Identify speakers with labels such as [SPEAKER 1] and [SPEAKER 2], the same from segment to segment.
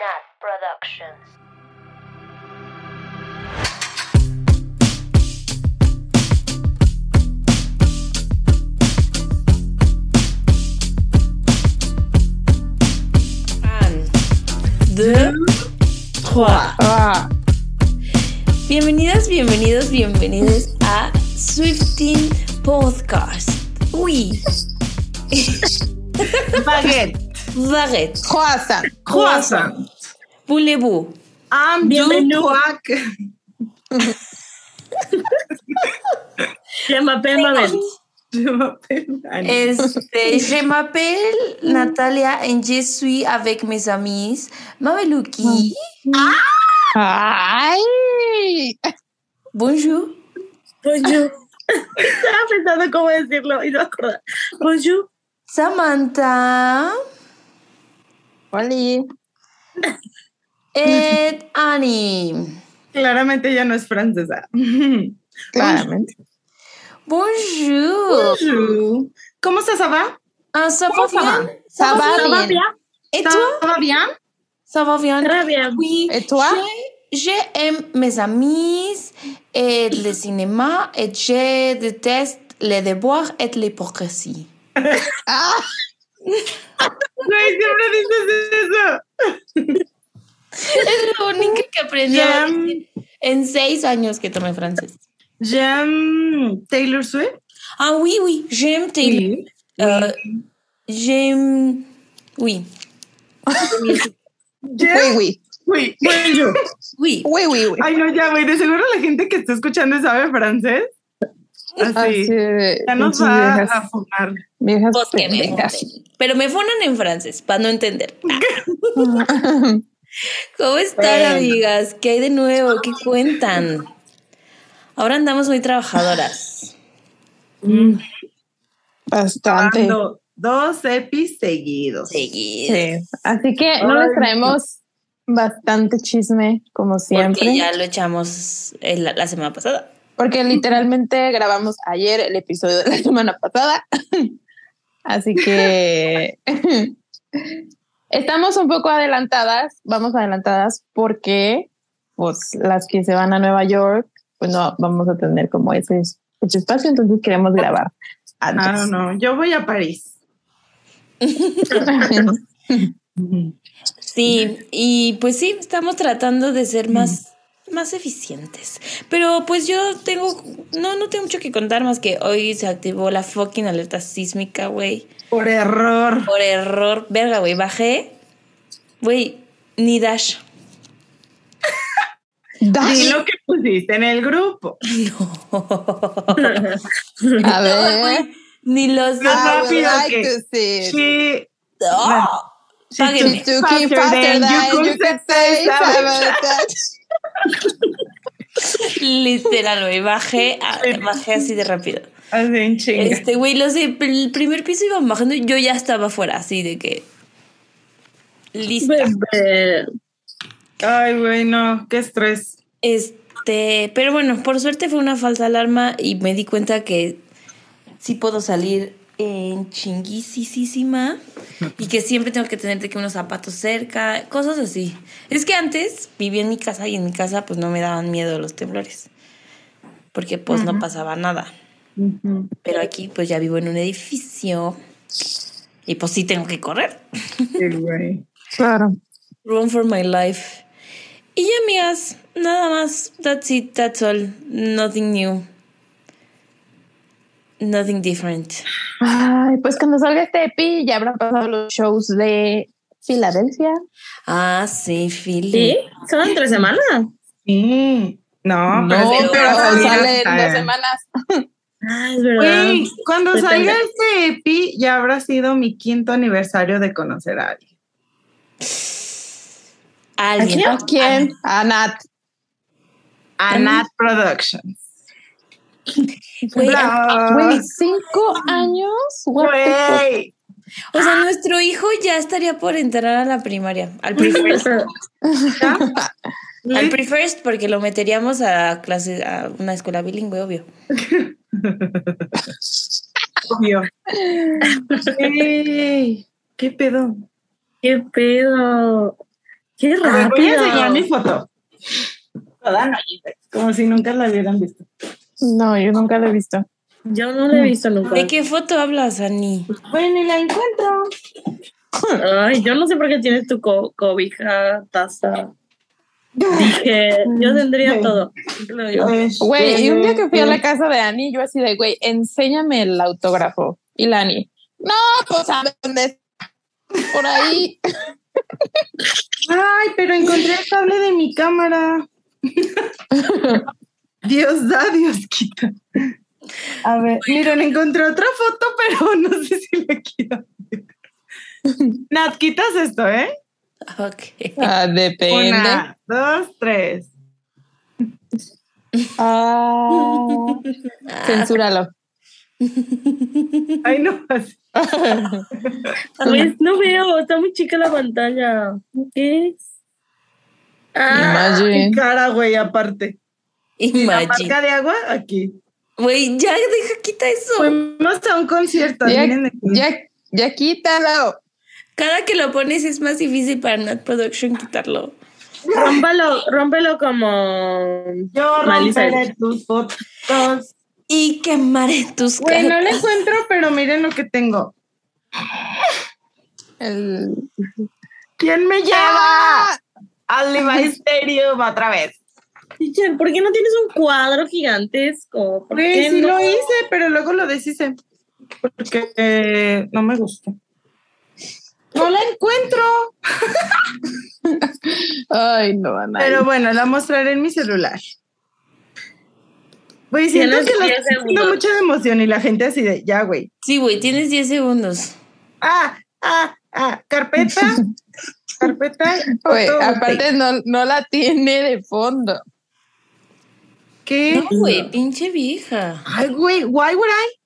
[SPEAKER 1] Nat Productions.
[SPEAKER 2] Deux, trois.
[SPEAKER 3] Ah,
[SPEAKER 2] Bienvenidas, bienvenidos, bienvenidos a Swifting Podcast. Oui,
[SPEAKER 4] Baguette,
[SPEAKER 2] baguette,
[SPEAKER 4] croissant, croissant.
[SPEAKER 2] boulez-vous.
[SPEAKER 4] I'm
[SPEAKER 5] Bienvenue.
[SPEAKER 4] Bienvenue.
[SPEAKER 5] Je m'appelle Mabel.
[SPEAKER 4] Je m'appelle Annie.
[SPEAKER 2] Este, je m'appelle Natalia and je suis avec mes amis Mameluki.
[SPEAKER 3] ¡Ay!
[SPEAKER 2] Bonjour.
[SPEAKER 5] Bonjour. Estaba pensando cómo decirlo y no me acordaba. Bonjour.
[SPEAKER 2] Samantha
[SPEAKER 3] Oli.
[SPEAKER 2] and Annie.
[SPEAKER 4] Claramente ella no es francesa.
[SPEAKER 3] Claramente.
[SPEAKER 2] Bonjour.
[SPEAKER 4] Bonjour. ¿Cómo se va?
[SPEAKER 2] Ah, ça va bien?
[SPEAKER 3] Ça
[SPEAKER 5] va
[SPEAKER 3] va bien.
[SPEAKER 5] bien?
[SPEAKER 2] Et
[SPEAKER 4] ¿Ça
[SPEAKER 2] toi?
[SPEAKER 4] va bien?
[SPEAKER 2] Ça va bien?
[SPEAKER 5] Très bien.
[SPEAKER 2] Oui.
[SPEAKER 3] Et toi?
[SPEAKER 2] J'ai- J'aime mes amis et le cinéma et je déteste les devoirs et l'hypocrisie.
[SPEAKER 3] Ah,
[SPEAKER 4] Güey, siempre dices eso.
[SPEAKER 2] Es lo único que aprendí
[SPEAKER 4] J'aime,
[SPEAKER 2] en seis años que tomé francés.
[SPEAKER 4] j'aime Taylor Swift.
[SPEAKER 2] Ah oui, oui, j'aime tes...
[SPEAKER 4] Sí.
[SPEAKER 2] euh, j'aime... Oui,
[SPEAKER 3] oui,
[SPEAKER 4] J'aime-
[SPEAKER 3] oui.
[SPEAKER 4] Güey, bonjour.
[SPEAKER 2] oui.
[SPEAKER 3] Oui, oui, oui.
[SPEAKER 4] Ay, no, ya, güey, de seguro la gente que está escuchando sabe francés.
[SPEAKER 3] Así
[SPEAKER 4] Así.
[SPEAKER 3] de-
[SPEAKER 4] Ah, Ya nos
[SPEAKER 3] pinches
[SPEAKER 4] va
[SPEAKER 3] viejas-
[SPEAKER 4] a fumar.
[SPEAKER 3] viejas
[SPEAKER 2] Pues que me
[SPEAKER 3] pendejas.
[SPEAKER 2] funen. Pero me funan en francés, para no entender. ¿Cómo están,
[SPEAKER 4] Bueno.
[SPEAKER 2] amigas? ¿Qué hay de nuevo? ¿Qué cuentan? Ahora andamos muy trabajadoras.
[SPEAKER 3] Bastante.
[SPEAKER 4] Dando Dos EPIs seguidos.
[SPEAKER 2] Seguido.
[SPEAKER 3] Sí. Así que no les traemos bastante chisme, como siempre.
[SPEAKER 2] Porque ya lo echamos en la, la semana pasada.
[SPEAKER 3] Porque literalmente grabamos ayer el episodio de la semana pasada. Así que estamos un poco adelantadas, vamos adelantadas porque pues las que se van a Nueva York, pues no vamos a tener como ese, ese espacio, entonces queremos grabar
[SPEAKER 4] Ah, no,
[SPEAKER 3] antes.
[SPEAKER 4] no, yo voy a París.
[SPEAKER 2] Sí, y pues sí, estamos tratando de
[SPEAKER 4] Mm.
[SPEAKER 2] ser más, más eficientes. Pero pues yo tengo, no, no tengo mucho que contar más que hoy se activó la fucking alerta sísmica, güey.
[SPEAKER 4] Por error.
[SPEAKER 2] Por error, verga, güey, bajé. Güey, ni dash.
[SPEAKER 4] Y
[SPEAKER 3] Dash,
[SPEAKER 4] lo que pusiste en el grupo.
[SPEAKER 3] a ver. Ah,
[SPEAKER 2] Ni los
[SPEAKER 4] ¿Eh? No,
[SPEAKER 2] dash.
[SPEAKER 3] I would
[SPEAKER 4] rápido
[SPEAKER 3] like
[SPEAKER 4] que-
[SPEAKER 3] to see it.
[SPEAKER 4] Sí.
[SPEAKER 2] ¡Oh!
[SPEAKER 4] Sí,
[SPEAKER 2] Páguenme.
[SPEAKER 3] She took it
[SPEAKER 4] Faster
[SPEAKER 3] faster
[SPEAKER 4] than you
[SPEAKER 3] than
[SPEAKER 4] could
[SPEAKER 3] you could say
[SPEAKER 4] say seven
[SPEAKER 3] seven
[SPEAKER 2] Literal, güey, bajé, a-
[SPEAKER 4] Sí.
[SPEAKER 2] bajé así de rápido.
[SPEAKER 4] Así en chinga.
[SPEAKER 2] Este, güey, los de, el primer piso iban bajando y yo ya estaba afuera, así de que. Lista.
[SPEAKER 5] Bebé.
[SPEAKER 4] Ay, güey, no, qué estrés.
[SPEAKER 2] Este, pero bueno, por suerte fue una falsa alarma y me di cuenta que sí puedo salir en chinguisísima y que siempre tengo que tener de que unos zapatos cerca, cosas así. Es que antes vivía en mi casa y en mi casa pues no me daban miedo los temblores porque pues no pasaba nada. Pero aquí pues ya vivo en un edificio y pues sí tengo que correr.
[SPEAKER 4] Sí, güey.
[SPEAKER 3] Claro.
[SPEAKER 2] Run for my life. Y ya, amigas, nada más. That's it, that's all. Nothing new. Nothing different.
[SPEAKER 3] Ay, pues cuando salga este EPI ya habrán pasado los shows de Filadelfia.
[SPEAKER 2] Ah, sí, Philly.
[SPEAKER 5] ¿Sí? ¿Son entre semanas?
[SPEAKER 4] Sí. No,
[SPEAKER 3] No,
[SPEAKER 4] pero, sí,
[SPEAKER 2] pero
[SPEAKER 4] pero
[SPEAKER 2] sale
[SPEAKER 3] sale en
[SPEAKER 4] está.
[SPEAKER 3] dos semanas.
[SPEAKER 5] Ah, es verdad.
[SPEAKER 4] Güey, cuando
[SPEAKER 5] Depende.
[SPEAKER 4] salga este EPI ya habrá sido mi quinto aniversario de conocer a alguien.
[SPEAKER 2] Alguien.
[SPEAKER 3] ¿A quién? A Nat.
[SPEAKER 4] A Nat Productions.
[SPEAKER 2] Güey,
[SPEAKER 4] Bravo.
[SPEAKER 3] Güey, cinco años. What the fuck?
[SPEAKER 4] Güey.
[SPEAKER 2] O sea, nuestro hijo ya estaría por entrar a la primaria. Al prefirst.
[SPEAKER 4] ¿Ya?
[SPEAKER 2] al prefirst, porque lo meteríamos a clase, a una escuela bilingüe, obvio.
[SPEAKER 4] Obvio. Güey, ¿Qué pedo?
[SPEAKER 5] ¿Qué pedo? Qué
[SPEAKER 4] A ver, voy a
[SPEAKER 5] rápido.
[SPEAKER 4] enseñar mi foto. Toda no, como si nunca la hubieran visto.
[SPEAKER 3] No, yo nunca lo he visto.
[SPEAKER 5] Yo no la he visto nunca.
[SPEAKER 2] ¿De qué foto hablas, Ani?
[SPEAKER 4] Bueno, y la encuentro.
[SPEAKER 5] Ay, yo no sé por qué tienes tu co- cobija, taza. Dije, yo tendría
[SPEAKER 4] Sí.
[SPEAKER 5] todo. Siempre lo digo.
[SPEAKER 4] Este,
[SPEAKER 3] Güey, y un día que fui a la casa de Ani, yo así de, güey, enséñame el autógrafo. Y la Ani, no, pues a dónde está? Por ahí.
[SPEAKER 4] Ay, pero encontré el cable de mi cámara. Dios da, Dios quita. A ver, miren, encontré otra foto, pero no sé si la quiero. ver. Nat, quitas esto, ¿eh?
[SPEAKER 2] Ok.
[SPEAKER 3] Ah, depende.
[SPEAKER 4] Una, dos, tres.
[SPEAKER 3] Ah, censúralo.
[SPEAKER 4] Ay, no. así. Ah,
[SPEAKER 5] Pues no veo, está muy chica la pantalla. ¿Qué es? Ah,
[SPEAKER 3] Imagine.
[SPEAKER 4] Cara, güey, aparte. La
[SPEAKER 2] Imagine.
[SPEAKER 4] marca de agua aquí.
[SPEAKER 2] Güey, ya deja, quita eso.
[SPEAKER 4] Fuimos a un concierto.
[SPEAKER 3] Ya,
[SPEAKER 4] miren aquí.
[SPEAKER 3] ya, ya quítalo.
[SPEAKER 2] Cada que lo pones es más difícil para Nat Production quitarlo.
[SPEAKER 5] rómpalo, rómpelo como.
[SPEAKER 4] Yo
[SPEAKER 5] Miley
[SPEAKER 4] romperé
[SPEAKER 5] Cyrus.
[SPEAKER 4] tus fotos.
[SPEAKER 2] Y quemaré tus
[SPEAKER 4] Güey, no
[SPEAKER 2] caras.
[SPEAKER 4] la encuentro, pero miren lo que tengo.
[SPEAKER 3] El-
[SPEAKER 4] ¿Quién me lleva? Al Levi's Stadium otra vez.
[SPEAKER 5] Teacher, ¿por qué no tienes un cuadro gigantesco? ¿Por
[SPEAKER 4] Güey,
[SPEAKER 5] qué
[SPEAKER 4] sí
[SPEAKER 5] no?
[SPEAKER 4] lo hice, pero luego lo deshice. Porque eh, no me gustó. No la encuentro.
[SPEAKER 3] Ay, no, Ana.
[SPEAKER 4] Pero bueno, la mostraré en mi celular. Güey, siento
[SPEAKER 5] Tienes
[SPEAKER 4] que lo
[SPEAKER 5] 10
[SPEAKER 4] estoy haciendo
[SPEAKER 5] segundos.
[SPEAKER 4] mucha emoción y la gente así de, ya, güey.
[SPEAKER 2] Sí, güey, tienes 10 segundos.
[SPEAKER 4] Ah, ah, ah, carpeta. carpeta.
[SPEAKER 3] Güey,
[SPEAKER 4] foto,
[SPEAKER 3] aparte no, no la tiene de fondo.
[SPEAKER 4] ¿Qué?
[SPEAKER 2] No, güey, pinche vieja.
[SPEAKER 4] Ay, güey, why would I?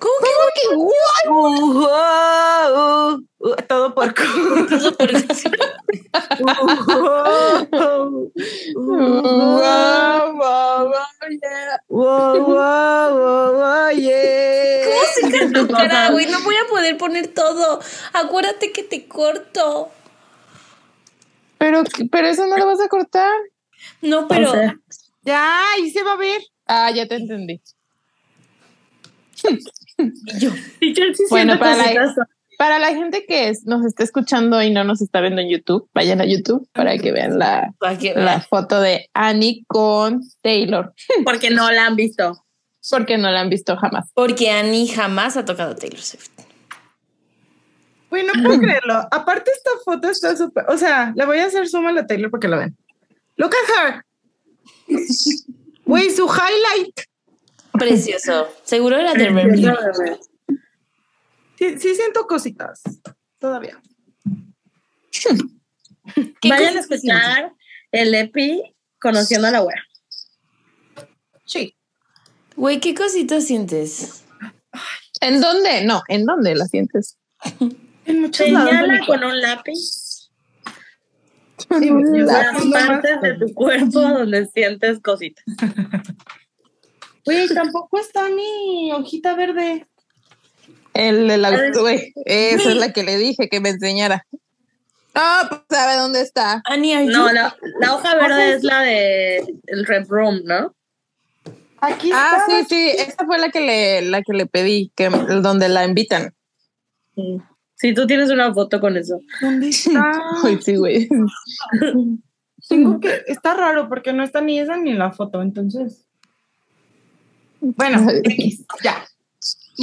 [SPEAKER 2] ¿Cómo que
[SPEAKER 4] Ujú, uh, todo por cu-
[SPEAKER 2] no? Por eso?
[SPEAKER 4] Uh, Ujú, ujú,
[SPEAKER 3] Wow, wow, wow, yeah.
[SPEAKER 4] wow, wow, wow, wow, uh, yeah.
[SPEAKER 2] ¿Cómo se canta tu cara, güey? No voy a poder poner todo. Acuérdate que te corto.
[SPEAKER 3] Pero, pero eso no lo vas a cortar.
[SPEAKER 2] No,
[SPEAKER 5] O
[SPEAKER 2] pero.
[SPEAKER 5] sea,
[SPEAKER 4] Ya, ahí se va a ver.
[SPEAKER 3] Ah, ya te entendí.
[SPEAKER 2] Y yo.
[SPEAKER 5] teacher, sí
[SPEAKER 3] Bueno,
[SPEAKER 5] siento
[SPEAKER 3] para la-
[SPEAKER 5] cositas.
[SPEAKER 3] Para la gente que es- nos está escuchando y no nos está viendo en YouTube, vayan a YouTube para que vean la,
[SPEAKER 2] ¿Para qué?
[SPEAKER 3] la foto de Annie con Taylor,
[SPEAKER 5] Porque no la han visto.
[SPEAKER 3] porque no la han visto jamás.
[SPEAKER 2] Porque Annie jamás ha tocado Taylor Swift.
[SPEAKER 4] Güey, no puedo creerlo. Aparte, esta foto está súper. O sea, la voy a hacer suma a la Taylor para que la vean. Look at her. Güey, su highlight.
[SPEAKER 2] Precioso. Seguro era de Beverly.
[SPEAKER 4] Sí, sí siento cositas. Todavía.
[SPEAKER 2] ¿Qué
[SPEAKER 5] Vayan a
[SPEAKER 2] cosas
[SPEAKER 5] escuchar el EPI conociendo a la web.
[SPEAKER 4] Sí.
[SPEAKER 2] Güey, ¿qué cositas sientes?
[SPEAKER 3] ¿En dónde? No, ¿en dónde la sientes?
[SPEAKER 4] En muchos lados. de mi
[SPEAKER 5] Señala
[SPEAKER 4] cuerpo.
[SPEAKER 5] con un lápiz
[SPEAKER 4] Sí, yo
[SPEAKER 3] La-
[SPEAKER 4] estoy
[SPEAKER 5] las
[SPEAKER 4] haciendo más-
[SPEAKER 5] partes de tu cuerpo donde sientes cositas.
[SPEAKER 4] Güey, tampoco está mi hojita verde.
[SPEAKER 3] El del auto, güey. Esa es la que le dije que me enseñara. Ah, pues sabe dónde está.
[SPEAKER 2] Annie, are
[SPEAKER 5] No,
[SPEAKER 2] you-
[SPEAKER 5] la, la hoja verde es la de el Red Room, ¿no?
[SPEAKER 4] Aquí
[SPEAKER 3] Ah,
[SPEAKER 4] está.
[SPEAKER 3] sí, sí, esa fue la que le, la que le pedí, que donde la invitan.
[SPEAKER 5] Sí, tú tienes una foto con eso.
[SPEAKER 4] ¿Dónde está?
[SPEAKER 3] Ay, sí, güey.
[SPEAKER 4] Tengo que. Está raro porque no está ni esa ni la foto, entonces. Bueno, X, ya.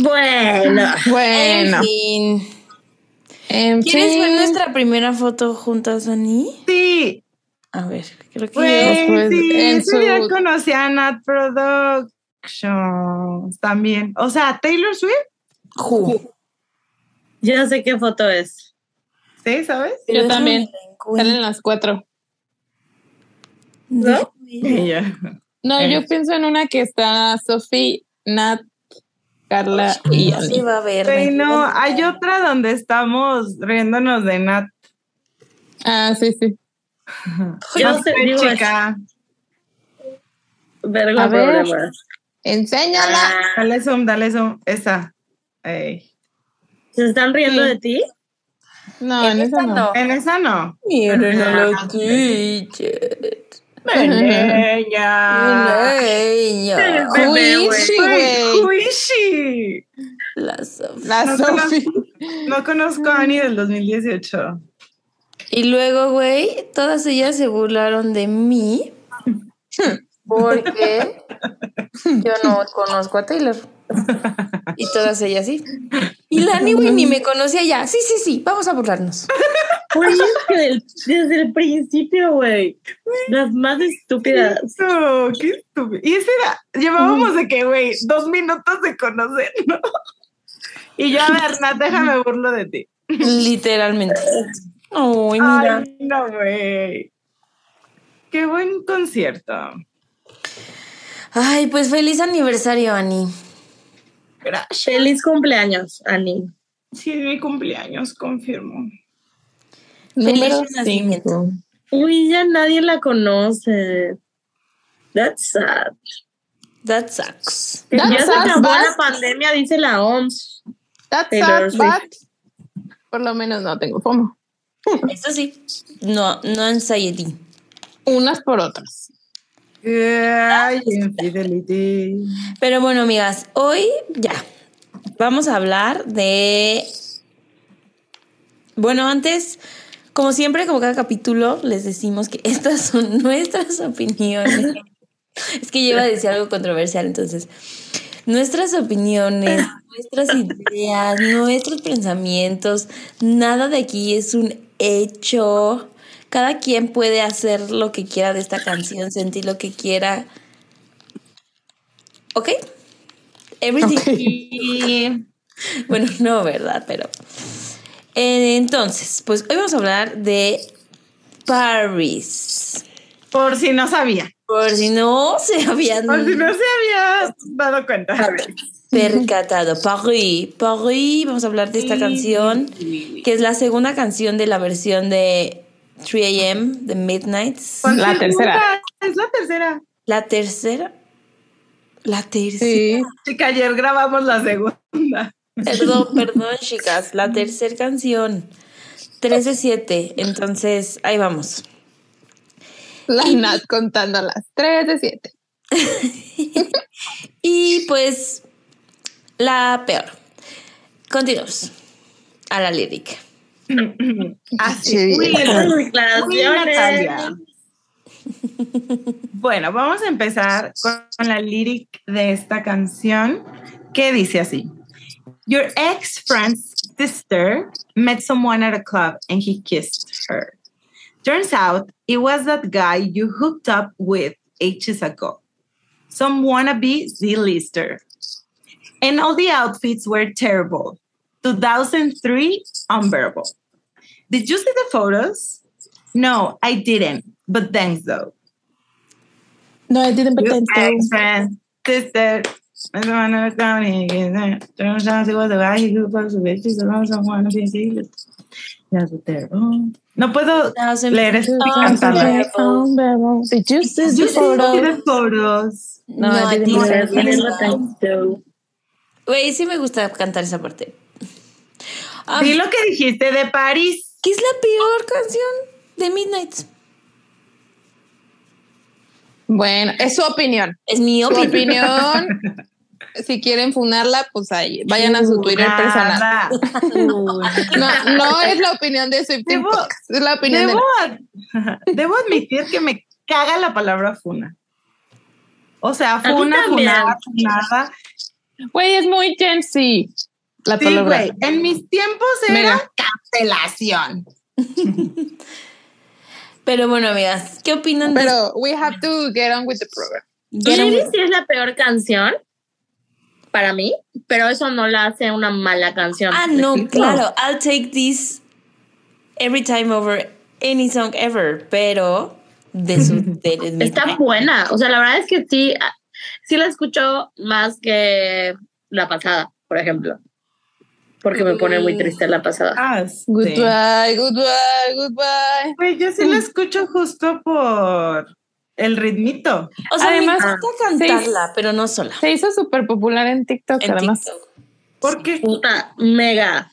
[SPEAKER 5] Bueno,
[SPEAKER 3] Ah. Bueno,
[SPEAKER 2] En fin.
[SPEAKER 3] en
[SPEAKER 2] ¿Quieres ver
[SPEAKER 3] fin.
[SPEAKER 2] nuestra primera foto juntas, Annie?
[SPEAKER 4] Sí,
[SPEAKER 2] A ver, creo que.
[SPEAKER 4] Güey,
[SPEAKER 3] pues,
[SPEAKER 4] sí,
[SPEAKER 3] en
[SPEAKER 4] ese día
[SPEAKER 3] su-
[SPEAKER 4] conocí a Nat Productions también. O sea, Taylor Swift,
[SPEAKER 2] Ju.
[SPEAKER 5] ya sé qué foto es.
[SPEAKER 4] ¿sí? ¿Sabes?
[SPEAKER 3] Yo
[SPEAKER 2] Déjame
[SPEAKER 3] también.
[SPEAKER 2] la
[SPEAKER 3] Salen
[SPEAKER 2] encuentro.
[SPEAKER 3] las cuatro.
[SPEAKER 5] ¿No?
[SPEAKER 2] Déjame-
[SPEAKER 3] No,
[SPEAKER 4] Eh.
[SPEAKER 3] yo pienso en una que está Sophie, Nat, Carla y
[SPEAKER 2] No se
[SPEAKER 3] Ani.
[SPEAKER 2] va a ver.
[SPEAKER 4] Güey,
[SPEAKER 2] me
[SPEAKER 4] no,
[SPEAKER 2] equivoco.
[SPEAKER 4] hay otra donde estamos riéndonos de Nat.
[SPEAKER 3] Ah, sí, sí.
[SPEAKER 5] Yo
[SPEAKER 4] No
[SPEAKER 5] sé,
[SPEAKER 4] sé,
[SPEAKER 5] digo,
[SPEAKER 4] chica.
[SPEAKER 5] Vergo
[SPEAKER 3] A ver.
[SPEAKER 5] problemas.
[SPEAKER 3] Enséñala.
[SPEAKER 5] Ah,
[SPEAKER 4] Dale zoom, dale zoom. Esa. Ey.
[SPEAKER 5] ¿Se están riendo
[SPEAKER 3] Sí.
[SPEAKER 5] de ti?
[SPEAKER 3] No, en, esa no.
[SPEAKER 4] En esa no.
[SPEAKER 2] Miren a los Twitches. Ah.
[SPEAKER 4] Ella.
[SPEAKER 2] Miren
[SPEAKER 3] Who
[SPEAKER 5] Bebé,
[SPEAKER 3] is she,
[SPEAKER 4] Güey,
[SPEAKER 3] güey?
[SPEAKER 4] who is she?
[SPEAKER 2] La Sof.
[SPEAKER 3] La
[SPEAKER 4] No
[SPEAKER 3] Sophie.
[SPEAKER 4] No conozco a Annie del 2018.
[SPEAKER 2] Y luego, güey, todas ellas se burlaron de mí porque yo no conozco a Taylor. Y todas ellas sí. Y Lani, güey, ni me conocía ya. Sí, sí, sí, vamos a burlarnos.
[SPEAKER 5] Güey, es que del- desde el principio, güey. Las más estúpidas.
[SPEAKER 4] Eso, qué estúpido. Y ese era, llevábamos de que, güey, dos minutos de conocernos. Y yo, a ver, Nat, déjame burlo de ti.
[SPEAKER 2] Literalmente. Ay, mira.
[SPEAKER 4] Ay, no, güey. Qué buen concierto.
[SPEAKER 2] Ay, pues feliz aniversario, Ani.
[SPEAKER 4] Gracias.
[SPEAKER 5] Feliz cumpleaños, Ani.
[SPEAKER 4] Sí, mi cumpleaños, confirmo.
[SPEAKER 3] Número
[SPEAKER 2] Feliz nacimiento.
[SPEAKER 3] 5.
[SPEAKER 5] Uy, ya nadie la conoce. That's sad.
[SPEAKER 2] That sucks.
[SPEAKER 5] Que
[SPEAKER 3] That's
[SPEAKER 5] ya se
[SPEAKER 3] sad,
[SPEAKER 5] acabó
[SPEAKER 3] but-
[SPEAKER 5] la pandemia, dice la OMS.
[SPEAKER 3] That's
[SPEAKER 5] Taylor
[SPEAKER 3] sad,
[SPEAKER 5] Swift.
[SPEAKER 3] but por lo menos no tengo FOMO.
[SPEAKER 2] Eso sí. No, no anxiety.
[SPEAKER 3] Unas por otras.
[SPEAKER 4] Ay, infidelity.
[SPEAKER 2] Pero bueno, amigas, hoy ya vamos a hablar de. Bueno, antes, como siempre, como cada capítulo, les decimos que estas son nuestras opiniones. es que yo iba a decir algo controversial, entonces. Nuestras opiniones, nuestras ideas, nuestros pensamientos, nada de aquí es un hecho. Cada quien puede hacer lo que quiera de esta canción, sentir lo que quiera. ¿Ok? Everything. Bueno, no, ¿verdad? Pero. Eh, Entonces, pues hoy vamos a hablar de Paris.
[SPEAKER 4] Por si no sabía.
[SPEAKER 2] Por si no se habían
[SPEAKER 4] Por si no se había dado cuenta.
[SPEAKER 2] percatado. Paris, Paris, vamos a hablar de esta canción, que es la segunda canción de la versión de 3 AM, de Midnight.
[SPEAKER 3] La tercera.
[SPEAKER 4] Es la tercera.
[SPEAKER 2] La tercera. La tercera.
[SPEAKER 3] Sí.
[SPEAKER 4] Chica, ayer grabamos la segunda.
[SPEAKER 2] Perdón, perdón, chicas. La tercera canción. 3 de 7. Entonces, ahí vamos.
[SPEAKER 3] La Nat contando las 3 de 7.
[SPEAKER 2] Y pues la peor. Continuamos a la lírica.
[SPEAKER 3] Así bien.
[SPEAKER 5] Las
[SPEAKER 4] Uy, Natalia.
[SPEAKER 5] declaraciones.
[SPEAKER 4] Bueno, vamos a empezar con la lyric de esta canción que dice así. Your ex friend's sister met someone at a club and he kissed her. Turns out it was that guy you hooked up with ages ago. Some wannabe Z-lister. And all the outfits were terrible. 2003, unbearable. Did you see the photos? No, I didn't. But thanks though.
[SPEAKER 3] No, I didn't
[SPEAKER 4] Your
[SPEAKER 3] pretend
[SPEAKER 4] ex
[SPEAKER 3] to.
[SPEAKER 4] friend, sister. I don't wanna come in again. Turns out it was a guy who was a bitch, so I don't wanna be serious. That's what they're on. No puedo leer esto y cantarla.
[SPEAKER 3] Did you see
[SPEAKER 4] Yo
[SPEAKER 3] the
[SPEAKER 4] sí vi
[SPEAKER 3] photos?
[SPEAKER 4] de fotos.
[SPEAKER 3] No, I didn't
[SPEAKER 2] No,
[SPEAKER 3] pretend.
[SPEAKER 2] I didn't.
[SPEAKER 5] Yo
[SPEAKER 2] Güey, sí me gusta cantar esa parte. Ah,
[SPEAKER 4] Di lo que dijiste de París.
[SPEAKER 2] ¿Qué es la peor canción de Midnight?
[SPEAKER 3] Bueno, es su opinión.
[SPEAKER 2] Es mi
[SPEAKER 3] Su
[SPEAKER 2] opinión.
[SPEAKER 3] opinión. Si quieren funarla, pues ahí. Vayan a su Twitter personal.
[SPEAKER 4] Nada.
[SPEAKER 3] No, no es la opinión de Swift
[SPEAKER 4] Debo-
[SPEAKER 3] Podcast, Es la opinión de.
[SPEAKER 4] Debo, ad- debo admitir que me caga la palabra funa. O sea,
[SPEAKER 5] mí
[SPEAKER 4] funa,
[SPEAKER 5] también.
[SPEAKER 4] funada, funada.
[SPEAKER 3] Güey, es muy Gen Z. La
[SPEAKER 4] Sí,
[SPEAKER 3] palabra.
[SPEAKER 4] güey. En mis tiempos era
[SPEAKER 3] Mira.
[SPEAKER 4] cancelación.
[SPEAKER 2] Pero bueno, amigas, ¿qué opinan de
[SPEAKER 3] Pero we have to get on with the program.
[SPEAKER 2] Get on with
[SPEAKER 5] sí es la peor canción para mí, pero eso no la hace una mala canción.
[SPEAKER 2] Ah,
[SPEAKER 5] ¿Me
[SPEAKER 2] no,
[SPEAKER 5] explico?
[SPEAKER 2] claro. I'll take this every time over any song ever. Pero de su de, de
[SPEAKER 5] Está
[SPEAKER 2] Midnight.
[SPEAKER 5] buena. O sea, la verdad es que sí, ah, sí la escucho más que la pasada, por ejemplo. Porque me pone
[SPEAKER 2] Mm.
[SPEAKER 5] muy triste la pasada.
[SPEAKER 4] Ah, sí.
[SPEAKER 3] Goodbye, goodbye, goodbye.
[SPEAKER 4] Güey, yo
[SPEAKER 3] Mm.
[SPEAKER 4] sí lo escucho justo por el ritmito.
[SPEAKER 2] O sea,
[SPEAKER 3] Además,
[SPEAKER 2] me gusta cantarla, pero no sola.
[SPEAKER 3] Se hizo súper popular en TikTok,
[SPEAKER 2] En
[SPEAKER 3] además.
[SPEAKER 2] TikTok.
[SPEAKER 4] Porque
[SPEAKER 5] Puta, mega.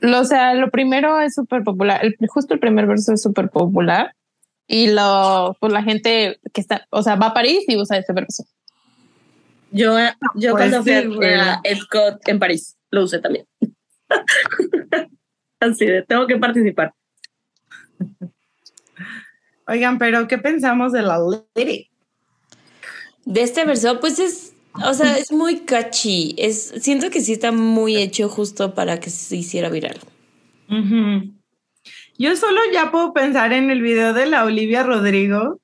[SPEAKER 3] lo- o sea, lo primero es súper popular, el- justo el primer verso es súper popular y lo, pues la gente que está, o sea, va a París y usa ese verso.
[SPEAKER 5] Yo, eh, yo
[SPEAKER 4] pues
[SPEAKER 5] cuando fui
[SPEAKER 4] sí, güey.
[SPEAKER 5] a, a Epcot en París, lo usé también. Así de, tengo que participar.
[SPEAKER 4] Oigan, pero ¿qué pensamos de la lyric?
[SPEAKER 2] De este verso, pues es, o sea, es muy catchy. Es, siento que sí está muy hecho justo para que se hiciera viral.
[SPEAKER 4] Ujú. Yo solo ya puedo pensar en el video de la Olivia Rodrigo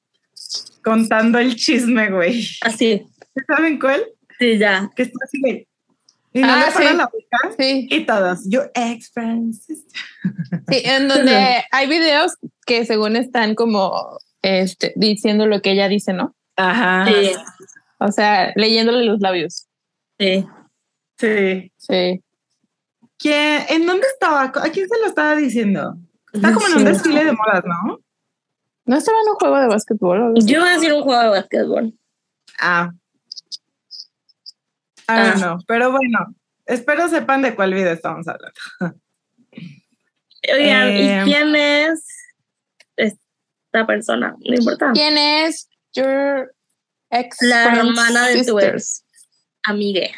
[SPEAKER 4] contando el chisme, güey.
[SPEAKER 5] Así,
[SPEAKER 4] ¿Saben cuál?
[SPEAKER 5] sí, ya.
[SPEAKER 4] Que está así, güey. Y no
[SPEAKER 3] Ah,
[SPEAKER 4] le para
[SPEAKER 3] sí.
[SPEAKER 4] la boca.
[SPEAKER 3] Sí,
[SPEAKER 4] Y todas, your ex Francis.
[SPEAKER 3] sí, en donde hay videos que según están como este, diciendo lo que ella dice, ¿no?
[SPEAKER 4] Ajá.
[SPEAKER 5] Sí,
[SPEAKER 3] O sea, leyéndole los labios.
[SPEAKER 5] sí.
[SPEAKER 4] Sí.
[SPEAKER 3] Sí.
[SPEAKER 4] ¿Quién- ¿En dónde estaba? ¿A quién se lo estaba diciendo? Está como en un
[SPEAKER 5] Sí.
[SPEAKER 4] desfile de modas, ¿no?
[SPEAKER 3] ¿No estaba en un juego de básquetbol? o algo así?
[SPEAKER 5] Yo voy a hacer un juego de básquetbol.
[SPEAKER 4] Ah. Ah,
[SPEAKER 5] Ah.
[SPEAKER 4] no. Pero bueno, espero sepan de cuál video estamos hablando.
[SPEAKER 5] Oigan,
[SPEAKER 4] Eh,
[SPEAKER 5] ¿y quién es esta persona? No importa.
[SPEAKER 3] ¿Quién es your ex?
[SPEAKER 5] La
[SPEAKER 3] friend's
[SPEAKER 5] hermana de tu ex.
[SPEAKER 3] sisters?
[SPEAKER 5] Amigue.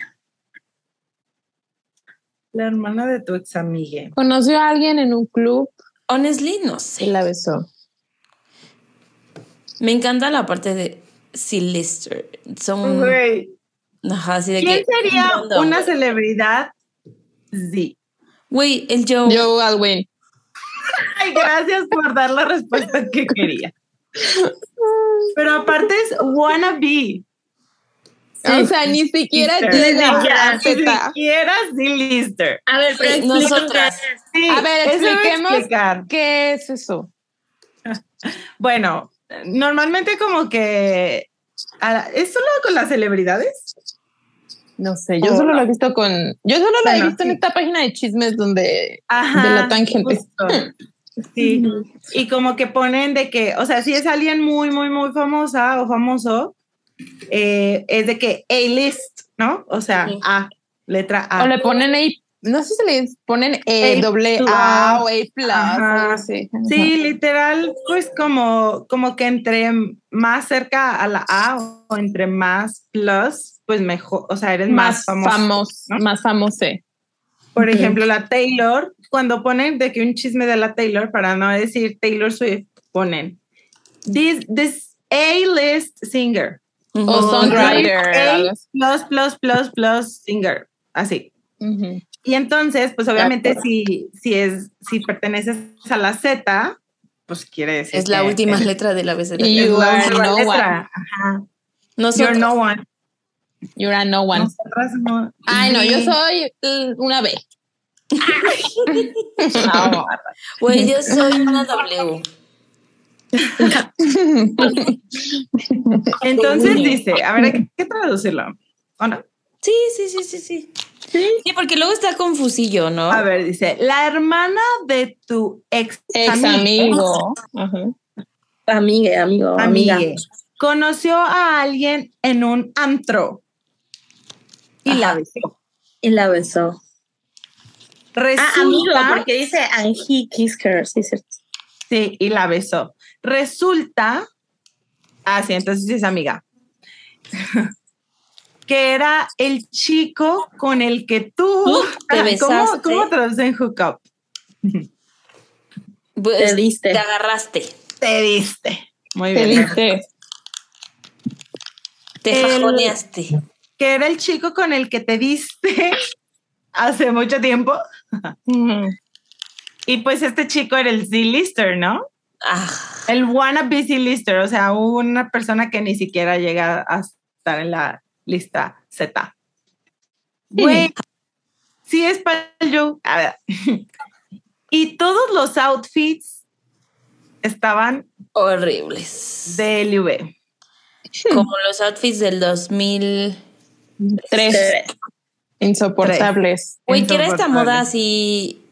[SPEAKER 4] La hermana de tu ex amiga.
[SPEAKER 3] Conoció a alguien en un club
[SPEAKER 2] Honestly, no sé.
[SPEAKER 3] y la besó.
[SPEAKER 2] Me encanta la parte de Sylvester. Son.
[SPEAKER 4] Güey.
[SPEAKER 2] Ajá, así Mm. de
[SPEAKER 4] ¿Quién
[SPEAKER 2] que.
[SPEAKER 4] sería
[SPEAKER 2] random.
[SPEAKER 4] una celebridad? Sí.
[SPEAKER 2] Güey, el Joe.
[SPEAKER 3] Joe Alwyn.
[SPEAKER 4] Ay, gracias por dar la respuesta que quería. Pero aparte es wannabe.
[SPEAKER 3] O sea, ni siquiera
[SPEAKER 4] Sister.
[SPEAKER 3] llega a la
[SPEAKER 4] Ni
[SPEAKER 3] Z.
[SPEAKER 4] siquiera sí, Lister.
[SPEAKER 5] A ver, pero
[SPEAKER 2] Sí,
[SPEAKER 5] explica
[SPEAKER 2] nosotras.
[SPEAKER 5] qué es.
[SPEAKER 4] Sí,
[SPEAKER 3] A ver,
[SPEAKER 4] eso iba a
[SPEAKER 3] expliquemos.
[SPEAKER 4] explicar.
[SPEAKER 3] ¿Qué es eso?
[SPEAKER 4] Bueno, normalmente como que a la- es solo con las celebridades.
[SPEAKER 3] No sé, yo
[SPEAKER 4] Oh.
[SPEAKER 3] solo lo he visto con. Yo solo lo he
[SPEAKER 4] Bueno,
[SPEAKER 3] visto en
[SPEAKER 4] sí.
[SPEAKER 3] esta página de chismes donde.
[SPEAKER 4] Ajá.
[SPEAKER 3] De la tangente.
[SPEAKER 4] justo. Sí. Y como que ponen de que, o sea, si es alguien muy, muy, muy famosa o famoso, eh, es de que A-list, ¿no? O sea,
[SPEAKER 5] Ujú.
[SPEAKER 4] A, letra A.
[SPEAKER 3] O le ponen A. No sé si le ponen
[SPEAKER 4] A
[SPEAKER 3] eh, doble Ah. A
[SPEAKER 4] plus.
[SPEAKER 3] o A plus.
[SPEAKER 4] Ajá.
[SPEAKER 3] algo así.
[SPEAKER 4] Sí, literal, pues como, como que entre más cerca a la A o entre más plus, pues mejor, o sea, eres
[SPEAKER 3] Más
[SPEAKER 4] más, famoso.
[SPEAKER 3] famoso.
[SPEAKER 4] ¿no?
[SPEAKER 3] Más E. famoso.
[SPEAKER 4] Por ejemplo, la Taylor, cuando ponen de que un chisme de la Taylor, para no decir Taylor Swift, ponen this, this A-list singer.
[SPEAKER 2] Ujú.
[SPEAKER 3] O songwriter. algo
[SPEAKER 4] A
[SPEAKER 3] así.
[SPEAKER 4] plus, plus, plus, plus singer. Así.
[SPEAKER 3] Ujú.
[SPEAKER 4] Y entonces, pues obviamente
[SPEAKER 3] Exacto.
[SPEAKER 4] si, si, es, si perteneces a la Z, pues quiere decir
[SPEAKER 2] Es la
[SPEAKER 4] que
[SPEAKER 2] última
[SPEAKER 4] eres-
[SPEAKER 2] letra del
[SPEAKER 3] Y-
[SPEAKER 2] abecedario.
[SPEAKER 4] es
[SPEAKER 3] You
[SPEAKER 4] la
[SPEAKER 3] are
[SPEAKER 4] última
[SPEAKER 3] no
[SPEAKER 4] letra. Ajá.
[SPEAKER 2] Nosotros,
[SPEAKER 4] You're no one.
[SPEAKER 3] You're a no one.
[SPEAKER 4] Nosotras no.
[SPEAKER 3] Ay, no, yo
[SPEAKER 4] Sí.
[SPEAKER 3] soy eh, una B.
[SPEAKER 4] No.
[SPEAKER 2] Güey, yo soy una W.
[SPEAKER 4] Entonces
[SPEAKER 2] Uno.
[SPEAKER 4] dice, a ver, hay que traducirlo. ¿O no?
[SPEAKER 2] Sí, sí, sí, sí, sí. Sí, porque luego está confusillo, ¿no?
[SPEAKER 4] A ver, dice, la hermana de tu ex,
[SPEAKER 3] Ex amigo. Ajá.
[SPEAKER 5] Amigue, amigo,
[SPEAKER 4] amiga,
[SPEAKER 5] amiga.
[SPEAKER 4] conoció a alguien en un antro y la besó.
[SPEAKER 5] Y la besó.
[SPEAKER 4] Resulta,
[SPEAKER 5] Ah, amigo, porque dice and he kissed her, sí, cierto.
[SPEAKER 4] sí, y la besó. Resulta, ah, sí, entonces sí es amiga, que era el chico con el que tú,
[SPEAKER 2] Tú te
[SPEAKER 4] Ah,
[SPEAKER 2] besaste.
[SPEAKER 4] ¿cómo, cómo traducen hookup?
[SPEAKER 2] Pues,
[SPEAKER 5] Te diste.
[SPEAKER 2] Te agarraste.
[SPEAKER 4] Te diste. Muy
[SPEAKER 3] Te
[SPEAKER 4] bien.
[SPEAKER 3] diste.
[SPEAKER 2] Te
[SPEAKER 4] El-
[SPEAKER 2] fajoneaste.
[SPEAKER 4] que era el chico con el que te diste hace mucho tiempo.
[SPEAKER 3] Ujú.
[SPEAKER 4] Y pues este chico era el Z-lister, ¿no?
[SPEAKER 2] Ah,
[SPEAKER 4] El wannabe Z-lister, o sea, una persona que ni siquiera llega a estar en la lista Z. Güey, sí es para el Joe. A ver. Y todos los outfits estaban
[SPEAKER 2] horribles.
[SPEAKER 4] de LV.
[SPEAKER 2] Como los outfits del 2000.
[SPEAKER 3] Tres. Insoportables.
[SPEAKER 2] Güey, ¿qué era esta
[SPEAKER 4] Insoportable.
[SPEAKER 2] moda así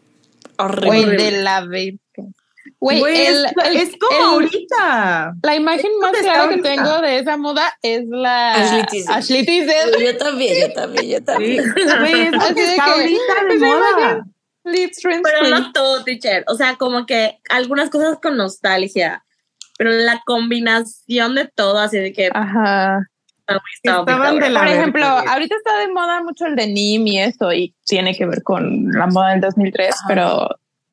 [SPEAKER 3] Güey,
[SPEAKER 2] horrible?
[SPEAKER 3] de la Virgen. Güey,
[SPEAKER 4] Güey,
[SPEAKER 3] el-
[SPEAKER 4] es,
[SPEAKER 3] el-
[SPEAKER 4] es como
[SPEAKER 3] el-
[SPEAKER 4] ahorita.
[SPEAKER 3] la imagen más
[SPEAKER 4] está
[SPEAKER 3] clara que
[SPEAKER 4] ahorita.
[SPEAKER 3] tengo de esa moda es la
[SPEAKER 2] Ashley Tisdale.
[SPEAKER 3] Ashley Tisdale.
[SPEAKER 2] Yo también, yo también, yo
[SPEAKER 4] Sí.
[SPEAKER 2] también.
[SPEAKER 4] Güey, es lo
[SPEAKER 3] Así
[SPEAKER 4] que
[SPEAKER 3] de
[SPEAKER 4] está
[SPEAKER 3] que,
[SPEAKER 4] ahorita de
[SPEAKER 3] pues,
[SPEAKER 4] moda.
[SPEAKER 3] imagínate. Lips rinse
[SPEAKER 5] Pero
[SPEAKER 3] free.
[SPEAKER 5] no todo, teacher. O sea, como que algunas cosas con nostalgia. Pero la combinación de todo, así de que
[SPEAKER 3] Ajá.
[SPEAKER 5] está muy
[SPEAKER 4] estaban de
[SPEAKER 5] cabrón.
[SPEAKER 4] la-
[SPEAKER 3] Por
[SPEAKER 4] ver,
[SPEAKER 3] ejemplo,
[SPEAKER 4] porque-
[SPEAKER 3] ahorita está de moda mucho el denim y eso, y tiene que ver con la moda del 2003, pero,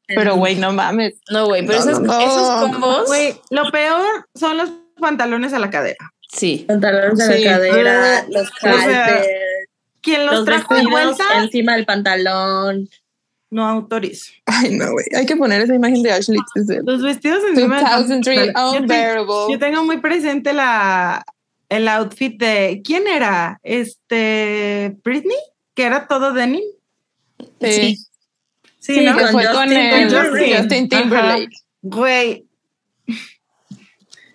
[SPEAKER 3] pero güey, no mames.
[SPEAKER 2] No, güey, pero
[SPEAKER 3] No,
[SPEAKER 2] esos,
[SPEAKER 3] no, no.
[SPEAKER 2] esos combos.
[SPEAKER 4] Güey, lo peor son los pantalones a la cadera.
[SPEAKER 2] Sí.
[SPEAKER 5] Pantalones de
[SPEAKER 3] Sí.
[SPEAKER 5] la cadera,
[SPEAKER 4] Ah,
[SPEAKER 5] los
[SPEAKER 4] sea,
[SPEAKER 5] calces,
[SPEAKER 4] Quien los,
[SPEAKER 5] los
[SPEAKER 4] trajo de
[SPEAKER 5] vestidos
[SPEAKER 4] vuelta
[SPEAKER 5] encima del pantalón.
[SPEAKER 4] no autorizo.
[SPEAKER 3] Ay, no, güey. Hay que poner esa imagen de Ashley. desde
[SPEAKER 4] Los vestidos encima del
[SPEAKER 3] 2003,
[SPEAKER 4] pantalón. Yo te- Yo
[SPEAKER 3] unbearable.
[SPEAKER 4] tengo muy presente la el outfit de quién era, este Britney, que era todo denim.
[SPEAKER 3] Sí,
[SPEAKER 2] Sí.
[SPEAKER 4] Sí,
[SPEAKER 3] sí,
[SPEAKER 4] ¿no?
[SPEAKER 3] que
[SPEAKER 5] Con
[SPEAKER 3] fue con
[SPEAKER 5] Justin
[SPEAKER 3] el
[SPEAKER 4] Timberlake.
[SPEAKER 3] Justin Timberlake.
[SPEAKER 4] Güey,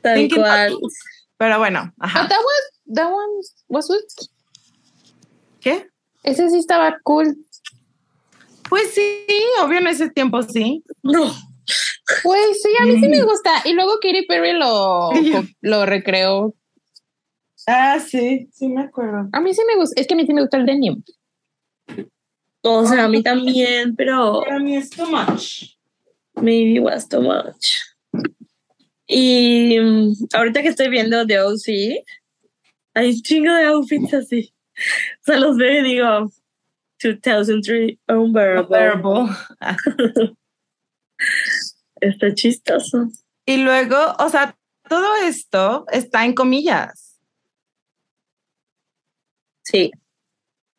[SPEAKER 5] Tal
[SPEAKER 4] Thinking
[SPEAKER 5] cual.
[SPEAKER 4] pero bueno,
[SPEAKER 3] But
[SPEAKER 4] ajá.
[SPEAKER 3] Ah, that was, that one was good.
[SPEAKER 4] ¿Qué?
[SPEAKER 3] Ese sí estaba cool.
[SPEAKER 4] Pues sí, obvio en ese tiempo sí.
[SPEAKER 5] No.
[SPEAKER 3] Güey, sí, a mí sí me gusta. Y luego Katy Perry lo,
[SPEAKER 4] Sí.
[SPEAKER 3] co- lo recreó.
[SPEAKER 4] Ah, sí, sí me acuerdo.
[SPEAKER 3] A mí sí me gusta. Es que a mí sí me gusta el denim.
[SPEAKER 5] O sea, a mí también, pero
[SPEAKER 4] Para mí es too much.
[SPEAKER 5] maybe was too much. Y mm, ahorita que estoy viendo The OC, hay un chingo de outfits así. O sea, los veo y digo, 2003 Unbearable.
[SPEAKER 4] Terrible.
[SPEAKER 5] Está chistoso.
[SPEAKER 4] Y luego, o sea, todo esto está en comillas.
[SPEAKER 5] Sí,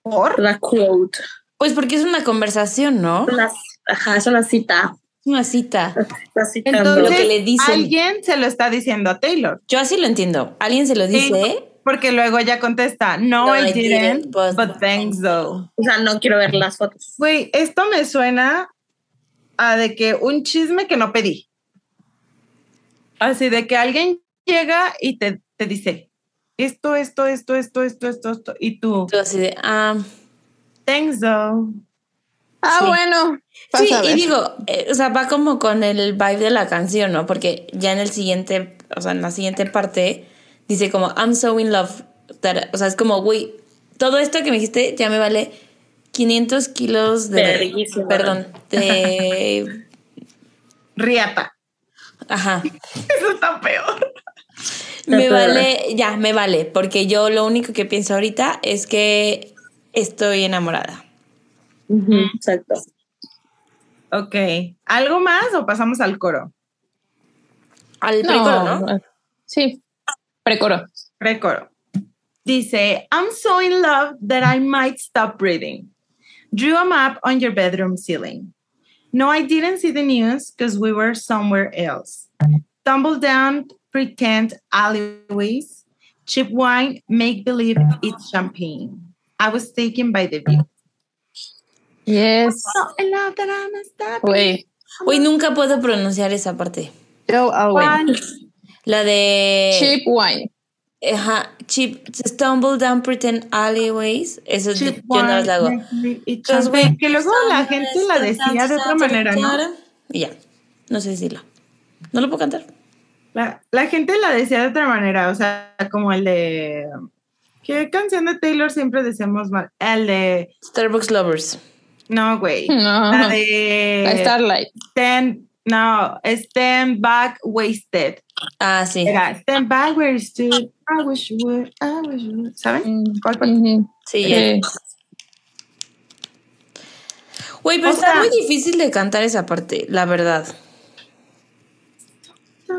[SPEAKER 4] ¿Por?
[SPEAKER 5] la quote.
[SPEAKER 2] Pues porque es una conversación, ¿no? Es
[SPEAKER 5] Una- ajá, es una cita.
[SPEAKER 2] una cita.
[SPEAKER 5] Está citando.
[SPEAKER 2] Lo
[SPEAKER 4] Entonces-
[SPEAKER 2] que le dicen.
[SPEAKER 4] Alguien se lo está diciendo a Taylor.
[SPEAKER 2] Yo así lo entiendo. Alguien se lo dice.
[SPEAKER 4] Porque luego ella contesta, no,
[SPEAKER 2] No,
[SPEAKER 4] I,
[SPEAKER 2] I
[SPEAKER 4] didn't,
[SPEAKER 2] didn't,
[SPEAKER 4] but,
[SPEAKER 2] but-
[SPEAKER 4] thanks though.
[SPEAKER 5] o sea, no quiero ver las fotos.
[SPEAKER 4] Güey, esto me suena a de que un chisme que no pedí. Así de que alguien llega y te, te dice, esto, esto, esto, esto, esto, esto, esto, y tú,
[SPEAKER 2] Tú así de, ah.
[SPEAKER 4] thanks though.
[SPEAKER 3] Ah,
[SPEAKER 2] Sí.
[SPEAKER 3] bueno. Vas
[SPEAKER 2] Sí,
[SPEAKER 3] a
[SPEAKER 2] y
[SPEAKER 3] ver.
[SPEAKER 2] digo, eh, o sea, va como con el vibe de la canción, ¿no? Porque ya en el siguiente, o sea, en la siguiente parte, dice como, I'm so in love. that- o sea, es como, güey, todo esto que me dijiste ya me vale 500 kilos de...
[SPEAKER 5] Verguísima.
[SPEAKER 2] Perdón, de...
[SPEAKER 4] Riata.
[SPEAKER 2] Ajá.
[SPEAKER 4] Eso está peor.
[SPEAKER 2] Me
[SPEAKER 5] Está
[SPEAKER 2] vale, ya, me vale, porque yo lo único que pienso ahorita es que estoy enamorada.
[SPEAKER 5] Mm. Exacto.
[SPEAKER 4] Ok. ¿Algo más o pasamos al coro?
[SPEAKER 2] Al
[SPEAKER 3] No, eh,
[SPEAKER 2] precoro, ¿no?
[SPEAKER 3] Sí. Precoro.
[SPEAKER 4] Recoro. Dice, I'm so in love that I might stop breathing. Drew a map on your bedroom ceiling. No, I didn't see the news because we were somewhere else. Tumble down pretend alleyways. Cheap wine, make believe it's champagne. I was taken by the view.
[SPEAKER 3] Yes.
[SPEAKER 4] So in love that Oh, I must stop.
[SPEAKER 3] Güey.
[SPEAKER 2] Güey, nunca puedo pronunciar esa parte.
[SPEAKER 3] Joe
[SPEAKER 4] Oh,
[SPEAKER 3] Alwyn.
[SPEAKER 4] One.
[SPEAKER 2] La de...
[SPEAKER 3] Cheap wine.
[SPEAKER 2] Ajá, chip, stumble down pretend alleyways. Eso
[SPEAKER 4] Cheap
[SPEAKER 2] yo no las hago.
[SPEAKER 4] wine, make believe it's
[SPEAKER 2] Entonces, güey,
[SPEAKER 4] champagne. Que luego la gente la decía de otra manera, ¿no?
[SPEAKER 2] Y ya, no sé decirlo. No lo puedo cantar.
[SPEAKER 4] La, la gente la decía de otra manera, o sea, como el de. ¿Qué canción de Taylor siempre decíamos mal? El de.
[SPEAKER 2] Starbucks Lovers.
[SPEAKER 4] No, güey.
[SPEAKER 2] Hmm,
[SPEAKER 3] No.
[SPEAKER 4] La
[SPEAKER 3] La
[SPEAKER 4] de.
[SPEAKER 3] Starlight.
[SPEAKER 4] Stand, no, Stand Back Wasted.
[SPEAKER 2] Ah, sí.
[SPEAKER 4] Era Stand Back Wasted. I wish you would, I wish you would. ¿Saben?
[SPEAKER 3] Mm,
[SPEAKER 4] ¿Cuál, cuál?
[SPEAKER 3] ujú.
[SPEAKER 2] Sí, ya.
[SPEAKER 3] Sí.
[SPEAKER 2] Güey, pero
[SPEAKER 4] O
[SPEAKER 2] está
[SPEAKER 4] sea-
[SPEAKER 2] muy difícil de cantar esa parte, la verdad.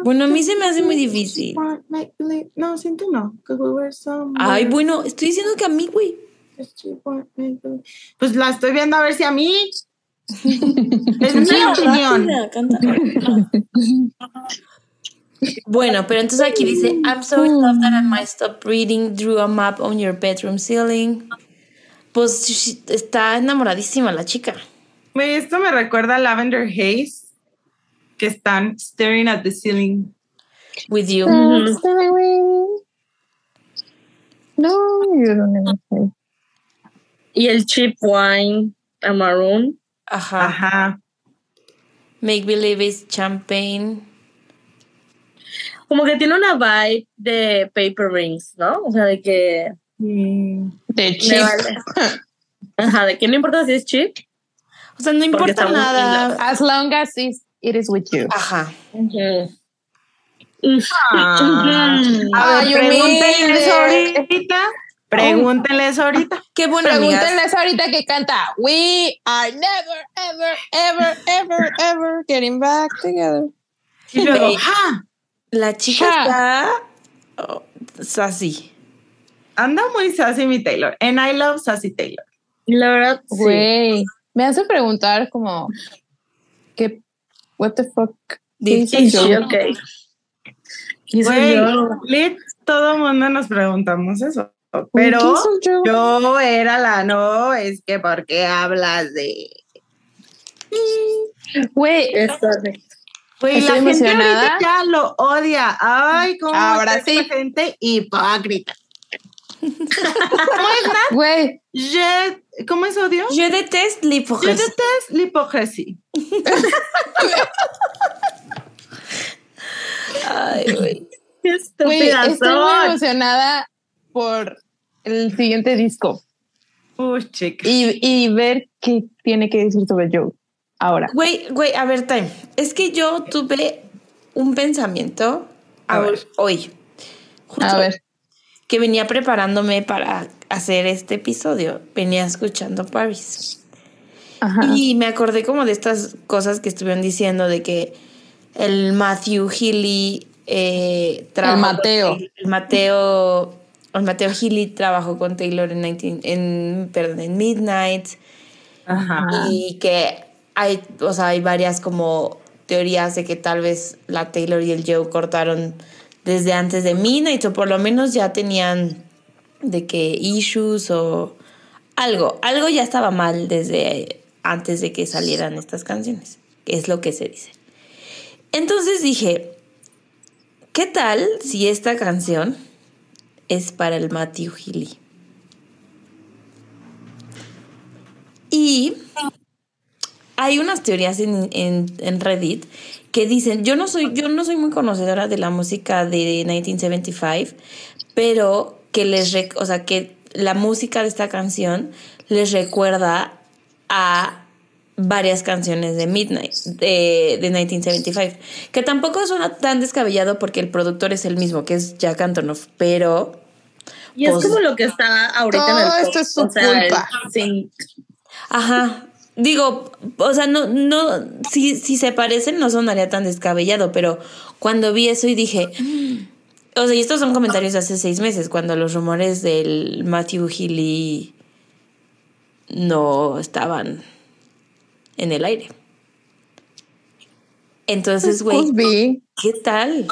[SPEAKER 2] Bueno, a mí se me hace muy difícil.
[SPEAKER 4] Make believe- No, siento no. 'cause we were somewhere.
[SPEAKER 2] Ay, bueno, estoy diciendo que a mí, güey.
[SPEAKER 4] Pues la estoy viendo a ver si a mí. es mi
[SPEAKER 2] Mira,
[SPEAKER 4] opinión.
[SPEAKER 2] rápida, canta. Bueno, pero entonces aquí dice, I'm so in love that I might stop reading, drew a map on your bedroom ceiling. Pues sh- está enamoradísima la chica.
[SPEAKER 4] Güey, esto me recuerda a Lavender Haze, que están staring at the ceiling.
[SPEAKER 2] With you.
[SPEAKER 5] Ujú.
[SPEAKER 3] No, you don't even say.
[SPEAKER 5] Y el chip wine a maroon.
[SPEAKER 2] Ajá.
[SPEAKER 4] Ajá.
[SPEAKER 2] Make believe is champagne.
[SPEAKER 5] Como que tiene una vibe de paper rings, ¿no? O sea, de que.
[SPEAKER 4] Mm.
[SPEAKER 3] De
[SPEAKER 5] me
[SPEAKER 3] cheap.
[SPEAKER 5] vale. Ajá, de que no importa si es chip.
[SPEAKER 2] O sea, no importa
[SPEAKER 5] estamos
[SPEAKER 2] nada.
[SPEAKER 3] As long as it's- it is with you.
[SPEAKER 2] Ajá.
[SPEAKER 5] Ujú.
[SPEAKER 4] Ah.
[SPEAKER 5] Ujú.
[SPEAKER 4] A
[SPEAKER 3] Ay,
[SPEAKER 4] ver, pregúntenles
[SPEAKER 3] humilde.
[SPEAKER 4] ahorita. Pregúntenles ahorita.
[SPEAKER 2] Qué buena amiga.
[SPEAKER 3] Pregúntenles ahorita que canta We are never, ever, ever, ever, ever getting back together.
[SPEAKER 4] Y luego,
[SPEAKER 2] Ve.
[SPEAKER 4] ¡ja!
[SPEAKER 2] La chica
[SPEAKER 3] Ja.
[SPEAKER 2] está oh, sassy.
[SPEAKER 4] Anda muy sassy mi Taylor. And I love sassy Taylor.
[SPEAKER 5] La verdad, sí.
[SPEAKER 3] Güey, me hace preguntar como ¿qué, what the fuck ¿Qué
[SPEAKER 2] Did-
[SPEAKER 3] hice
[SPEAKER 5] Sí,
[SPEAKER 3] yo?
[SPEAKER 5] sí, ok. ¿Qué hice
[SPEAKER 4] Güey,
[SPEAKER 5] yo?
[SPEAKER 4] lit, todo mundo nos preguntamos eso.
[SPEAKER 3] Güey,
[SPEAKER 4] Pero
[SPEAKER 3] ¿qué hice yo?
[SPEAKER 4] yo era la no, es que ¿por qué hablas de...?
[SPEAKER 3] Güey,
[SPEAKER 5] Está bien.
[SPEAKER 4] Güey, Pues, la
[SPEAKER 3] Estoy
[SPEAKER 4] gente ahorita
[SPEAKER 3] emocionada.
[SPEAKER 4] ya lo odia. Ay, cómo
[SPEAKER 3] Ahora
[SPEAKER 4] es
[SPEAKER 3] sí.
[SPEAKER 4] la gente hipócrita. ¿Cómo es, Nat?
[SPEAKER 3] ah, güey,
[SPEAKER 4] Je- ¿Cómo es odio?
[SPEAKER 2] Yo detesto la
[SPEAKER 4] Yo
[SPEAKER 2] hipocresía.
[SPEAKER 4] detesto la hipocresía.
[SPEAKER 2] Ay, güey.
[SPEAKER 5] Qué
[SPEAKER 3] güey,
[SPEAKER 5] estúpida
[SPEAKER 3] estoy muy
[SPEAKER 5] soy.
[SPEAKER 3] emocionada por el siguiente disco
[SPEAKER 4] Uy, chica.
[SPEAKER 3] y, y ver qué tiene que decir sobre Joe ahora.
[SPEAKER 2] Güey, güey, a ver, time. Es que yo tuve un pensamiento
[SPEAKER 4] A
[SPEAKER 2] ahor-
[SPEAKER 4] ver.
[SPEAKER 2] hoy. Justo
[SPEAKER 3] A ver,
[SPEAKER 2] que venía preparándome para hacer este episodio. Venía escuchando Paris.
[SPEAKER 3] ajá.
[SPEAKER 2] Y me acordé como de estas cosas que estuvieron diciendo de que el Matthew Healy eh, trabajó-
[SPEAKER 3] Mateo.
[SPEAKER 2] El Mateo. El Mateo Healy trabajó con Taylor en 19 en, perdón, en Midnight.
[SPEAKER 4] Ajá.
[SPEAKER 3] Ah.
[SPEAKER 2] Y que hay, o sea, hay varias como teorías de que tal vez la Taylor y el Joe cortaron desde antes de Midnight o por lo menos ya tenían de que issues o algo, algo ya estaba mal desde antes de que salieran estas canciones, que es lo que se dice. Entonces dije, ¿qué tal si esta canción es para el Matthew Healy? Y hay unas teorías en, en- en Reddit que dicen, yo no soy, yo no soy muy conocedora de la música de 1975, pero que les rec- o sea que la música de esta canción les recuerda a varias canciones de Midnight, de, de 1975, que tampoco suena tan descabellado porque el productor es el mismo, que es Jack Antonoff, pero
[SPEAKER 5] Y es
[SPEAKER 2] Pues,
[SPEAKER 5] como lo que está ahorita en el
[SPEAKER 3] todo
[SPEAKER 5] pop,
[SPEAKER 3] esto es su
[SPEAKER 5] o sea, el
[SPEAKER 3] culpa.
[SPEAKER 5] sin-
[SPEAKER 2] Ajá. Digo, o sea, no, no, si, si se parecen no sonaría tan descabellado, pero cuando vi eso y dije, "Mm". o sea, y estos son comentarios de hace seis meses, cuando los rumores del Matthew Healy no estaban en el aire. Entonces, güey,
[SPEAKER 3] Could be.
[SPEAKER 2] ¿qué tal?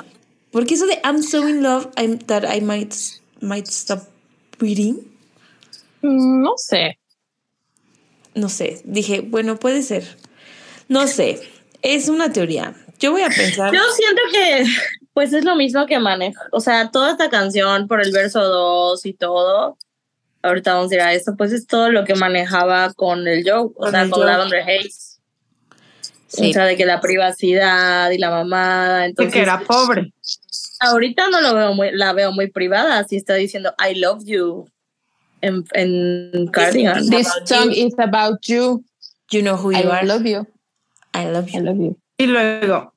[SPEAKER 2] Porque eso de I'm so in love I'm, that I might, might stop breathing,
[SPEAKER 3] Mm, No sé.
[SPEAKER 2] no sé, dije, bueno, puede ser. No sé, es una teoría. Yo voy a pensar.
[SPEAKER 5] Yo siento que pues es lo mismo que manejo, o sea, toda esta canción por el verso 2 y todo. Ahorita vamos a ir a eso, pues es todo lo que manejaba con el Joe, o
[SPEAKER 2] Con
[SPEAKER 5] sea,
[SPEAKER 2] el
[SPEAKER 5] con
[SPEAKER 2] Joe.
[SPEAKER 5] Lavender Hayes.
[SPEAKER 2] Sí.
[SPEAKER 5] O sea, de que la privacidad y la mamada, entonces
[SPEAKER 4] que era pobre.
[SPEAKER 5] ahorita no lo veo muy, la veo muy privada, así está diciendo I love you en, en Cardigan.
[SPEAKER 3] This
[SPEAKER 2] About
[SPEAKER 3] song
[SPEAKER 2] you.
[SPEAKER 3] is about you.
[SPEAKER 2] You know who
[SPEAKER 3] I
[SPEAKER 2] you are.
[SPEAKER 3] love you.
[SPEAKER 2] I love
[SPEAKER 3] I
[SPEAKER 2] you.
[SPEAKER 3] love you.
[SPEAKER 4] Y luego.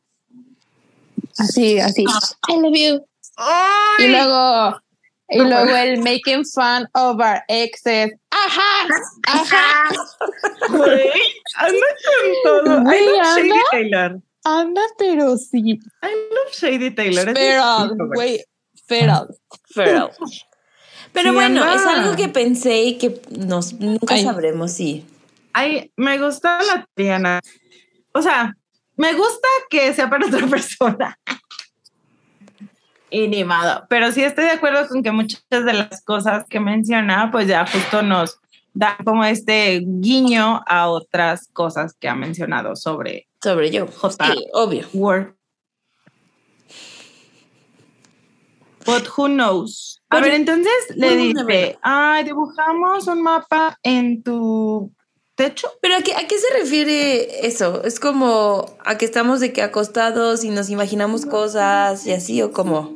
[SPEAKER 3] Así,
[SPEAKER 4] Ah.
[SPEAKER 3] así. I love you.
[SPEAKER 4] ¡Ay!
[SPEAKER 3] Y luego, y
[SPEAKER 4] No
[SPEAKER 3] luego el making fun of our exes. Ajá, ajá.
[SPEAKER 4] Güey, Anda con todo. I
[SPEAKER 3] Güey,
[SPEAKER 4] love Shady
[SPEAKER 3] anda.
[SPEAKER 4] Taylor.
[SPEAKER 3] Anda, pero sí.
[SPEAKER 4] I love Shady Taylor. Es
[SPEAKER 3] Feral,
[SPEAKER 4] distinto, güey.
[SPEAKER 3] güey. Feral.
[SPEAKER 2] Feral. Pero
[SPEAKER 4] Sí,
[SPEAKER 2] bueno,
[SPEAKER 4] anda.
[SPEAKER 2] es algo que pensé y que nos, nunca
[SPEAKER 3] Ay.
[SPEAKER 2] sabremos si.
[SPEAKER 4] Ay, me gusta la Triana. O sea, me gusta que sea para otra persona. Y ni modo. Pero sí estoy de acuerdo con que muchas de las cosas que menciona, pues ya justo nos da como este guiño a otras cosas que ha mencionado sobre
[SPEAKER 2] Sobre yo.
[SPEAKER 4] Jota.
[SPEAKER 2] Sí, obvio.
[SPEAKER 4] work. But who knows. A
[SPEAKER 2] Bueno,
[SPEAKER 4] ver, entonces le
[SPEAKER 2] uno never
[SPEAKER 4] dice, ay, dibujamos un mapa en tu techo.
[SPEAKER 2] Pero a qué, ¿a qué se refiere eso? Es como a que estamos de que acostados y nos imaginamos cosas y así o como.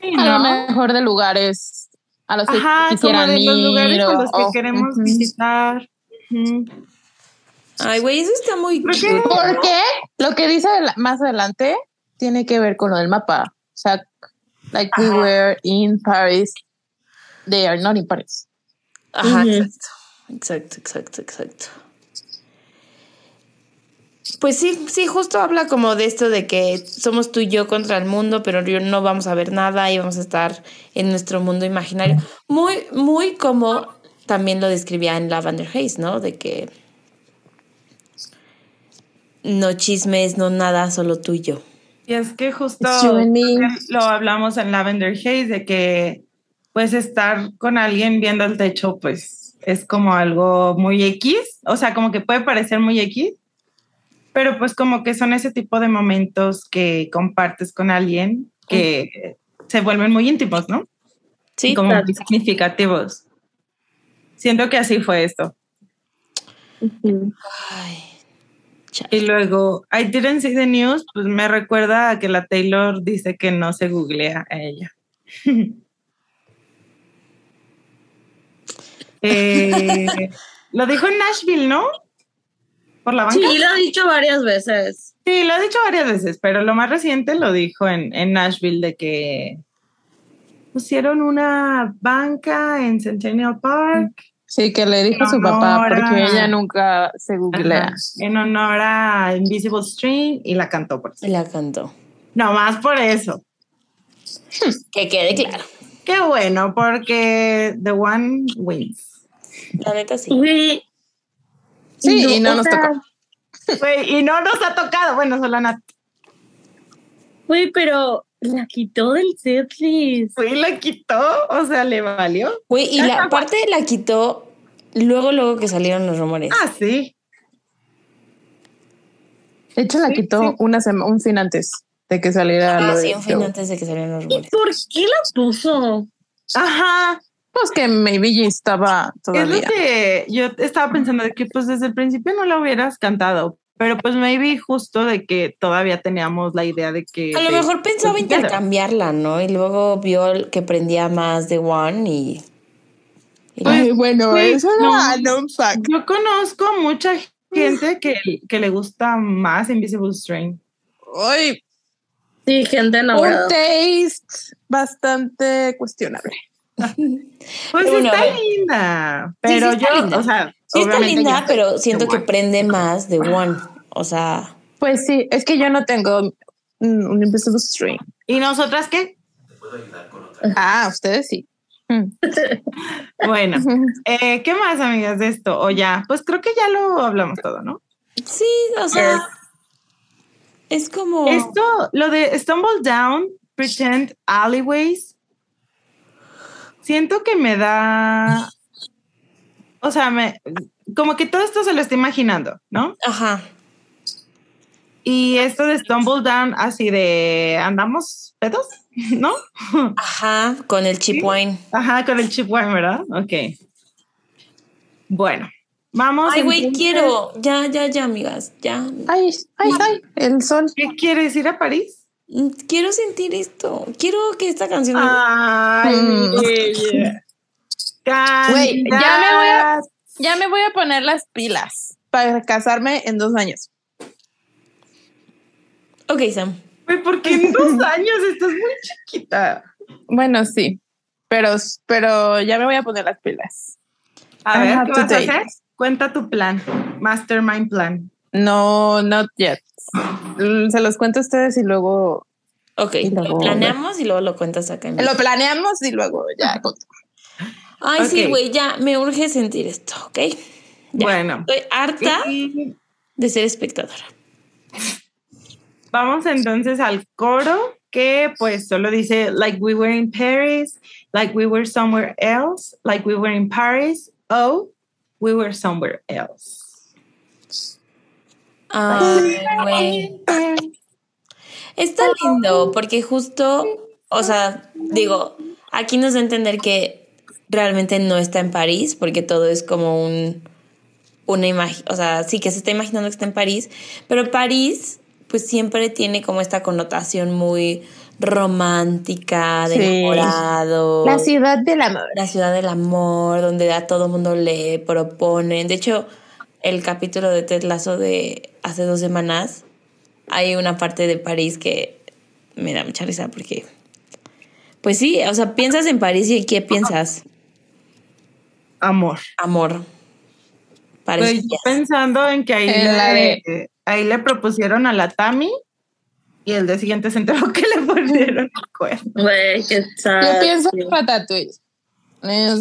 [SPEAKER 4] Sí,
[SPEAKER 3] A lo
[SPEAKER 4] ¿no?
[SPEAKER 3] mejor de lugares a los que
[SPEAKER 4] Ajá, como
[SPEAKER 3] quisieran
[SPEAKER 4] de los
[SPEAKER 3] ir oh,
[SPEAKER 4] lugares a
[SPEAKER 3] o-
[SPEAKER 4] los que
[SPEAKER 3] o-
[SPEAKER 4] queremos
[SPEAKER 3] ujú.
[SPEAKER 4] visitar. Ujú.
[SPEAKER 2] Ay, güey, eso está muy
[SPEAKER 4] ¿Por qué?
[SPEAKER 2] cute.
[SPEAKER 3] Porque lo que dice el- más adelante tiene que ver con lo del mapa. O sea, like we
[SPEAKER 4] Ajá.
[SPEAKER 3] were in Paris, they are not in Paris.
[SPEAKER 2] Ajá,
[SPEAKER 5] Ujú.
[SPEAKER 2] exacto. Exacto, exacto, exacto. Pues sí, sí, justo habla como de esto de que somos tú y yo contra el mundo, pero yo no vamos a ver nada y vamos a estar en nuestro mundo imaginario. Muy, muy como también lo describía en Lavender Haze, ¿no? De que no chismes, no nada, solo tú y yo.
[SPEAKER 4] Y es que justo
[SPEAKER 3] It's you and me.
[SPEAKER 4] lo hablamos en Lavender Haze de que pues estar con alguien viendo el techo pues es como algo muy X, o sea, como que puede parecer muy X, pero pues como que son ese tipo de momentos que compartes con alguien que se vuelven muy íntimos, ¿no?
[SPEAKER 2] Sí,
[SPEAKER 4] y como
[SPEAKER 5] claro.
[SPEAKER 4] muy significativos. Siento que así fue esto.
[SPEAKER 2] Ay,
[SPEAKER 4] Y
[SPEAKER 2] chale.
[SPEAKER 4] luego, I didn't see the news, pues me recuerda a que la Taylor dice que no se googlea a ella. Eh, lo dijo en Nashville, ¿no? Por la banca.
[SPEAKER 5] Sí, lo ha dicho varias veces.
[SPEAKER 4] Sí, lo ha dicho varias veces, pero lo más reciente lo dijo en, en Nashville de que pusieron una banca en Centennial Park
[SPEAKER 3] Sí, que le dijo a su
[SPEAKER 4] Pero no
[SPEAKER 3] papá
[SPEAKER 4] era-
[SPEAKER 3] porque ella nunca se googlea.
[SPEAKER 4] ajá, en honor a Invisible String y la cantó por eso.
[SPEAKER 2] Y la cantó.
[SPEAKER 4] Nomás por eso.
[SPEAKER 2] Que quede claro.
[SPEAKER 4] Qué bueno, porque The One wins.
[SPEAKER 2] La neta sí.
[SPEAKER 5] Güey.
[SPEAKER 3] Sí, y no
[SPEAKER 5] o
[SPEAKER 3] nos
[SPEAKER 5] sea,
[SPEAKER 3] tocó.
[SPEAKER 4] Güey, y no nos ha tocado. Bueno, solo a Nat.
[SPEAKER 5] Güey, pero la quitó del setlist.
[SPEAKER 4] Güey, la quitó, o sea, le valió.
[SPEAKER 2] Güey, y la parte la quitó luego, luego que salieron los rumores.
[SPEAKER 4] Ah, sí.
[SPEAKER 3] De hecho, la
[SPEAKER 4] Sí,
[SPEAKER 3] quitó
[SPEAKER 4] sí.
[SPEAKER 3] una sema- un fin antes de que saliera
[SPEAKER 2] Ah,
[SPEAKER 3] lo
[SPEAKER 2] sí,
[SPEAKER 3] del
[SPEAKER 2] un fin
[SPEAKER 3] show.
[SPEAKER 2] antes de que salieran los
[SPEAKER 5] ¿Y
[SPEAKER 2] rumores.
[SPEAKER 5] por qué la puso?
[SPEAKER 4] Ajá.
[SPEAKER 3] Pues que maybe ya estaba
[SPEAKER 4] Es lo
[SPEAKER 3] todavía.
[SPEAKER 4] que yo estaba pensando de que pues desde el principio no la hubieras cantado. Pero pues maybe justo de que todavía teníamos la idea de que.
[SPEAKER 2] A lo
[SPEAKER 4] de- pues,
[SPEAKER 2] mejor pensaba
[SPEAKER 4] de-
[SPEAKER 2] intercambiarla, ¿no? Y luego vio el que prendía más de One y. y la-
[SPEAKER 3] Ay, bueno,
[SPEAKER 4] pues, Güey,
[SPEAKER 3] eso
[SPEAKER 4] no.
[SPEAKER 3] era un fact.
[SPEAKER 4] Yo conozco mucha gente que, que le gusta más Invisible String.
[SPEAKER 3] Ay,
[SPEAKER 5] Sí, gente
[SPEAKER 3] un
[SPEAKER 5] enamorada.
[SPEAKER 3] taste bastante cuestionable.
[SPEAKER 4] Pues
[SPEAKER 2] Pero
[SPEAKER 4] está
[SPEAKER 2] bueno.
[SPEAKER 4] linda. Pero
[SPEAKER 2] sí está
[SPEAKER 4] yo,
[SPEAKER 2] linda.
[SPEAKER 4] o sea.
[SPEAKER 2] sí, está
[SPEAKER 4] obviamente
[SPEAKER 2] linda,
[SPEAKER 4] yo-
[SPEAKER 2] pero siento que
[SPEAKER 4] One.
[SPEAKER 2] prende más de One. O sea,
[SPEAKER 3] Pues sí, es que yo no tengo mm, un invisible string.
[SPEAKER 4] ¿Y nosotras qué?
[SPEAKER 3] Ah, ustedes sí. Mm.
[SPEAKER 4] Bueno, eh, ¿qué más, amigas, de esto? O ya, pues creo que ya lo hablamos todo, ¿no?
[SPEAKER 2] sí, o sea. Es como.
[SPEAKER 4] Esto, lo de Stumble Down, Pretend Alleyways, siento que me da. O sea, me, como que todo esto se lo estoy imaginando, ¿no?
[SPEAKER 2] Ajá.
[SPEAKER 4] Y esto de Stumble Down, así de andamos pedos, ¿no?
[SPEAKER 2] Ajá. Con el chip wine.
[SPEAKER 4] Ajá, con el chip wine, ¿verdad? Ok. Bueno, vamos.
[SPEAKER 2] Ay, güey,
[SPEAKER 4] entonces-
[SPEAKER 2] quiero. Ya, ya, ya, amigas. Ya.
[SPEAKER 3] Ay, ay, ay, el sol.
[SPEAKER 4] ¿Qué quieres ir a París?
[SPEAKER 2] Mm, Quiero sentir esto. Quiero que esta canción.
[SPEAKER 4] Ah. Ay,
[SPEAKER 3] Mm.
[SPEAKER 4] bella.
[SPEAKER 3] Güey, ya me voy a-
[SPEAKER 4] Candidatas.
[SPEAKER 3] Ya me voy a poner las pilas para casarme en dos años.
[SPEAKER 2] Ok, Sam.
[SPEAKER 4] Güey, ¿por qué en dos años estás muy chiquita?
[SPEAKER 3] Bueno, sí, pero, pero ya me voy a poner las pilas.
[SPEAKER 4] A
[SPEAKER 3] I
[SPEAKER 4] ver,
[SPEAKER 3] have
[SPEAKER 4] ¿qué
[SPEAKER 3] to
[SPEAKER 4] vas a
[SPEAKER 3] take.
[SPEAKER 4] hacer? Cuenta tu plan, mastermind plan.
[SPEAKER 3] No, not yet. L- Se los cuento a ustedes y luego
[SPEAKER 2] Ok,
[SPEAKER 3] Y luego,
[SPEAKER 2] lo planeamos y luego lo cuentas acá en vivo.
[SPEAKER 3] lo planeamos y luego ya. conto.
[SPEAKER 2] Ay, sí,
[SPEAKER 4] Ok.
[SPEAKER 2] güey, ya me urge sentir esto, ¿ok? Ya.
[SPEAKER 4] Bueno,
[SPEAKER 2] Estoy harta
[SPEAKER 4] y
[SPEAKER 2] de ser espectadora.
[SPEAKER 4] vamos entonces al coro que pues solo dice like we were in Paris, like we were somewhere else, like we were in Paris, oh, we were somewhere else.
[SPEAKER 2] Ay, güey. Está lindo, porque justo, o sea, digo, aquí nos da a entender que realmente no está en París, porque todo es como un, una imagen, o sea, sí que se está imaginando que está en París, pero París, pues siempre tiene como esta connotación muy romántica, de
[SPEAKER 3] Sí.
[SPEAKER 2] enamorado.
[SPEAKER 3] La ciudad del amor.
[SPEAKER 2] la ciudad del amor, donde a todo mundo le proponen. De hecho, el capítulo de Ted Lasso de hace dos semanas, hay una parte de París que me da mucha risa porque... Pues sí, o sea, piensas en París y en qué piensas.
[SPEAKER 4] Amor.
[SPEAKER 2] Amor. París.
[SPEAKER 4] Pues yo pensando en que ahí,
[SPEAKER 3] En la
[SPEAKER 4] le, ahí le propusieron a la Tami y el día siguiente se enteró que le volvieron el cuerno.
[SPEAKER 5] Güey, qué
[SPEAKER 3] Yo
[SPEAKER 5] sad,
[SPEAKER 3] pienso
[SPEAKER 5] sí.
[SPEAKER 3] en Ratatouille. Es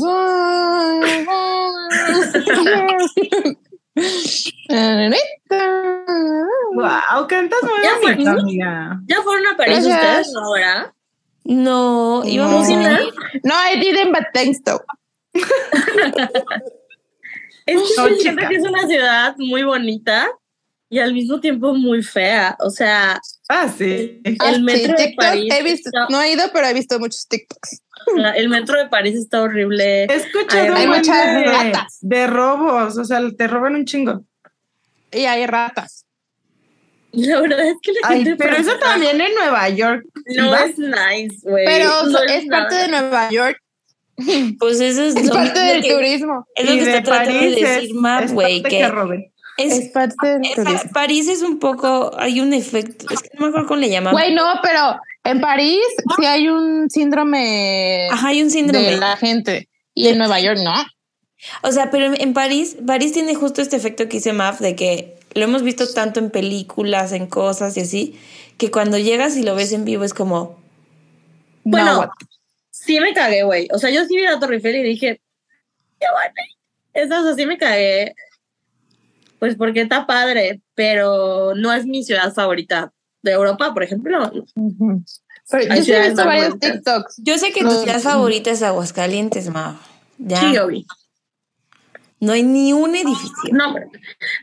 [SPEAKER 3] un-
[SPEAKER 4] Wow, cantas muy
[SPEAKER 5] Ya fue,
[SPEAKER 4] bonito,
[SPEAKER 5] ¿no?
[SPEAKER 4] amiga.
[SPEAKER 5] ¿Ya fueron a París
[SPEAKER 3] Gracias.
[SPEAKER 5] ustedes ahora?
[SPEAKER 2] No, íbamos
[SPEAKER 3] No.
[SPEAKER 2] a ir.
[SPEAKER 3] No, I didn't, but thanks though.
[SPEAKER 5] Es que
[SPEAKER 4] No,
[SPEAKER 5] sí,
[SPEAKER 4] chica.
[SPEAKER 5] siento que es una ciudad muy bonita y al mismo tiempo muy fea. O sea,
[SPEAKER 4] Ah, sí.
[SPEAKER 3] Ah, sí,
[SPEAKER 5] metro de
[SPEAKER 3] TikTok
[SPEAKER 5] París
[SPEAKER 3] he visto,
[SPEAKER 5] está-
[SPEAKER 3] no he ido, pero he visto muchos TikToks.
[SPEAKER 5] la- el metro de París está horrible.
[SPEAKER 4] He escuchado
[SPEAKER 5] Hay
[SPEAKER 4] un buen
[SPEAKER 3] muchas
[SPEAKER 4] de-
[SPEAKER 3] ratas.
[SPEAKER 4] de robos, o sea, te roban un chingo.
[SPEAKER 3] Y hay ratas.
[SPEAKER 5] La verdad es que la
[SPEAKER 4] Ay,
[SPEAKER 5] gente
[SPEAKER 4] pero eso
[SPEAKER 5] francesa
[SPEAKER 4] también en Nueva York.
[SPEAKER 5] no
[SPEAKER 4] ¿va?
[SPEAKER 5] es nice, güey.
[SPEAKER 3] Pero
[SPEAKER 5] No
[SPEAKER 3] so- es
[SPEAKER 5] nada.
[SPEAKER 3] parte de Nueva York,
[SPEAKER 2] Pues eso es,
[SPEAKER 3] es
[SPEAKER 2] lo
[SPEAKER 3] parte
[SPEAKER 2] mismo
[SPEAKER 3] del
[SPEAKER 2] que-
[SPEAKER 3] turismo.
[SPEAKER 2] Es lo
[SPEAKER 4] Y
[SPEAKER 2] que está
[SPEAKER 4] de
[SPEAKER 2] tratando
[SPEAKER 4] París
[SPEAKER 2] de
[SPEAKER 4] es-
[SPEAKER 2] decir Map,
[SPEAKER 4] es
[SPEAKER 2] güey.
[SPEAKER 4] parte
[SPEAKER 2] Que,
[SPEAKER 4] que roben.
[SPEAKER 2] es-
[SPEAKER 3] Es parte del
[SPEAKER 2] es-
[SPEAKER 3] turismo.
[SPEAKER 2] París es un poco. Hay un efecto. Es que no me acuerdo cómo le llaman.
[SPEAKER 3] Güey, no, pero en París sí hay un síndrome,
[SPEAKER 2] Ajá, hay un
[SPEAKER 3] de
[SPEAKER 2] síndrome.
[SPEAKER 3] la gente. Y en Nueva York no.
[SPEAKER 2] O sea, pero en, en París, París tiene justo este efecto que dice Map de que lo hemos visto tanto en películas, en cosas y así, que cuando llegas y lo ves en vivo es como.
[SPEAKER 5] Bueno,
[SPEAKER 3] No, what-
[SPEAKER 5] sí me cagué, güey. O sea, yo sí vi la Torre Eiffel y dije, qué bueno. Esa, o sea, sí me cagué. Pues porque está padre, pero no es mi ciudad favorita de Europa, por ejemplo.
[SPEAKER 3] Ujú. Pero
[SPEAKER 5] Hay
[SPEAKER 3] yo sí he
[SPEAKER 5] ciudades
[SPEAKER 3] visto
[SPEAKER 5] más
[SPEAKER 3] varios
[SPEAKER 5] bonitas.
[SPEAKER 3] TikToks.
[SPEAKER 2] Yo sé que tu
[SPEAKER 3] No,
[SPEAKER 2] ciudad
[SPEAKER 3] sí.
[SPEAKER 2] favorita es Aguascalientes, Map. Ya.
[SPEAKER 5] Sí, yo vi.
[SPEAKER 2] No hay ni un edificio.
[SPEAKER 5] No, pero-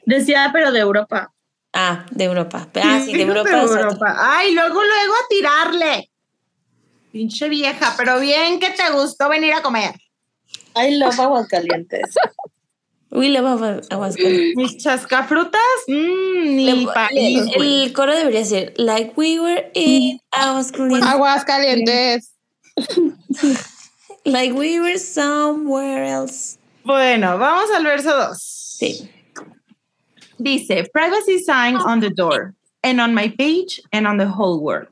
[SPEAKER 5] decía, pero de Europa.
[SPEAKER 2] Ah, de Europa. Ah, sí, de
[SPEAKER 4] Hijos
[SPEAKER 2] Europa. es otro.
[SPEAKER 4] Europa. Ay, luego, luego a tirarle. Pinche vieja, pero bien que te gustó venir a comer.
[SPEAKER 5] I love Aguascalientes.
[SPEAKER 2] Uy, le va a Aguascalientes.
[SPEAKER 4] Mis chascafrutas, mmm,
[SPEAKER 2] Le-
[SPEAKER 4] ni país.
[SPEAKER 2] le- el, coro debería ser Like we were in Aguascalientes,
[SPEAKER 3] Aguas calientes.
[SPEAKER 2] like we were somewhere else.
[SPEAKER 4] Bueno, vamos al verso 2.
[SPEAKER 2] Sí.
[SPEAKER 4] Dice, privacy sign on the door and on my page and on the whole world.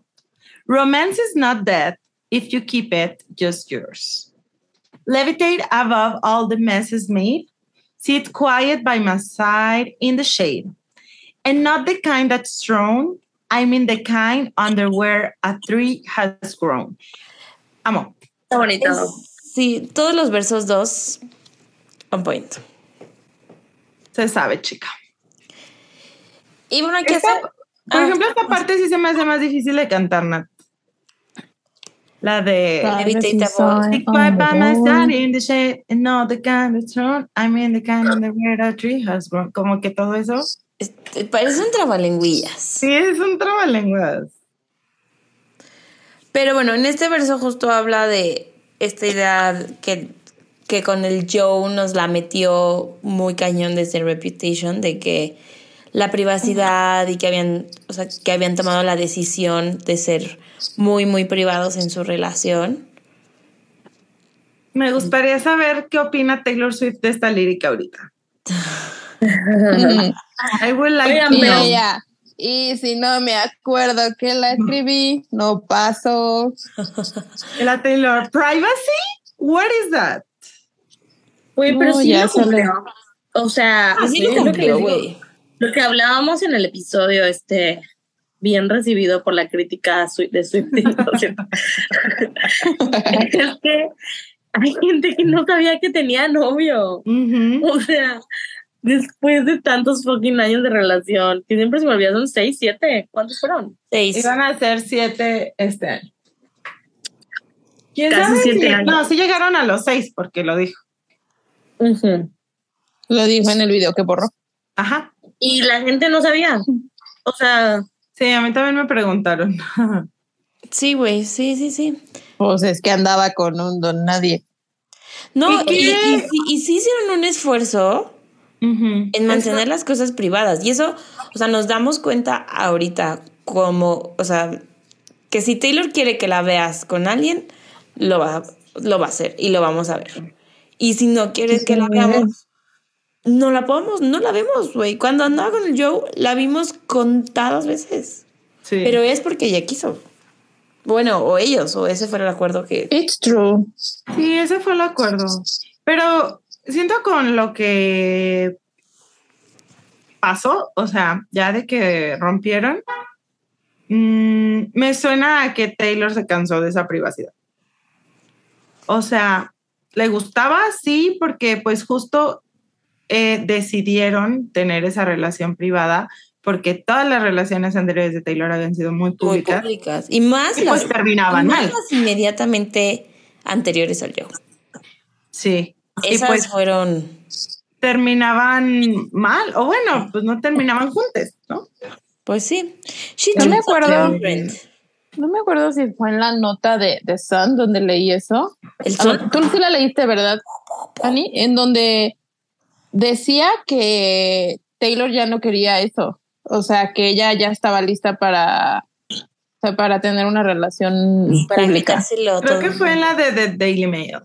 [SPEAKER 4] Romance is not dead if you keep it just yours. Levitate above all the messes made. Sit quiet by my side in the shade. And not the kind that's thrown. I mean the kind under where a tree has grown. Amo.
[SPEAKER 5] Está bonito.
[SPEAKER 2] Sí, todos los versos dos on point.
[SPEAKER 4] Se sabe, chica.
[SPEAKER 2] Y bueno, hay que
[SPEAKER 4] Esta-
[SPEAKER 2] hacer.
[SPEAKER 4] Por
[SPEAKER 2] Ah,
[SPEAKER 4] ejemplo, esta parte sí se me hace más difícil de cantar, Nat. La de... Stick by by my side in the shade and not the kind that's thrown. I mean the kind in the where a tree has grown. Como que todo eso.
[SPEAKER 2] este, parece un trabalenguillas.
[SPEAKER 4] Sí, es un trabalenguas.
[SPEAKER 2] Pero bueno, en este verso justo habla de esta idea que, que con el Joe nos la metió muy cañón desde Reputation, de que la privacidad y que habían, o sea, que habían tomado la decisión de ser muy, muy privados en su relación.
[SPEAKER 4] Me gustaría saber qué opina Taylor Swift de esta lírica ahorita. I would like
[SPEAKER 5] Oigan,
[SPEAKER 4] to
[SPEAKER 3] Y
[SPEAKER 5] pero-
[SPEAKER 4] know.
[SPEAKER 3] ella, y si no me acuerdo que la escribí, no paso.
[SPEAKER 4] La Taylor, privacy? What is that?
[SPEAKER 5] Güey, pero
[SPEAKER 3] No,
[SPEAKER 5] sí
[SPEAKER 3] ya
[SPEAKER 5] lo Ah,
[SPEAKER 3] solo-
[SPEAKER 5] cumplió. O sea,
[SPEAKER 2] Así
[SPEAKER 5] es
[SPEAKER 2] lo
[SPEAKER 5] que les
[SPEAKER 2] cumplió,
[SPEAKER 5] digo.
[SPEAKER 2] güey.
[SPEAKER 5] Lo que hablábamos en el episodio, este, bien recibido por la crítica su- de Swiftie, lo siento. es que hay gente que no sabía que tenía novio.
[SPEAKER 4] Ujú.
[SPEAKER 5] O sea, después de tantos fucking años de relación, que siempre se me olvidan, son seis, siete. ¿Cuántos fueron?
[SPEAKER 2] Seis.
[SPEAKER 4] Iban a ser siete este año. ¿Quién
[SPEAKER 5] Casi
[SPEAKER 4] sabe si-
[SPEAKER 5] siete años.
[SPEAKER 4] No, sí llegaron a los seis porque lo dijo.
[SPEAKER 5] Ujú.
[SPEAKER 3] Lo dijo en el video que borró.
[SPEAKER 4] Ajá.
[SPEAKER 5] Y la gente no sabía. O sea,
[SPEAKER 4] Sí, a mí también me preguntaron.
[SPEAKER 2] Sí, güey, sí, sí, sí.
[SPEAKER 3] Pues es que andaba con un don nadie.
[SPEAKER 2] No,
[SPEAKER 4] ¿Y
[SPEAKER 2] y,
[SPEAKER 4] qué?
[SPEAKER 2] y, sí- y sí hicieron un esfuerzo
[SPEAKER 4] Ujú.
[SPEAKER 2] en mantener las cosas privadas. Y eso, o sea, nos damos cuenta ahorita como, o sea, que si Taylor quiere que la veas con alguien, lo va, lo va a hacer y lo vamos a ver. Y si no quiere que la veamos, no la podemos, no la vemos, güey. Cuando andaba con el Joe, la vimos contadas veces.
[SPEAKER 4] Sí.
[SPEAKER 2] Pero es porque ella quiso. Bueno, o ellos, o ese fue el acuerdo que.
[SPEAKER 3] It's true.
[SPEAKER 4] Sí, ese fue el acuerdo. Pero siento con lo que pasó, o sea, ya de que rompieron, mm, me suena a que Taylor se cansó de esa privacidad. O sea, le gustaba, sí, porque pues justo eh, decidieron tener esa relación privada, porque todas las relaciones anteriores de Taylor habían sido muy
[SPEAKER 2] Muy
[SPEAKER 4] públicas.
[SPEAKER 2] públicas. Y más
[SPEAKER 4] y
[SPEAKER 2] las,
[SPEAKER 4] pues terminaban
[SPEAKER 2] más
[SPEAKER 4] mal.
[SPEAKER 2] las inmediatamente anteriores al Joe.
[SPEAKER 4] Sí. Y
[SPEAKER 2] Esas
[SPEAKER 4] pues
[SPEAKER 2] fueron.
[SPEAKER 4] terminaban mal, o bueno, pues no terminaban juntas, ¿no?
[SPEAKER 2] Pues sí. She
[SPEAKER 3] No me
[SPEAKER 2] treats us
[SPEAKER 3] acuerdo.
[SPEAKER 2] different.
[SPEAKER 3] No me acuerdo si fue en la nota de, de Sun donde leí eso.
[SPEAKER 2] El
[SPEAKER 3] A ver,
[SPEAKER 2] sol.
[SPEAKER 3] Tú sí la leíste, ¿verdad, Ani? En donde decía que Taylor ya no quería eso. O sea, que ella ya estaba lista para, o sea, para tener una relación
[SPEAKER 2] Para
[SPEAKER 3] pública.
[SPEAKER 2] quitárselo
[SPEAKER 4] Creo
[SPEAKER 2] todo.
[SPEAKER 4] que fue en la de, The Daily Mail.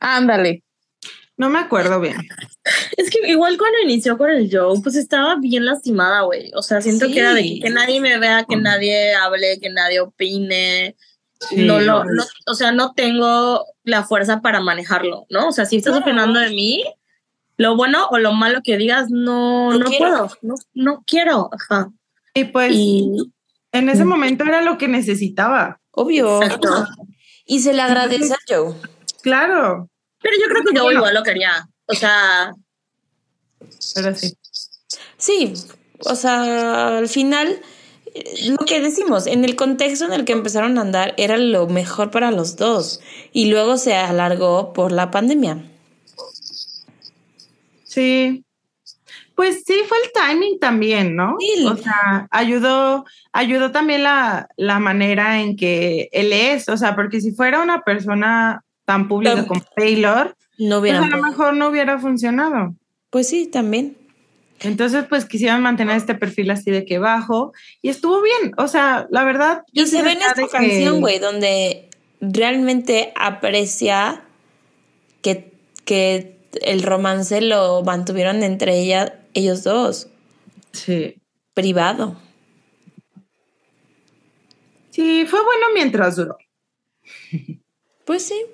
[SPEAKER 3] Ándale.
[SPEAKER 4] No me acuerdo bien.
[SPEAKER 5] Es que igual cuando inició con el show, pues estaba bien lastimada, güey. O sea, siento
[SPEAKER 2] Sí.
[SPEAKER 5] que era de que, que nadie me vea, que nadie hable, que nadie opine.
[SPEAKER 4] Sí.
[SPEAKER 5] No lo, no, o sea, no tengo la fuerza para manejarlo, ¿no? O sea, si estás
[SPEAKER 2] Claro.
[SPEAKER 5] opinando de mí, lo bueno o lo malo que digas, no,
[SPEAKER 2] No
[SPEAKER 5] no,
[SPEAKER 2] quiero.
[SPEAKER 5] puedo, no, no quiero. Ajá.
[SPEAKER 4] Y pues
[SPEAKER 5] Y,
[SPEAKER 4] en ese momento era lo que necesitaba.
[SPEAKER 2] Obvio.
[SPEAKER 5] exacto.
[SPEAKER 2] Y se le agradece a Joe.
[SPEAKER 4] Claro,
[SPEAKER 5] Pero yo creo que yo
[SPEAKER 4] Bueno.
[SPEAKER 5] igual lo quería. O sea,
[SPEAKER 4] pero sí.
[SPEAKER 2] Sí, o sea, al final, eh, lo que decimos, en el contexto en el que empezaron a andar era lo mejor para los dos y luego se alargó por la pandemia.
[SPEAKER 4] Sí. Pues sí, fue el timing también, ¿no?
[SPEAKER 2] Sí.
[SPEAKER 4] O sea, ayudó, ayudó también la, la manera en que él es, o sea, porque si fuera una persona tan pública
[SPEAKER 2] Tan-
[SPEAKER 4] como Taylor,
[SPEAKER 2] No
[SPEAKER 4] pues
[SPEAKER 2] hubieran
[SPEAKER 4] a lo
[SPEAKER 2] podido.
[SPEAKER 4] mejor no hubiera funcionado.
[SPEAKER 2] Pues sí, también.
[SPEAKER 4] Entonces, pues quisieron mantener este perfil así de que bajo y estuvo bien. O sea, la verdad.
[SPEAKER 2] Y se
[SPEAKER 4] sí
[SPEAKER 2] ve en
[SPEAKER 4] decía
[SPEAKER 2] esta
[SPEAKER 4] de que-
[SPEAKER 2] canción, güey, donde realmente aprecia que, que el romance lo mantuvieron entre ella, ellos dos,
[SPEAKER 4] Sí.
[SPEAKER 2] privado.
[SPEAKER 4] Sí, fue bueno mientras duró.
[SPEAKER 2] Pues sí.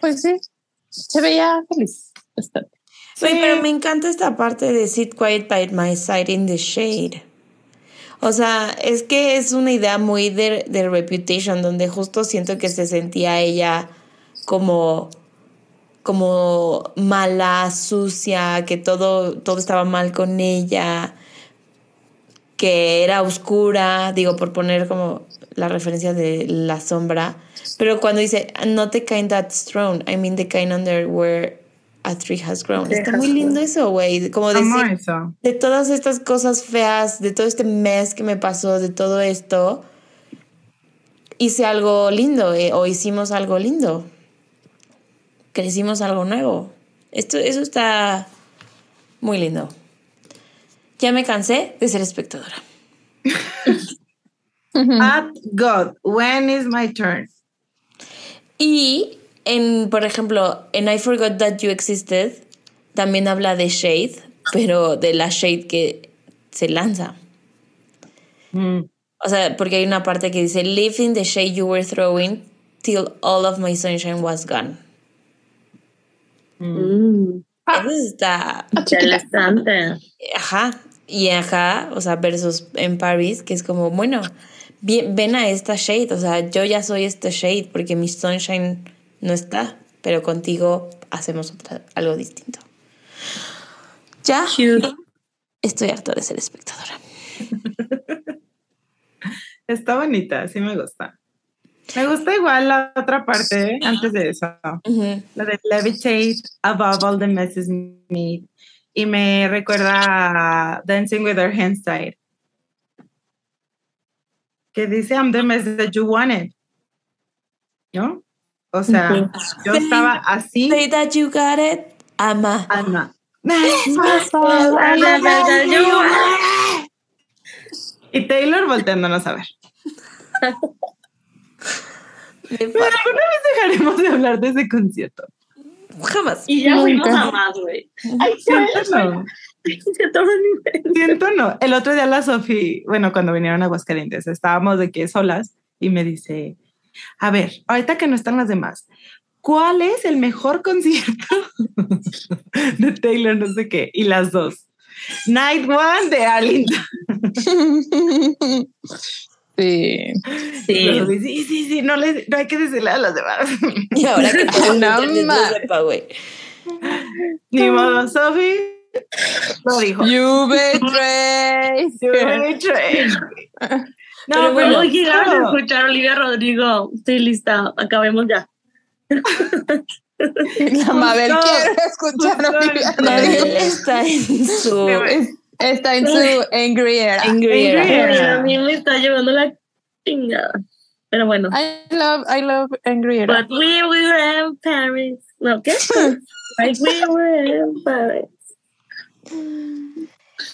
[SPEAKER 3] Pues sí. Se veía feliz. Bastante.
[SPEAKER 2] Güey,
[SPEAKER 4] Sí.
[SPEAKER 2] pero me encanta esta parte de Sit Quiet by My Side in the Shade. O sea, es que es una idea muy de, de Reputation, donde justo siento que se sentía ella como, como mala, sucia, que todo, todo estaba mal con ella, que era oscura, digo, por poner como la referencia de la sombra. Pero cuando dice, not the kind that's thrown, I mean the kind under where a tree has grown.
[SPEAKER 5] tree
[SPEAKER 2] Está
[SPEAKER 5] has
[SPEAKER 2] muy lindo eso, güey. Como
[SPEAKER 4] Amo
[SPEAKER 2] decir,
[SPEAKER 4] eso.
[SPEAKER 2] de todas estas cosas feas, de todo este mes que me pasó, de todo esto, hice algo lindo eh, o hicimos algo lindo. Crecimos algo nuevo. Esto, eso está muy lindo. Ya me cansé de ser espectadora.
[SPEAKER 4] At God, when is my turn?
[SPEAKER 2] Y en, por ejemplo, en I Forgot That You Existed, también habla de Shade, pero de la Shade que se lanza.
[SPEAKER 4] Mm.
[SPEAKER 2] O sea, porque hay una parte que dice, Live in the shade you were throwing till all of my sunshine was gone. Entonces está,
[SPEAKER 5] Ah, interesante.
[SPEAKER 2] ajá, y ajá, o sea, versus en París, que es como, bueno, vi- ven a esta shade, o sea, yo ya soy este shade porque mi sunshine no está, pero contigo hacemos otra- algo distinto. Ya
[SPEAKER 5] Cute.
[SPEAKER 2] estoy harta de ser espectadora.
[SPEAKER 4] Está bonita, sí me gusta. Me gusta igual la otra parte antes de eso,
[SPEAKER 2] Ujú.
[SPEAKER 4] la de levitate above all the messes made. Y me recuerda a Dancing with Our Hands Tied. Que dice, I'm the mess that you wanted. ¿No? O sea,
[SPEAKER 5] Ujú.
[SPEAKER 4] yo
[SPEAKER 2] Sí.
[SPEAKER 4] estaba así,
[SPEAKER 2] Say that you got it, ama.
[SPEAKER 4] Ana. Y Taylor volteándonos a ver.
[SPEAKER 2] Me
[SPEAKER 4] Pero alguna vez dejaremos de hablar de ese concierto.
[SPEAKER 2] Jamás.
[SPEAKER 5] Y ya
[SPEAKER 3] Nunca.
[SPEAKER 5] fuimos a más, güey. Ay, ya,
[SPEAKER 4] Siento no.
[SPEAKER 5] ay, se toman mi
[SPEAKER 4] Siento no. El otro día la Sofi, bueno, cuando vinieron a Aguascalientes, estábamos de que solas y me dice, a ver, ahorita que no están las demás, ¿cuál es el mejor concierto de Taylor no sé qué? Y las dos. Night One de Alinda.
[SPEAKER 3] Sí.
[SPEAKER 4] Pero Sí, sí, sí, no, les, no hay que decirle a las demás.
[SPEAKER 2] Y ahora que todo
[SPEAKER 3] No
[SPEAKER 2] el internet
[SPEAKER 3] ma-
[SPEAKER 2] lo sepa, güey.
[SPEAKER 4] Ni
[SPEAKER 2] Mm.
[SPEAKER 4] modo, Sofi lo dijo.
[SPEAKER 3] You betray.
[SPEAKER 4] You really tried.
[SPEAKER 2] Pero
[SPEAKER 4] eh. No,
[SPEAKER 2] bueno,
[SPEAKER 4] bueno,
[SPEAKER 5] Hoy llegaron a
[SPEAKER 4] claro.
[SPEAKER 5] escuchar a Olivia Rodrigo. Estoy lista, acabemos ya.
[SPEAKER 3] La Mabel
[SPEAKER 4] Justo,
[SPEAKER 3] quiere escuchar a
[SPEAKER 4] justo
[SPEAKER 3] Olivia
[SPEAKER 4] el-
[SPEAKER 3] Rodrigo.
[SPEAKER 2] Mabel está en su
[SPEAKER 3] Es- Está en su angry era.
[SPEAKER 2] angry era.
[SPEAKER 4] Angry era.
[SPEAKER 5] Pero a mí me está llevando la chingada. Pero bueno.
[SPEAKER 3] I love, I love angry era.
[SPEAKER 5] But we were in Paris. No, ¿qué? Like we were in Paris. ¿Qué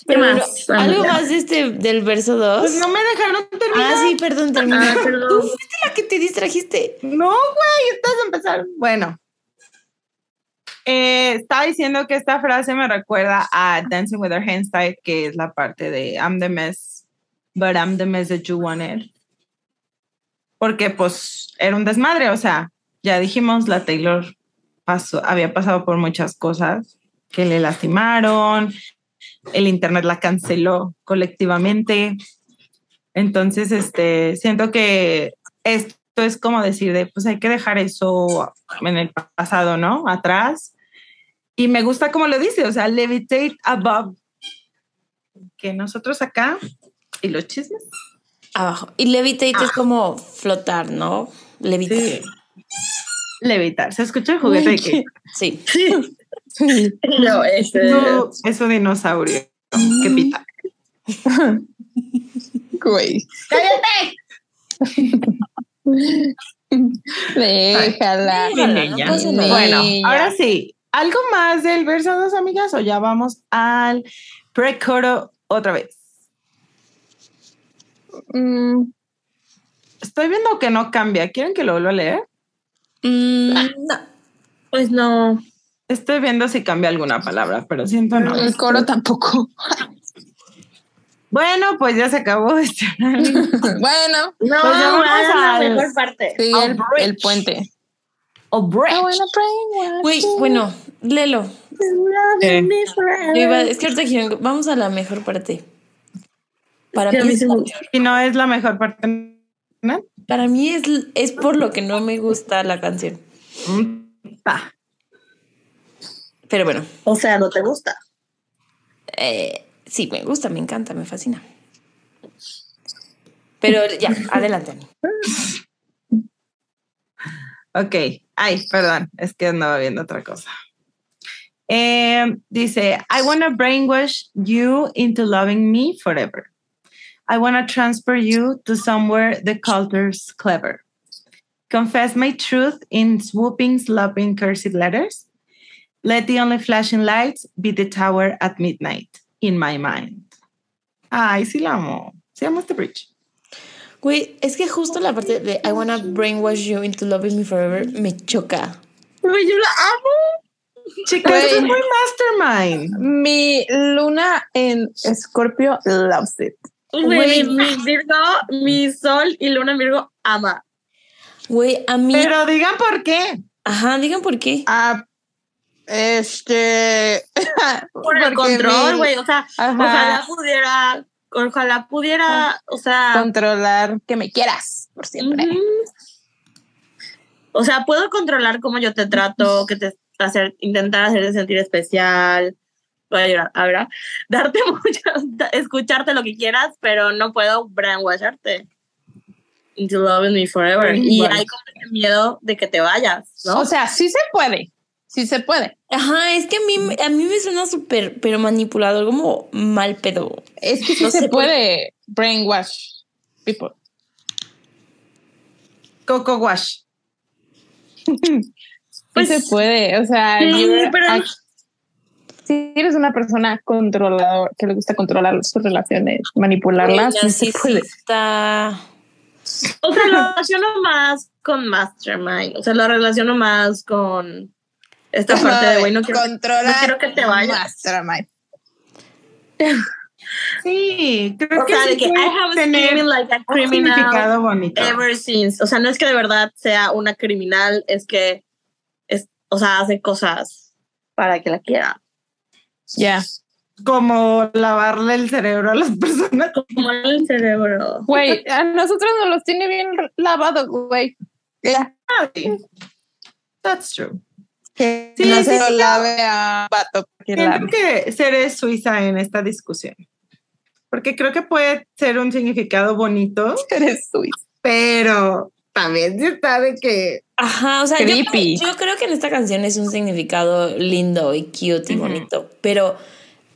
[SPEAKER 2] Pero bueno,
[SPEAKER 5] más?
[SPEAKER 2] algo
[SPEAKER 5] amiga?
[SPEAKER 2] más de este, del verso 2.
[SPEAKER 4] Pues no me dejaron terminar.
[SPEAKER 2] ah, sí, perdón, termina.
[SPEAKER 5] Ah, perdón.
[SPEAKER 2] Tú fuiste la que te distrajiste.
[SPEAKER 4] No, güey, estás a empezar. Bueno. Eh, estaba diciendo que esta frase me recuerda a Dancing with Our Hands Tied, que es la parte de I'm the mess, but I'm the mess that you wanted. Porque, pues, era un desmadre. O sea, ya dijimos, la Taylor pasó, había pasado por muchas cosas que le lastimaron. El internet la canceló colectivamente. Entonces, este, siento que esto es como decir de, pues hay que dejar eso en el pasado, ¿no? Atrás. Y me gusta como lo dice, o sea, levitate above. Que nosotros acá y los chismes.
[SPEAKER 2] Abajo. Y levitate es como flotar, ¿no? Levitar. Sí.
[SPEAKER 4] Levitar. ¿Se escucha el juguete de que
[SPEAKER 5] No, este.
[SPEAKER 4] no, es un dinosaurio que
[SPEAKER 2] Mm.
[SPEAKER 4] pita?
[SPEAKER 3] Güey. Déjala.
[SPEAKER 2] Déjala, no
[SPEAKER 4] niña.
[SPEAKER 2] pasa nada.
[SPEAKER 4] Bueno,
[SPEAKER 3] Niña.
[SPEAKER 4] ahora sí. ¿Algo más del verso 2, amigas? O ya vamos al precoro otra vez.
[SPEAKER 3] Mm,
[SPEAKER 4] Estoy viendo que no cambia. ¿Quieren que lo vuelva a leer?
[SPEAKER 2] Mm, no.
[SPEAKER 5] Pues no.
[SPEAKER 4] Estoy viendo si cambia alguna palabra, pero siento no.
[SPEAKER 3] el coro tampoco.
[SPEAKER 4] Bueno, pues ya se acabó este análisis.
[SPEAKER 3] Bueno,
[SPEAKER 5] No,
[SPEAKER 4] Pues ya vamos
[SPEAKER 5] hagan la
[SPEAKER 4] al-
[SPEAKER 5] mejor parte.
[SPEAKER 3] sí,
[SPEAKER 4] A
[SPEAKER 3] el,
[SPEAKER 4] bridge.
[SPEAKER 3] el puente.
[SPEAKER 4] O break.
[SPEAKER 3] I wanna brainwash
[SPEAKER 2] Güey,
[SPEAKER 3] you.
[SPEAKER 2] bueno, léelo.
[SPEAKER 4] Eh.
[SPEAKER 2] Yo iba- es que ahorita dijeron, vamos a la mejor parte. Para
[SPEAKER 5] Es que a
[SPEAKER 2] mí
[SPEAKER 5] mí
[SPEAKER 2] es,
[SPEAKER 5] se
[SPEAKER 2] la
[SPEAKER 5] me-
[SPEAKER 2] peor.
[SPEAKER 4] Si no es la mejor parte, ¿no?
[SPEAKER 2] Para mí es, es por lo que no me gusta la canción.
[SPEAKER 4] Mm, pa.
[SPEAKER 2] Pero bueno,
[SPEAKER 5] O sea, no te gusta.
[SPEAKER 2] eh, sí, me gusta, me encanta, me fascina. Pero ya, adelante. Ani.
[SPEAKER 4] Ok. Ay, perdón, es que andaba viendo otra cosa. Eh, dice, I want to brainwash you into loving me forever. I want to transfer you to somewhere the culture's clever. Confess my truth in swooping, slopping, cursive letters. Let the only flashing lights be the tower at midnight in my mind. Ay, sí la amo. Sí amo este bridge.
[SPEAKER 2] Güey, es que justo la parte de I wanna brainwash you into loving me forever me choca.
[SPEAKER 4] Güey, yo la amo. Chica, esto es
[SPEAKER 3] Güey.
[SPEAKER 4] muy mastermind.
[SPEAKER 3] Mi luna en Scorpio loves it.
[SPEAKER 5] Güey,
[SPEAKER 2] Güey.
[SPEAKER 5] mi Virgo, mi Sol y Luna en Virgo ama.
[SPEAKER 2] Güey, a mí.
[SPEAKER 4] Pero digan por qué.
[SPEAKER 2] Ajá, digan por qué.
[SPEAKER 3] Ah, este.
[SPEAKER 5] Por
[SPEAKER 3] porque
[SPEAKER 5] el control,
[SPEAKER 3] mi-
[SPEAKER 5] güey. O sea,
[SPEAKER 3] Ajá.
[SPEAKER 5] ojalá pudiera, ojalá pudiera, o sea,
[SPEAKER 3] Controlar que me quieras por siempre.
[SPEAKER 5] Ujú. O sea, puedo controlar cómo yo te trato, que te hacer, intentar hacerte sentir especial. Voy a llorar, ah, ¿verdad? Darte muchas, escucharte lo que quieras, pero no puedo brainwasharte. Into loving me forever. Y
[SPEAKER 4] Brainwash.
[SPEAKER 5] hay como ese miedo de que te vayas, ¿no?
[SPEAKER 3] O sea, sí se puede. Sí se puede.
[SPEAKER 2] Ajá, es que a mí, a mí me suena súper, pero manipulador, como mal pedo.
[SPEAKER 3] Es que sí
[SPEAKER 2] No
[SPEAKER 3] se,
[SPEAKER 2] se
[SPEAKER 3] puede brainwash people.
[SPEAKER 4] Coco Wash.
[SPEAKER 3] Sí
[SPEAKER 5] Pues-
[SPEAKER 3] se puede. O sea,
[SPEAKER 5] Sí,
[SPEAKER 3] you're
[SPEAKER 5] pero-
[SPEAKER 3] act- si eres una persona controlador que le gusta controlar sus relaciones, manipularlas,
[SPEAKER 2] Güey,
[SPEAKER 3] sí se puede.
[SPEAKER 2] narcisista.
[SPEAKER 5] O sea, lo relaciono más con Mastermind. O sea, lo relaciono más con esta parte de güey, no quiero, no
[SPEAKER 3] controlar
[SPEAKER 5] quiero que te vayas.
[SPEAKER 3] Mastermind.
[SPEAKER 4] Sí, creo
[SPEAKER 5] O sea,
[SPEAKER 4] que,
[SPEAKER 5] de
[SPEAKER 4] sí
[SPEAKER 5] que I
[SPEAKER 4] puede
[SPEAKER 5] have
[SPEAKER 4] tener
[SPEAKER 5] screaming like a
[SPEAKER 4] un
[SPEAKER 5] criminal
[SPEAKER 4] significado bonito.
[SPEAKER 5] ever since. O sea, no es que de verdad sea una criminal, es que, es, o sea, hace cosas para que la quieran.
[SPEAKER 3] Ya.
[SPEAKER 4] Como lavarle el cerebro a las personas.
[SPEAKER 5] Como el cerebro.
[SPEAKER 3] Güey, a nosotros nos los tiene bien lavado, güey. Ya.
[SPEAKER 4] That's true.
[SPEAKER 3] Que
[SPEAKER 4] Sí,
[SPEAKER 3] no
[SPEAKER 4] sí,
[SPEAKER 3] se lo
[SPEAKER 4] sí,
[SPEAKER 3] lave a vato. Que
[SPEAKER 4] Siento
[SPEAKER 3] lave.
[SPEAKER 4] que seré suiza en esta discusión. Porque creo que puede ser un significado bonito,
[SPEAKER 3] Eres suizo.
[SPEAKER 4] pero también sí está de que.
[SPEAKER 2] Ajá, o sea, yo,
[SPEAKER 3] Creepy.
[SPEAKER 2] yo creo que en esta canción es un significado lindo y cute y
[SPEAKER 4] Ujú.
[SPEAKER 2] bonito, pero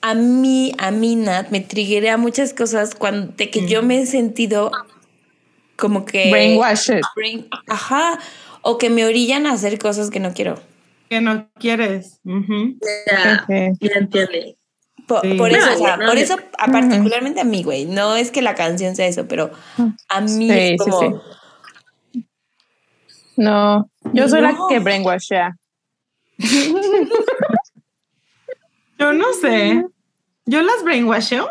[SPEAKER 2] a mí, a mí, Nat, me triguea muchas cosas cuando, de que yo me he sentido como que...
[SPEAKER 3] Brainwashed.
[SPEAKER 2] brain- ajá, o que me orillan a hacer cosas que no quiero.
[SPEAKER 4] que no quieres. Ujú.
[SPEAKER 5] Ya,
[SPEAKER 3] Ok.
[SPEAKER 5] ya entiende.
[SPEAKER 2] Po- Por,
[SPEAKER 4] Sí.
[SPEAKER 2] eso,
[SPEAKER 5] No,
[SPEAKER 2] o sea,
[SPEAKER 5] no,
[SPEAKER 2] por
[SPEAKER 5] yo-
[SPEAKER 2] eso, a particularmente a mí, güey, no es que la canción sea eso, pero a mí
[SPEAKER 3] Sí,
[SPEAKER 2] es
[SPEAKER 3] sí,
[SPEAKER 2] como...
[SPEAKER 3] sí. No, yo soy la
[SPEAKER 2] No.
[SPEAKER 3] que brainwashea.
[SPEAKER 4] Yo no sé. Yo las brainwasheo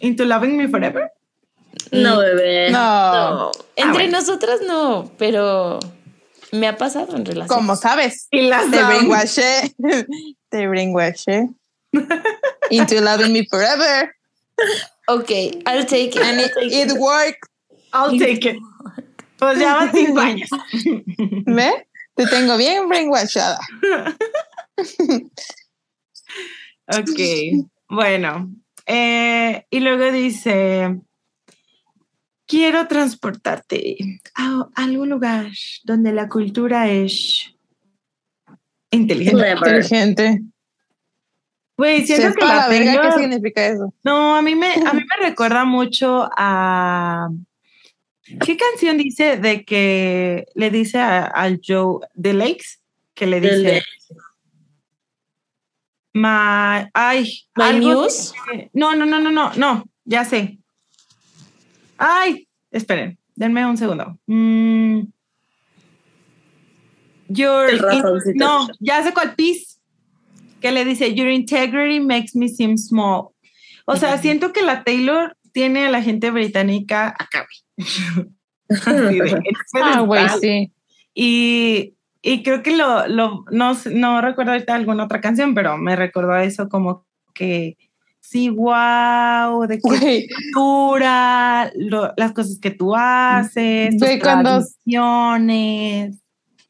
[SPEAKER 4] into loving me forever.
[SPEAKER 5] No, bebé.
[SPEAKER 3] No,
[SPEAKER 2] No, entre
[SPEAKER 4] bueno.
[SPEAKER 2] nosotras no, pero me ha pasado en relación.
[SPEAKER 3] como sabes,
[SPEAKER 4] Y las
[SPEAKER 3] te
[SPEAKER 4] amo.
[SPEAKER 3] brainwashé. Te brainwashé. Into loving me forever.
[SPEAKER 2] Ok, I'll take it.
[SPEAKER 3] And it, it worked.
[SPEAKER 4] I'll take it. Pues ya van cinco años.
[SPEAKER 3] ¿Ve? Te tengo bien brainwashada.
[SPEAKER 4] Ok, bueno. eh, y luego dice, quiero transportarte a algún lugar donde la cultura es inteligente.
[SPEAKER 5] Clever.
[SPEAKER 3] Inteligente.
[SPEAKER 4] Güey, siento que
[SPEAKER 3] Sepa
[SPEAKER 4] pues, la
[SPEAKER 3] la verga, ¿qué
[SPEAKER 4] Taylor-
[SPEAKER 3] significa eso?
[SPEAKER 4] No, a mí me, a mí me recuerda mucho a... ¿Qué canción dice de que le dice a- al Joe de Lakes? Que le
[SPEAKER 5] The
[SPEAKER 4] dice... My, ay,
[SPEAKER 2] My
[SPEAKER 4] algo
[SPEAKER 2] Muse?
[SPEAKER 4] que- no, no, no, no, no, no, ya sé. Ay, esperen, denme un segundo. Mm. Your
[SPEAKER 5] El ratoncito.
[SPEAKER 4] no, ya sé cuál piece. Que le dice, Your integrity makes me seem small. O sea, siento que la Taylor tiene a la gente británica acá. güey. Así de,
[SPEAKER 3] Ah, güey,
[SPEAKER 4] "Eres
[SPEAKER 3] sí.
[SPEAKER 4] y, y creo que lo, lo no, sé- no recuerdo ahorita alguna otra canción, pero me recordó a eso como que sí, wow, de qué
[SPEAKER 3] Güey,
[SPEAKER 4] cultura, lo- las cosas que tú haces, tus
[SPEAKER 3] Güey, cuando-
[SPEAKER 4] tradiciones.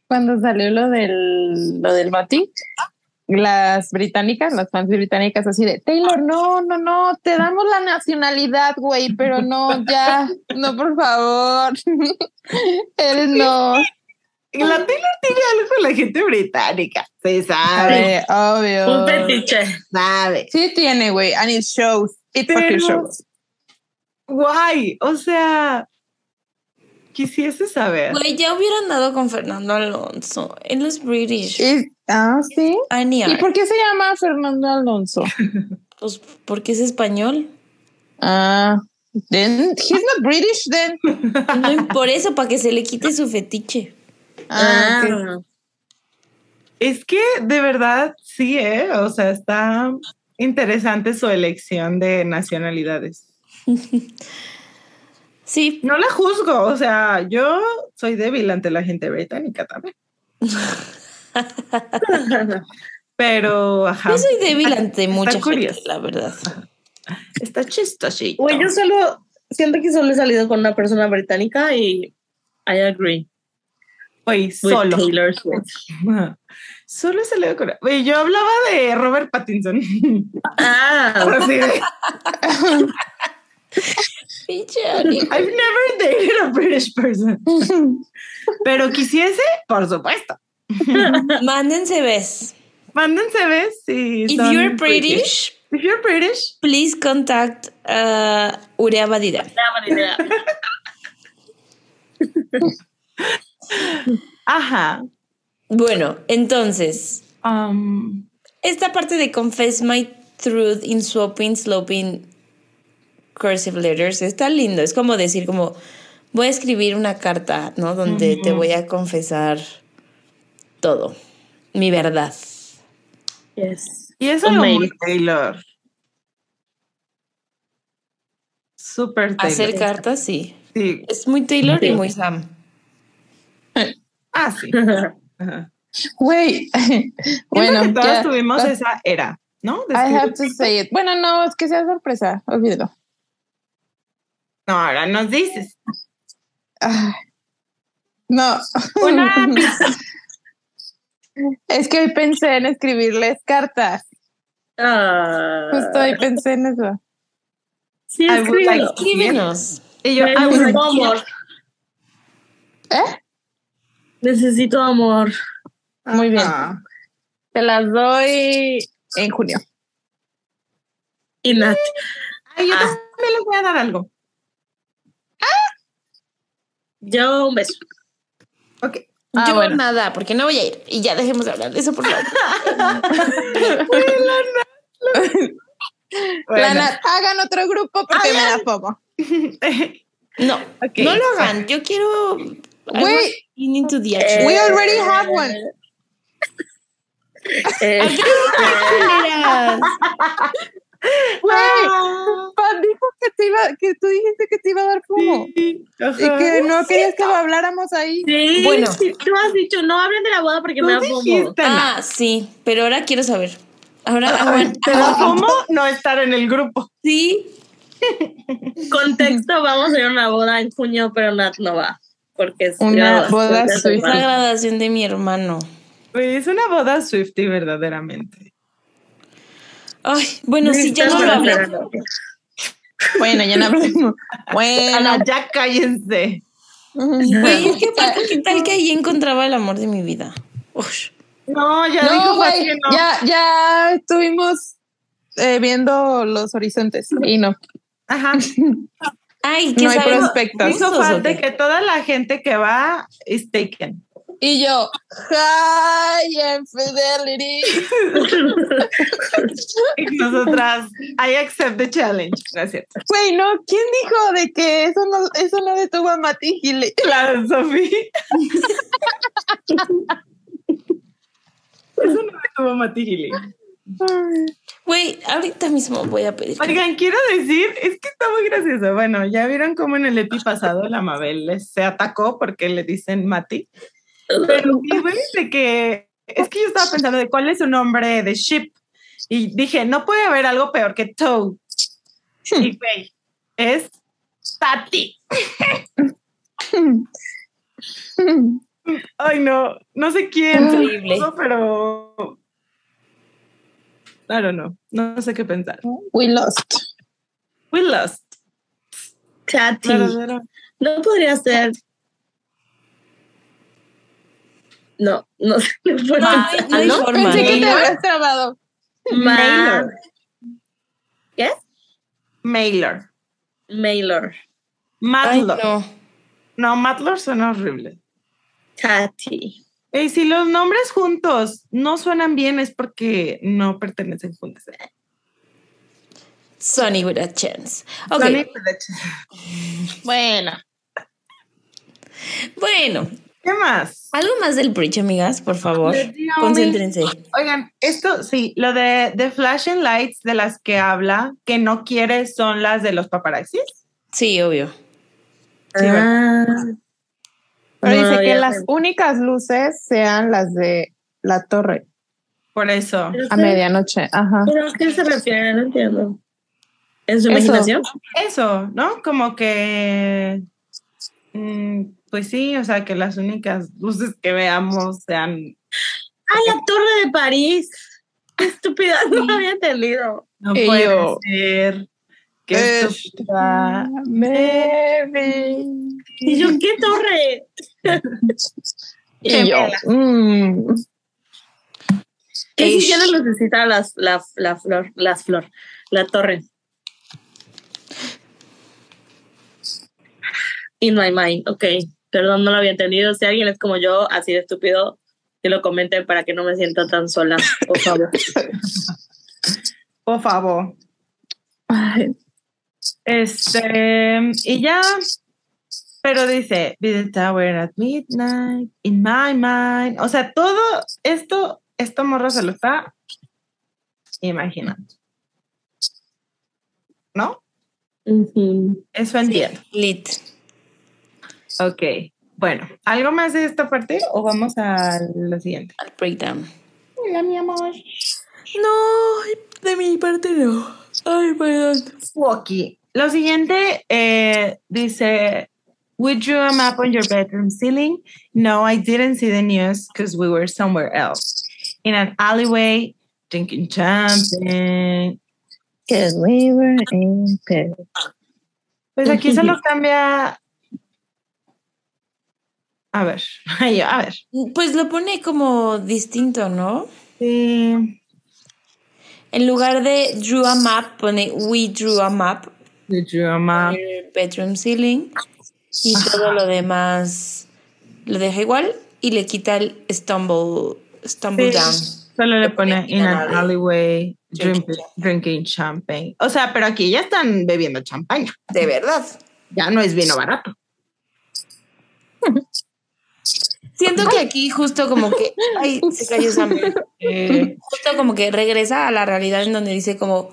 [SPEAKER 3] cuando salió lo del, lo del Mati, las británicas, las fans británicas así de, Taylor, no, no, no, te damos la nacionalidad, güey, pero no, ya, no, por favor. Él no.
[SPEAKER 4] Y la Taylor tiene algo con la gente británica, se sabe,
[SPEAKER 3] Ay, obvio.
[SPEAKER 5] Un petiche.
[SPEAKER 4] sabe.
[SPEAKER 3] Sí tiene, güey, and it shows. It fucking
[SPEAKER 4] Pero-
[SPEAKER 3] shows.
[SPEAKER 4] Guay, o sea, quisiese saber.
[SPEAKER 2] Güey, ya hubieran dado con Fernando Alonso. Él es British.
[SPEAKER 3] Y- ah, sí.
[SPEAKER 2] Ania.
[SPEAKER 3] ¿Y por qué se llama Fernando Alonso?
[SPEAKER 2] Pues porque es español.
[SPEAKER 3] Ah, then he's not British then.
[SPEAKER 2] No, y por eso, para que se le quite su fetiche.
[SPEAKER 3] Ah, ok.
[SPEAKER 5] Ah.
[SPEAKER 4] Es que de verdad sí, ¿eh? O sea, está interesante su elección de nacionalidades.
[SPEAKER 2] Sí,
[SPEAKER 4] No la juzgo, o sea, yo soy débil ante la gente británica también. Pero, ajá,
[SPEAKER 2] yo soy débil ante mucha
[SPEAKER 4] curioso.
[SPEAKER 2] gente, la verdad.
[SPEAKER 4] está chistosito.
[SPEAKER 5] Güey, yo solo siento que solo he salido con una persona británica y I agree.
[SPEAKER 4] Güey,
[SPEAKER 5] with
[SPEAKER 4] solo.
[SPEAKER 5] Taylor Swift.
[SPEAKER 4] Solo se le ocurre. Güey, yo hablaba de Robert Pattinson.
[SPEAKER 5] Ah,
[SPEAKER 4] Así de,
[SPEAKER 2] Pinche Ania.
[SPEAKER 4] I've never dated a British person. Pero quisiese, por supuesto.
[SPEAKER 2] Mándense ves.
[SPEAKER 4] Mándense ves si
[SPEAKER 2] If
[SPEAKER 4] son
[SPEAKER 2] you're British,
[SPEAKER 4] If you're British,
[SPEAKER 2] please contact uh, Urea Badira.
[SPEAKER 5] la manera.
[SPEAKER 4] Ajá.
[SPEAKER 2] Bueno, entonces,
[SPEAKER 4] Um,
[SPEAKER 2] Esta parte de Confess My Truth in Swapping, Sloping Cursive Letters está lindo. Es como decir, como, voy a escribir una carta, ¿no? Donde te voy a confesar todo, mi verdad.
[SPEAKER 5] Yes.
[SPEAKER 4] Y es
[SPEAKER 5] O
[SPEAKER 4] algo
[SPEAKER 5] maybe.
[SPEAKER 4] muy Taylor. Súper Taylor.
[SPEAKER 2] Hacer cartas, sí.
[SPEAKER 4] Sí.
[SPEAKER 2] Es muy Taylor y
[SPEAKER 5] Sí.
[SPEAKER 2] muy Sam.
[SPEAKER 4] Ah, sí. Ajá.
[SPEAKER 3] Güey.
[SPEAKER 4] Siento
[SPEAKER 3] bueno,
[SPEAKER 4] que todas
[SPEAKER 3] ya.
[SPEAKER 4] tuvimos
[SPEAKER 3] But
[SPEAKER 4] esa era, ¿no? De
[SPEAKER 3] I have
[SPEAKER 4] escribir-
[SPEAKER 3] to say it. Bueno, no, es que sea sorpresa. Olvídalo.
[SPEAKER 4] No, ahora nos dices.
[SPEAKER 3] Ah. No.
[SPEAKER 4] Una
[SPEAKER 3] es que hoy pensé en escribirles cartas.
[SPEAKER 5] Ah.
[SPEAKER 3] Justo hoy pensé en eso.
[SPEAKER 5] Sí,
[SPEAKER 4] I would like
[SPEAKER 5] escríbelo.
[SPEAKER 4] to hear.
[SPEAKER 2] Escríbenos.
[SPEAKER 4] Y yo, "Ah, I would like
[SPEAKER 5] Necesito
[SPEAKER 4] to hear.
[SPEAKER 5] amor.
[SPEAKER 3] ¿Eh?
[SPEAKER 5] Necesito amor.
[SPEAKER 3] Muy bien.
[SPEAKER 4] Ah,
[SPEAKER 3] Te las doy en junio.
[SPEAKER 5] Y Nat.
[SPEAKER 4] Ay, yo
[SPEAKER 2] Ah.
[SPEAKER 4] también les voy a dar algo.
[SPEAKER 5] Yo un beso.
[SPEAKER 4] Ok.
[SPEAKER 3] Ah,
[SPEAKER 2] Yo
[SPEAKER 3] bueno.
[SPEAKER 2] nada, porque no voy a ir. Y ya dejemos de hablar de eso, por favor.
[SPEAKER 4] Bueno.
[SPEAKER 3] Planat, hagan otro grupo porque me da fomo.
[SPEAKER 2] No,
[SPEAKER 4] Ok.
[SPEAKER 2] no lo hagan. Yo quiero. I want
[SPEAKER 3] Güey, Eh.
[SPEAKER 2] in into the action.
[SPEAKER 3] we already have one.
[SPEAKER 5] Eh,
[SPEAKER 3] Ah,
[SPEAKER 2] Culeras.
[SPEAKER 3] Güey,
[SPEAKER 4] Ah,
[SPEAKER 3] Pat dijo que, te iba, que tú dijiste que te iba a dar fomo. Ah,
[SPEAKER 4] sí.
[SPEAKER 3] Y
[SPEAKER 4] Ajá.
[SPEAKER 3] que no querías que lo habláramos ahí.
[SPEAKER 5] sí,
[SPEAKER 2] Bueno.
[SPEAKER 5] sí, tú has dicho, no hablen de la boda porque
[SPEAKER 4] Tú
[SPEAKER 5] me da fomo.
[SPEAKER 4] dijiste, Ana,
[SPEAKER 2] Ah, sí, pero ahora quiero saber. Ahora,
[SPEAKER 3] Ah,
[SPEAKER 2] ahora-
[SPEAKER 4] ¿Te da fomo no estar en el grupo?
[SPEAKER 2] sí.
[SPEAKER 5] Contexto, vamos a ir a una boda en junio, pero Nat no va. Porque es
[SPEAKER 3] Una
[SPEAKER 5] graduación
[SPEAKER 3] boda
[SPEAKER 5] de tu
[SPEAKER 3] suicida.
[SPEAKER 2] La
[SPEAKER 5] hermano.
[SPEAKER 2] graduación de mi hermano.
[SPEAKER 4] Güey, es una boda Swifty verdaderamente.
[SPEAKER 2] Ay, bueno, sí, ya no lo
[SPEAKER 5] Estás
[SPEAKER 2] hablé.
[SPEAKER 5] esperando.
[SPEAKER 3] Bueno, ya no hablamos. Bueno.
[SPEAKER 4] Ana, ya cállense.
[SPEAKER 2] Güey, es que aparte, ¿qué tal que ahí encontraba el amor de mi vida? Ush.
[SPEAKER 4] No, ya dijo
[SPEAKER 3] No,
[SPEAKER 4] Joaquín,
[SPEAKER 3] güey,
[SPEAKER 4] no.
[SPEAKER 3] ya, ya estuvimos eh, viendo los horizontes y no.
[SPEAKER 4] Ajá.
[SPEAKER 2] Ay, ¿qué
[SPEAKER 3] No hay
[SPEAKER 2] sabes?
[SPEAKER 3] prospectos.
[SPEAKER 2] ¿Gustos
[SPEAKER 4] Hizo
[SPEAKER 2] o
[SPEAKER 4] falta
[SPEAKER 2] qué?
[SPEAKER 4] que toda la gente que va is taken.
[SPEAKER 3] Y yo, hi, infidelity.
[SPEAKER 4] Y nosotras, I accept the challenge. Gracias.
[SPEAKER 3] Güey, no, ¿quién dijo de que eso no, eso no detuvo a Mati Gile?
[SPEAKER 4] Claro, Sofía. Eso no me tuvo Mati Gili.
[SPEAKER 2] Güey, ahorita mismo voy a pedir.
[SPEAKER 4] Oigan, quiero decir, es que está muy gracioso. Bueno, ya vieron cómo en el epi pasado la Mabel les- se atacó porque le dicen Mati. Pero sí, güey, de que es que yo estaba pensando de cuál es su nombre de ship y dije, no puede haber algo peor que Toad. Y güey, es Tati. Ay, no, no sé quién, se lo
[SPEAKER 2] Horrible.
[SPEAKER 4] puso, pero claro, no, no sé qué pensar.
[SPEAKER 3] We lost.
[SPEAKER 4] We lost.
[SPEAKER 5] Tati.
[SPEAKER 4] verdadero.
[SPEAKER 5] No podría ser. No, no se le puede.
[SPEAKER 2] No, no hay
[SPEAKER 5] ¿no?
[SPEAKER 2] forma.
[SPEAKER 3] Pensé que te
[SPEAKER 4] Maylor.
[SPEAKER 3] habías trabado.
[SPEAKER 5] Ma-
[SPEAKER 4] Maylor.
[SPEAKER 5] ¿Qué?
[SPEAKER 4] Maylor.
[SPEAKER 5] Maylor.
[SPEAKER 2] Ay,
[SPEAKER 4] Matlor. no.
[SPEAKER 2] no.
[SPEAKER 4] Matlor suena horrible.
[SPEAKER 5] Tati.
[SPEAKER 4] Y si los nombres juntos no suenan bien es porque no pertenecen juntos.
[SPEAKER 2] Sonny with a chance. Ok,
[SPEAKER 4] Sonny Peleche.
[SPEAKER 3] Bueno.
[SPEAKER 2] bueno.
[SPEAKER 4] ¿Qué más?
[SPEAKER 2] Algo más del bridge, amigas, por favor.
[SPEAKER 4] The Deal.
[SPEAKER 2] Concéntrense.
[SPEAKER 4] Oigan, esto sí, lo de, de flashing lights de las que habla, que no quiere, son las de los paparazzis.
[SPEAKER 2] Sí, obvio.
[SPEAKER 4] Sí,
[SPEAKER 5] ah,
[SPEAKER 3] Pero
[SPEAKER 5] No,
[SPEAKER 3] dice que
[SPEAKER 5] ya
[SPEAKER 3] las
[SPEAKER 5] sé.
[SPEAKER 3] únicas luces sean las de la torre
[SPEAKER 4] Por eso.
[SPEAKER 5] pero
[SPEAKER 3] a
[SPEAKER 5] se-
[SPEAKER 3] medianoche. Ajá.
[SPEAKER 5] ¿Pero a qué se refiere? No entiendo. ¿En su
[SPEAKER 3] Eso.
[SPEAKER 5] imaginación?
[SPEAKER 4] Eso, ¿no? Como que. mm, pues sí, o sea, que las únicas luces que veamos sean.
[SPEAKER 5] ¡Ah, la Torre de París! ¡Qué estúpida! No lo había entendido.
[SPEAKER 4] No
[SPEAKER 3] Y
[SPEAKER 4] puede
[SPEAKER 3] yo-
[SPEAKER 4] ser. Que
[SPEAKER 3] Eh,
[SPEAKER 4] estúpida.
[SPEAKER 3] Baby.
[SPEAKER 5] Y yo, ¿qué torre?
[SPEAKER 3] Y yo, mm,
[SPEAKER 5] ¿Qué si
[SPEAKER 2] Ish.
[SPEAKER 5] tiene lucecita las, la, la flor, las flor, la torre? In my mind, ok. Perdón, no lo había entendido. Si alguien es como yo, así de estúpido, que lo comenten para que no me sienta tan sola, por favor.
[SPEAKER 4] Por favor.
[SPEAKER 3] ay,
[SPEAKER 4] Este, y ya. Pero dice, Be the Tower at midnight, in my mind. O sea, todo esto, esta morra se lo está imaginando. ¿No?
[SPEAKER 5] Ujú.
[SPEAKER 4] Eso entiendo.
[SPEAKER 2] Lit.
[SPEAKER 4] Ok. Bueno, ¿algo más de esta parte o vamos a lo siguiente?
[SPEAKER 2] Al breakdown.
[SPEAKER 4] Hola, mi amor.
[SPEAKER 2] No, de mi parte no. Ay, perdón.
[SPEAKER 4] Spooky. Lo siguiente eh, dice, we drew a map on your bedroom ceiling. No, I didn't see the news because we were somewhere else. In an alleyway, drinking champagne.
[SPEAKER 5] Cause we were in Paris.
[SPEAKER 4] Pues aquí se lo cambia... A ver, ay, a ver.
[SPEAKER 2] Pues lo pone como distinto, ¿no?
[SPEAKER 4] Sí,
[SPEAKER 2] En lugar de drew a map, pone we drew a map.
[SPEAKER 4] we drew a map.
[SPEAKER 2] el bedroom ceiling. Y todo lo demás lo deja igual y le quita el stumble, stumble
[SPEAKER 4] Sí,
[SPEAKER 2] down.
[SPEAKER 4] Solo le pone
[SPEAKER 2] pone
[SPEAKER 4] in
[SPEAKER 2] in
[SPEAKER 4] an
[SPEAKER 2] an
[SPEAKER 4] alleyway,
[SPEAKER 2] Drinking
[SPEAKER 4] drink- drinking champagne. O sea, pero aquí ya están bebiendo champaña.
[SPEAKER 2] De verdad.
[SPEAKER 4] Ya no es vino barato.
[SPEAKER 2] Siento que aquí justo como que... Ay, se cayó Sam. Justo como que regresa a la realidad en donde dice como...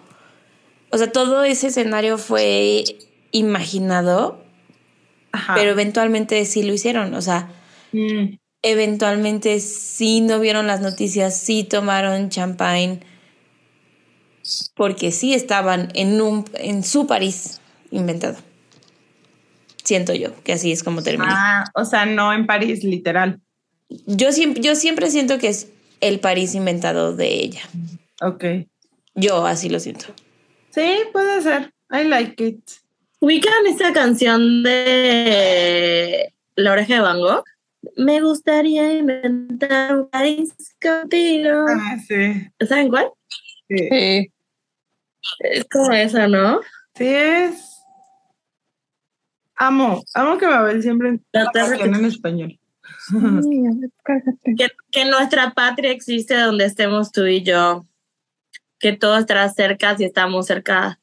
[SPEAKER 2] O sea, todo ese escenario fue imaginado,
[SPEAKER 4] Ajá.
[SPEAKER 2] pero eventualmente sí lo hicieron. O sea,
[SPEAKER 4] Mm,
[SPEAKER 2] eventualmente sí no vieron las noticias, sí tomaron champagne, porque sí estaban en, un, en su París inventado. Siento yo que así es como termina.
[SPEAKER 4] Ah, o sea, no en París, literal.
[SPEAKER 2] Yo, siempre, yo siempre siento que es el París inventado de ella.
[SPEAKER 4] Ok.
[SPEAKER 2] Yo así lo siento.
[SPEAKER 4] Sí, puede ser. I like it.
[SPEAKER 5] ¿Ubican esta canción de La oreja de Van Gogh? Me gustaría inventar un país contigo.
[SPEAKER 4] Ah. sí.
[SPEAKER 5] ¿Saben cuál?
[SPEAKER 4] Sí,
[SPEAKER 3] Sí.
[SPEAKER 5] Es como esa, ¿no?
[SPEAKER 4] Sí es. Amo, amo que Babel siempre
[SPEAKER 5] La
[SPEAKER 4] la
[SPEAKER 5] tarde
[SPEAKER 4] canción en español.
[SPEAKER 5] que, que nuestra patria existe donde estemos tú y yo. Que todo estará cerca si estamos cerca.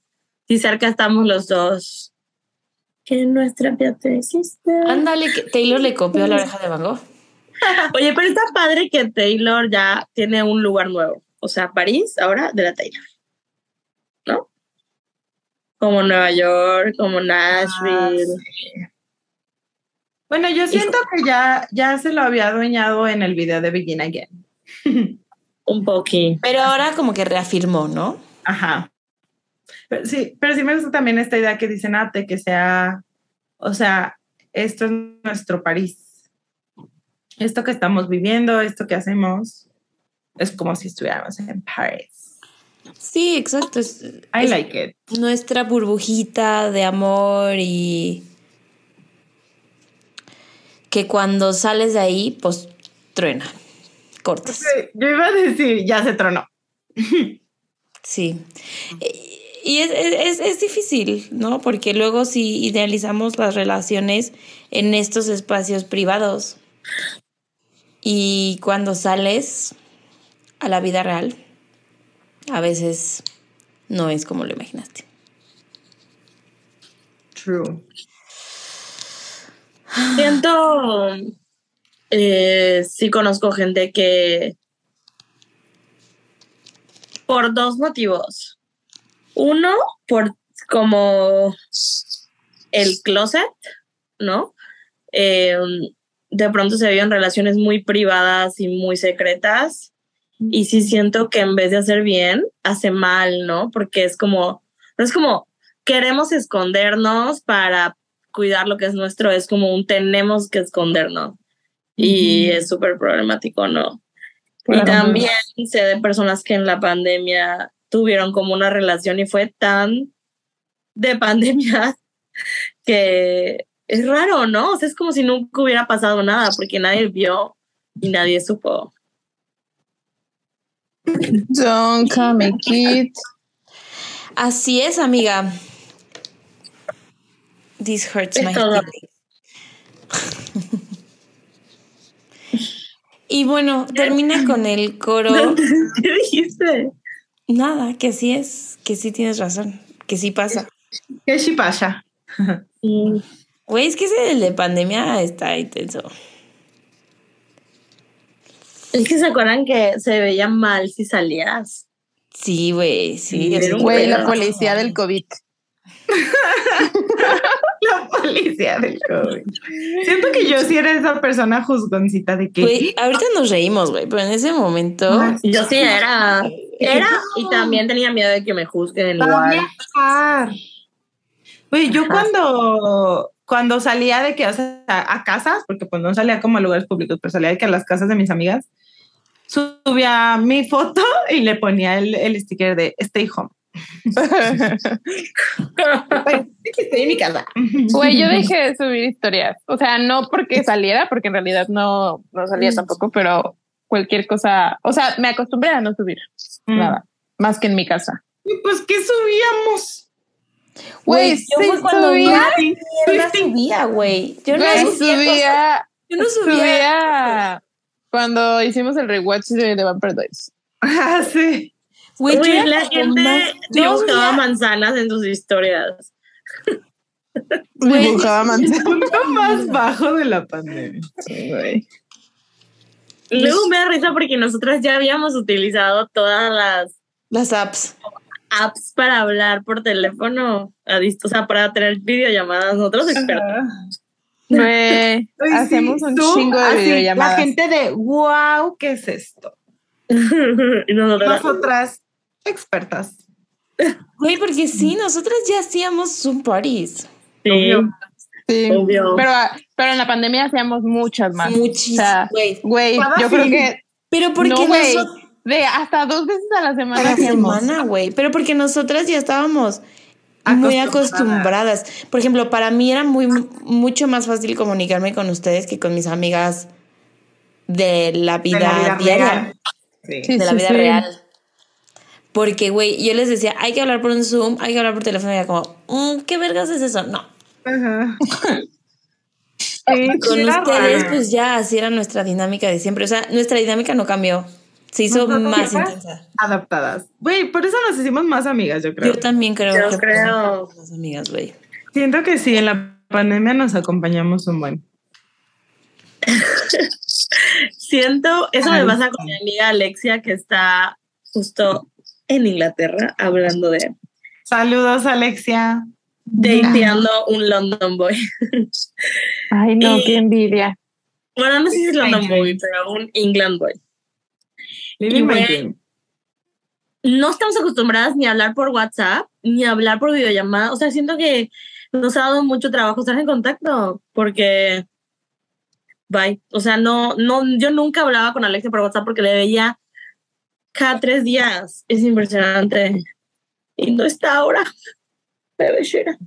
[SPEAKER 5] Si cerca estamos los dos. Que nuestra patria existe.
[SPEAKER 2] Ándale, que Taylor le copió a la oreja de Van Gogh.
[SPEAKER 5] Oye, pero está padre que Taylor ya tiene un lugar nuevo. O sea, París ahora de la Taylor. ¿No? Como Nueva York, como Nashville.
[SPEAKER 4] Bueno, yo siento que ya, ya se lo había adueñado en el video de Begin Again.
[SPEAKER 5] Un poquín.
[SPEAKER 2] Pero ahora como que reafirmó, ¿no?
[SPEAKER 4] Ajá. Pero sí, pero sí me gusta también esta idea que dicen, ah, de que sea, o sea, esto es nuestro París. Esto que estamos viviendo, esto que hacemos, es como si estuviéramos en París.
[SPEAKER 2] Sí, exacto. es-
[SPEAKER 4] I
[SPEAKER 2] es-
[SPEAKER 4] like it.
[SPEAKER 2] nuestra burbujita de amor y que cuando sales de ahí, pues truena, cortas.
[SPEAKER 4] Yo iba a decir, ya se tronó.
[SPEAKER 2] Sí. Y es, es- es- es difícil, ¿no? Porque luego si idealizamos las relaciones en estos espacios privados y cuando sales a la vida real, a veces no es como lo imaginaste.
[SPEAKER 4] True.
[SPEAKER 5] Siento, eh, sí conozco gente que por dos motivos. Uno, por como el closet, ¿no? Eh, de pronto se viven relaciones muy privadas y muy secretas. Y sí siento que en vez de hacer bien, hace mal, ¿no? Porque es como, no es como queremos escondernos para cuidar lo que es nuestro, es como un tenemos que escondernos. Y es súper problemático, ¿no? y
[SPEAKER 4] Claro.
[SPEAKER 5] también sé de personas que en la pandemia tuvieron como una relación y fue tan de pandemia que es raro, ¿no? O sea, es como si nunca hubiera pasado nada porque nadie vio y nadie supo.
[SPEAKER 3] Don't come and kid.
[SPEAKER 2] Así es, amiga. This hurts
[SPEAKER 5] Es
[SPEAKER 2] my
[SPEAKER 5] todo.
[SPEAKER 2] feelings. y bueno, termina con el coro.
[SPEAKER 5] ¿Qué dijiste?
[SPEAKER 2] Nada, que así es, que sí tienes razón, que sí pasa.
[SPEAKER 4] ¿Qué shipasha?
[SPEAKER 5] Sí.
[SPEAKER 2] Güey, es que ese del de pandemia está intenso.
[SPEAKER 5] Es que se acuerdan que se veía mal si salías.
[SPEAKER 2] Sí, güey, sí.
[SPEAKER 5] Sí, era un
[SPEAKER 3] Güey, la
[SPEAKER 5] pedazo.
[SPEAKER 3] policía del COVID.
[SPEAKER 4] La policía del COVID. Siento que yo sí era esa persona juzgoncita de que.
[SPEAKER 2] Güey, ahorita nos reímos, güey, pero en ese momento.
[SPEAKER 4] Ah,
[SPEAKER 5] Yo sí era. Era y también tenía miedo de que me juzguen en
[SPEAKER 4] Va a
[SPEAKER 5] lugar.
[SPEAKER 4] viajar. Güey, yo
[SPEAKER 5] Ajá.
[SPEAKER 4] cuando, cuando salía de que, o sea, a casas, porque pues no salía como a lugares públicos, pero salía de que a las casas de mis amigas, subía mi foto y le ponía el, el sticker de Stay Home. Estoy en mi casa. Pues,
[SPEAKER 3] Güey, yo dejé de subir historias. O sea, no porque saliera, porque en realidad no, no salía tampoco, pero cualquier cosa. O sea, me acostumbré a no subir
[SPEAKER 4] Mm.
[SPEAKER 3] nada, más que en mi casa.
[SPEAKER 4] Y pues, ¿qué subíamos?
[SPEAKER 3] Güey,
[SPEAKER 2] Güey, yo
[SPEAKER 3] sí,
[SPEAKER 2] fue cuando
[SPEAKER 3] subía,
[SPEAKER 4] Sí,
[SPEAKER 2] Mierda
[SPEAKER 4] sí.
[SPEAKER 2] subía, güey. Yo no
[SPEAKER 3] güey,
[SPEAKER 2] subía. cosas-
[SPEAKER 3] subía,
[SPEAKER 2] Yo no subía.
[SPEAKER 3] subía cuando hicimos el rewatch de The Vampire Diaries.
[SPEAKER 4] Ah, sí.
[SPEAKER 2] Güey, yo
[SPEAKER 5] Güey,
[SPEAKER 2] era
[SPEAKER 5] la
[SPEAKER 2] como
[SPEAKER 5] gente
[SPEAKER 2] más-
[SPEAKER 5] yo
[SPEAKER 2] Yo
[SPEAKER 5] buscaba
[SPEAKER 2] subía-
[SPEAKER 5] manzanas en sus historias.
[SPEAKER 2] Güey,
[SPEAKER 3] Dibujaba manzanas,
[SPEAKER 4] Punto más bajo de la pandemia.
[SPEAKER 3] güey.
[SPEAKER 5] Luego me da risa porque nosotras ya habíamos utilizado todas las
[SPEAKER 2] Las apps.
[SPEAKER 5] apps para hablar por teléfono a dist- o sea, para tener videollamadas. Nosotros expertos.
[SPEAKER 3] Güey,
[SPEAKER 4] Ah. Ay, sí,
[SPEAKER 3] hacemos un
[SPEAKER 4] Zoom,
[SPEAKER 3] chingo de
[SPEAKER 4] así,
[SPEAKER 3] videollamadas.
[SPEAKER 4] La gente de, wow, ¿qué es esto?
[SPEAKER 5] y nosotras,
[SPEAKER 4] Nosotras, expertas.
[SPEAKER 2] Güey, porque sí, nosotras ya hacíamos Zoom parties.
[SPEAKER 5] sí,
[SPEAKER 4] obvio.
[SPEAKER 3] Sí.
[SPEAKER 5] obvio.
[SPEAKER 3] Pero, ah, pero en la pandemia hacíamos muchas más.
[SPEAKER 2] Muchísimo,
[SPEAKER 3] O sea,
[SPEAKER 2] güey.
[SPEAKER 3] Güey,
[SPEAKER 4] Cada
[SPEAKER 3] yo creo
[SPEAKER 4] fin.
[SPEAKER 3] que
[SPEAKER 2] Pero porque
[SPEAKER 3] no, güey.
[SPEAKER 2] nosotras.
[SPEAKER 3] de hasta dos veces a la
[SPEAKER 2] A
[SPEAKER 3] semana
[SPEAKER 2] la
[SPEAKER 3] hacíamos.
[SPEAKER 2] semana, güey. Pero porque nosotras ya estábamos muy
[SPEAKER 4] Acostumbradas.
[SPEAKER 2] acostumbradas. Por ejemplo, para mí era muy mucho más fácil comunicarme con ustedes que con mis amigas de la vida,
[SPEAKER 4] de la vida
[SPEAKER 2] diaria,
[SPEAKER 4] real. Sí.
[SPEAKER 3] Sí,
[SPEAKER 2] de la
[SPEAKER 3] sí,
[SPEAKER 2] vida
[SPEAKER 3] sí.
[SPEAKER 2] real. Porque, güey, yo les decía, hay que hablar por un Zoom, hay que hablar por teléfono. Y era como, "Mm, ¿qué vergas es eso? No.
[SPEAKER 4] Ajá. Sí,
[SPEAKER 2] Con
[SPEAKER 4] sí, era
[SPEAKER 2] ustedes,
[SPEAKER 4] raro.
[SPEAKER 2] pues ya así era nuestra dinámica de siempre. O sea, nuestra dinámica no cambió. Se hizo
[SPEAKER 4] Nosotros
[SPEAKER 2] más
[SPEAKER 4] ya-
[SPEAKER 2] intensa.
[SPEAKER 4] Adaptadas. Güey, por eso nos hicimos más amigas, yo creo.
[SPEAKER 2] Yo también creo
[SPEAKER 5] Yo
[SPEAKER 2] que
[SPEAKER 5] creo.
[SPEAKER 2] las amigas, güey.
[SPEAKER 4] Siento que sí, en la pandemia nos acompañamos un buen.
[SPEAKER 5] Siento, eso
[SPEAKER 4] Ay,
[SPEAKER 5] me pasa con mi amiga Alexia que está justo en Inglaterra hablando de
[SPEAKER 4] Saludos, Alexia.
[SPEAKER 5] dateando un London boy.
[SPEAKER 3] Ay, no,
[SPEAKER 5] Y-
[SPEAKER 3] qué envidia.
[SPEAKER 5] Bueno, no sé si es London
[SPEAKER 4] Ay,
[SPEAKER 5] boy,
[SPEAKER 4] ay.
[SPEAKER 5] pero un England boy.
[SPEAKER 4] Living
[SPEAKER 5] Y
[SPEAKER 4] my
[SPEAKER 5] güey,
[SPEAKER 4] dream.
[SPEAKER 5] no estamos acostumbradas ni a hablar por WhatsApp, ni a hablar por videollamada. O sea, siento que nos ha dado mucho trabajo estar en contacto porque, bye. O sea, no, no, yo nunca hablaba con Alexia por WhatsApp porque le veía cada tres días. Es impresionante. Y no está ahora. Bebé Shira.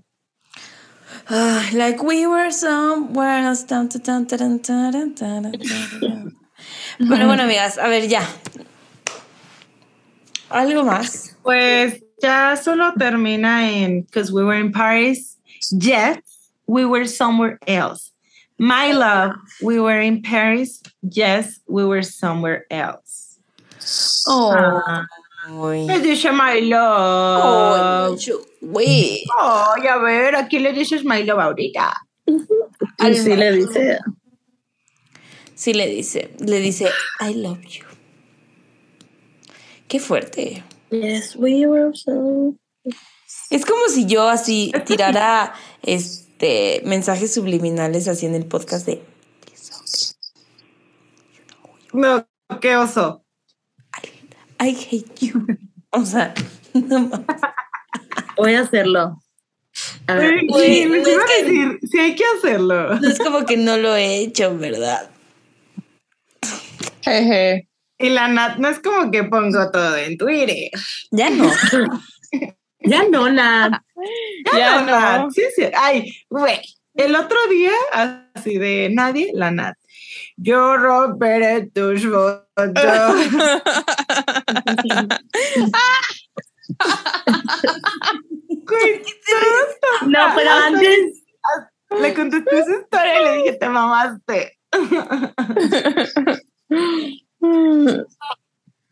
[SPEAKER 2] Ah, like we were somewhere else. Tan, tan, tan, taran, taran, taran, taran. Bueno, bueno, amigas, a ver, ya. ¿Algo más?
[SPEAKER 4] Pues ya solo termina en Because we were in Paris, yet we were somewhere else. My love, we were in Paris, yes, we were somewhere else.
[SPEAKER 2] Oh.
[SPEAKER 4] Ah.
[SPEAKER 2] Uy.
[SPEAKER 4] Les dije my
[SPEAKER 2] Oh,
[SPEAKER 4] love.
[SPEAKER 2] yo- güey.
[SPEAKER 4] Ay, a ver, ¿a quién le dices my love ahorita?
[SPEAKER 5] Y sí le dice.
[SPEAKER 2] Sí le dice, le dice, I love you. Qué fuerte.
[SPEAKER 5] Yes, we were so.
[SPEAKER 2] Es como si yo así tirara este mensajes subliminales así en el podcast de
[SPEAKER 4] No, qué oso.
[SPEAKER 2] I hate you. O sea, no mames.
[SPEAKER 5] Voy a hacerlo. A ver.
[SPEAKER 4] Sí,
[SPEAKER 2] Güey, es
[SPEAKER 4] les iba a
[SPEAKER 2] que-
[SPEAKER 4] decir, sí hay pues, que hacerlo.
[SPEAKER 2] No es como que no lo he hecho, ¿verdad?
[SPEAKER 3] Jeje.
[SPEAKER 4] Y la Nat no es como que pongo todo en Twitter.
[SPEAKER 2] Ya no.
[SPEAKER 5] Ya no, nada.
[SPEAKER 3] Ya
[SPEAKER 4] Ya,
[SPEAKER 3] no.
[SPEAKER 4] Nat. Sí, sí. Ay, güey. El otro día, así de nadie, la Nat. Yo romperé tus votos. Güey,
[SPEAKER 5] No, pero antes.
[SPEAKER 4] le contesté esa historia y le dije, te mamaste.
[SPEAKER 3] Mm,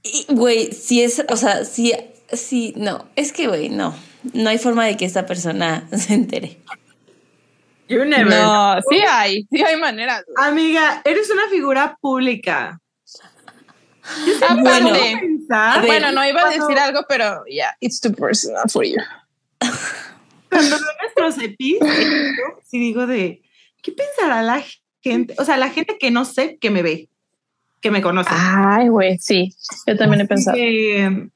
[SPEAKER 2] Y, Güey, si es, o sea, si, si, no, es que, güey, no. No hay forma de que esta persona se entere.
[SPEAKER 4] You
[SPEAKER 3] No, sí hay, sí hay maneras. güey.
[SPEAKER 4] Amiga, eres una figura pública.
[SPEAKER 3] Aparte,
[SPEAKER 2] Ah, Bueno.
[SPEAKER 4] pensar
[SPEAKER 2] A ver.
[SPEAKER 3] bueno, no iba a
[SPEAKER 4] Cuando-
[SPEAKER 3] decir algo, pero yeah, it's too personal for you.
[SPEAKER 4] cuando veo nuestros EPIs, en YouTube, sí digo de, ¿qué pensará la gente? O sea, la gente que no sé que me ve, que me conoce.
[SPEAKER 2] Ah,
[SPEAKER 3] Ay, güey, sí. Yo también he pensado.
[SPEAKER 4] Que, em,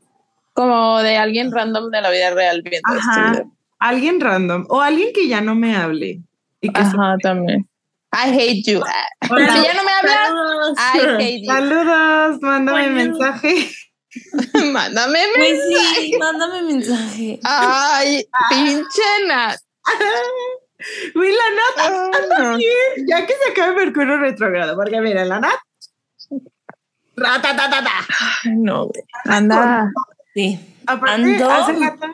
[SPEAKER 3] Como de alguien random de la vida real viendo
[SPEAKER 4] Ajá.
[SPEAKER 3] este video.
[SPEAKER 4] alguien random o alguien que ya no me hable. Y que
[SPEAKER 3] Ajá, también. I hate you.
[SPEAKER 4] se-
[SPEAKER 3] Pero si
[SPEAKER 4] Hola,
[SPEAKER 3] ya no me hablas, I hate you.
[SPEAKER 4] Saludos, mándame
[SPEAKER 5] Bueno.
[SPEAKER 4] mensaje.
[SPEAKER 3] Mándame.
[SPEAKER 2] Güey, sí, mándame mensaje.
[SPEAKER 3] Ay, pinche Nat.
[SPEAKER 4] Uy, la Nat, anda bien, ya que se acabe Mercurio retrógrado, porque mira, la Nat. Ratatatata.
[SPEAKER 3] Ay, No, güey. Anda.
[SPEAKER 2] Sí.
[SPEAKER 4] Aparte,
[SPEAKER 2] Ando.
[SPEAKER 4] hace rato,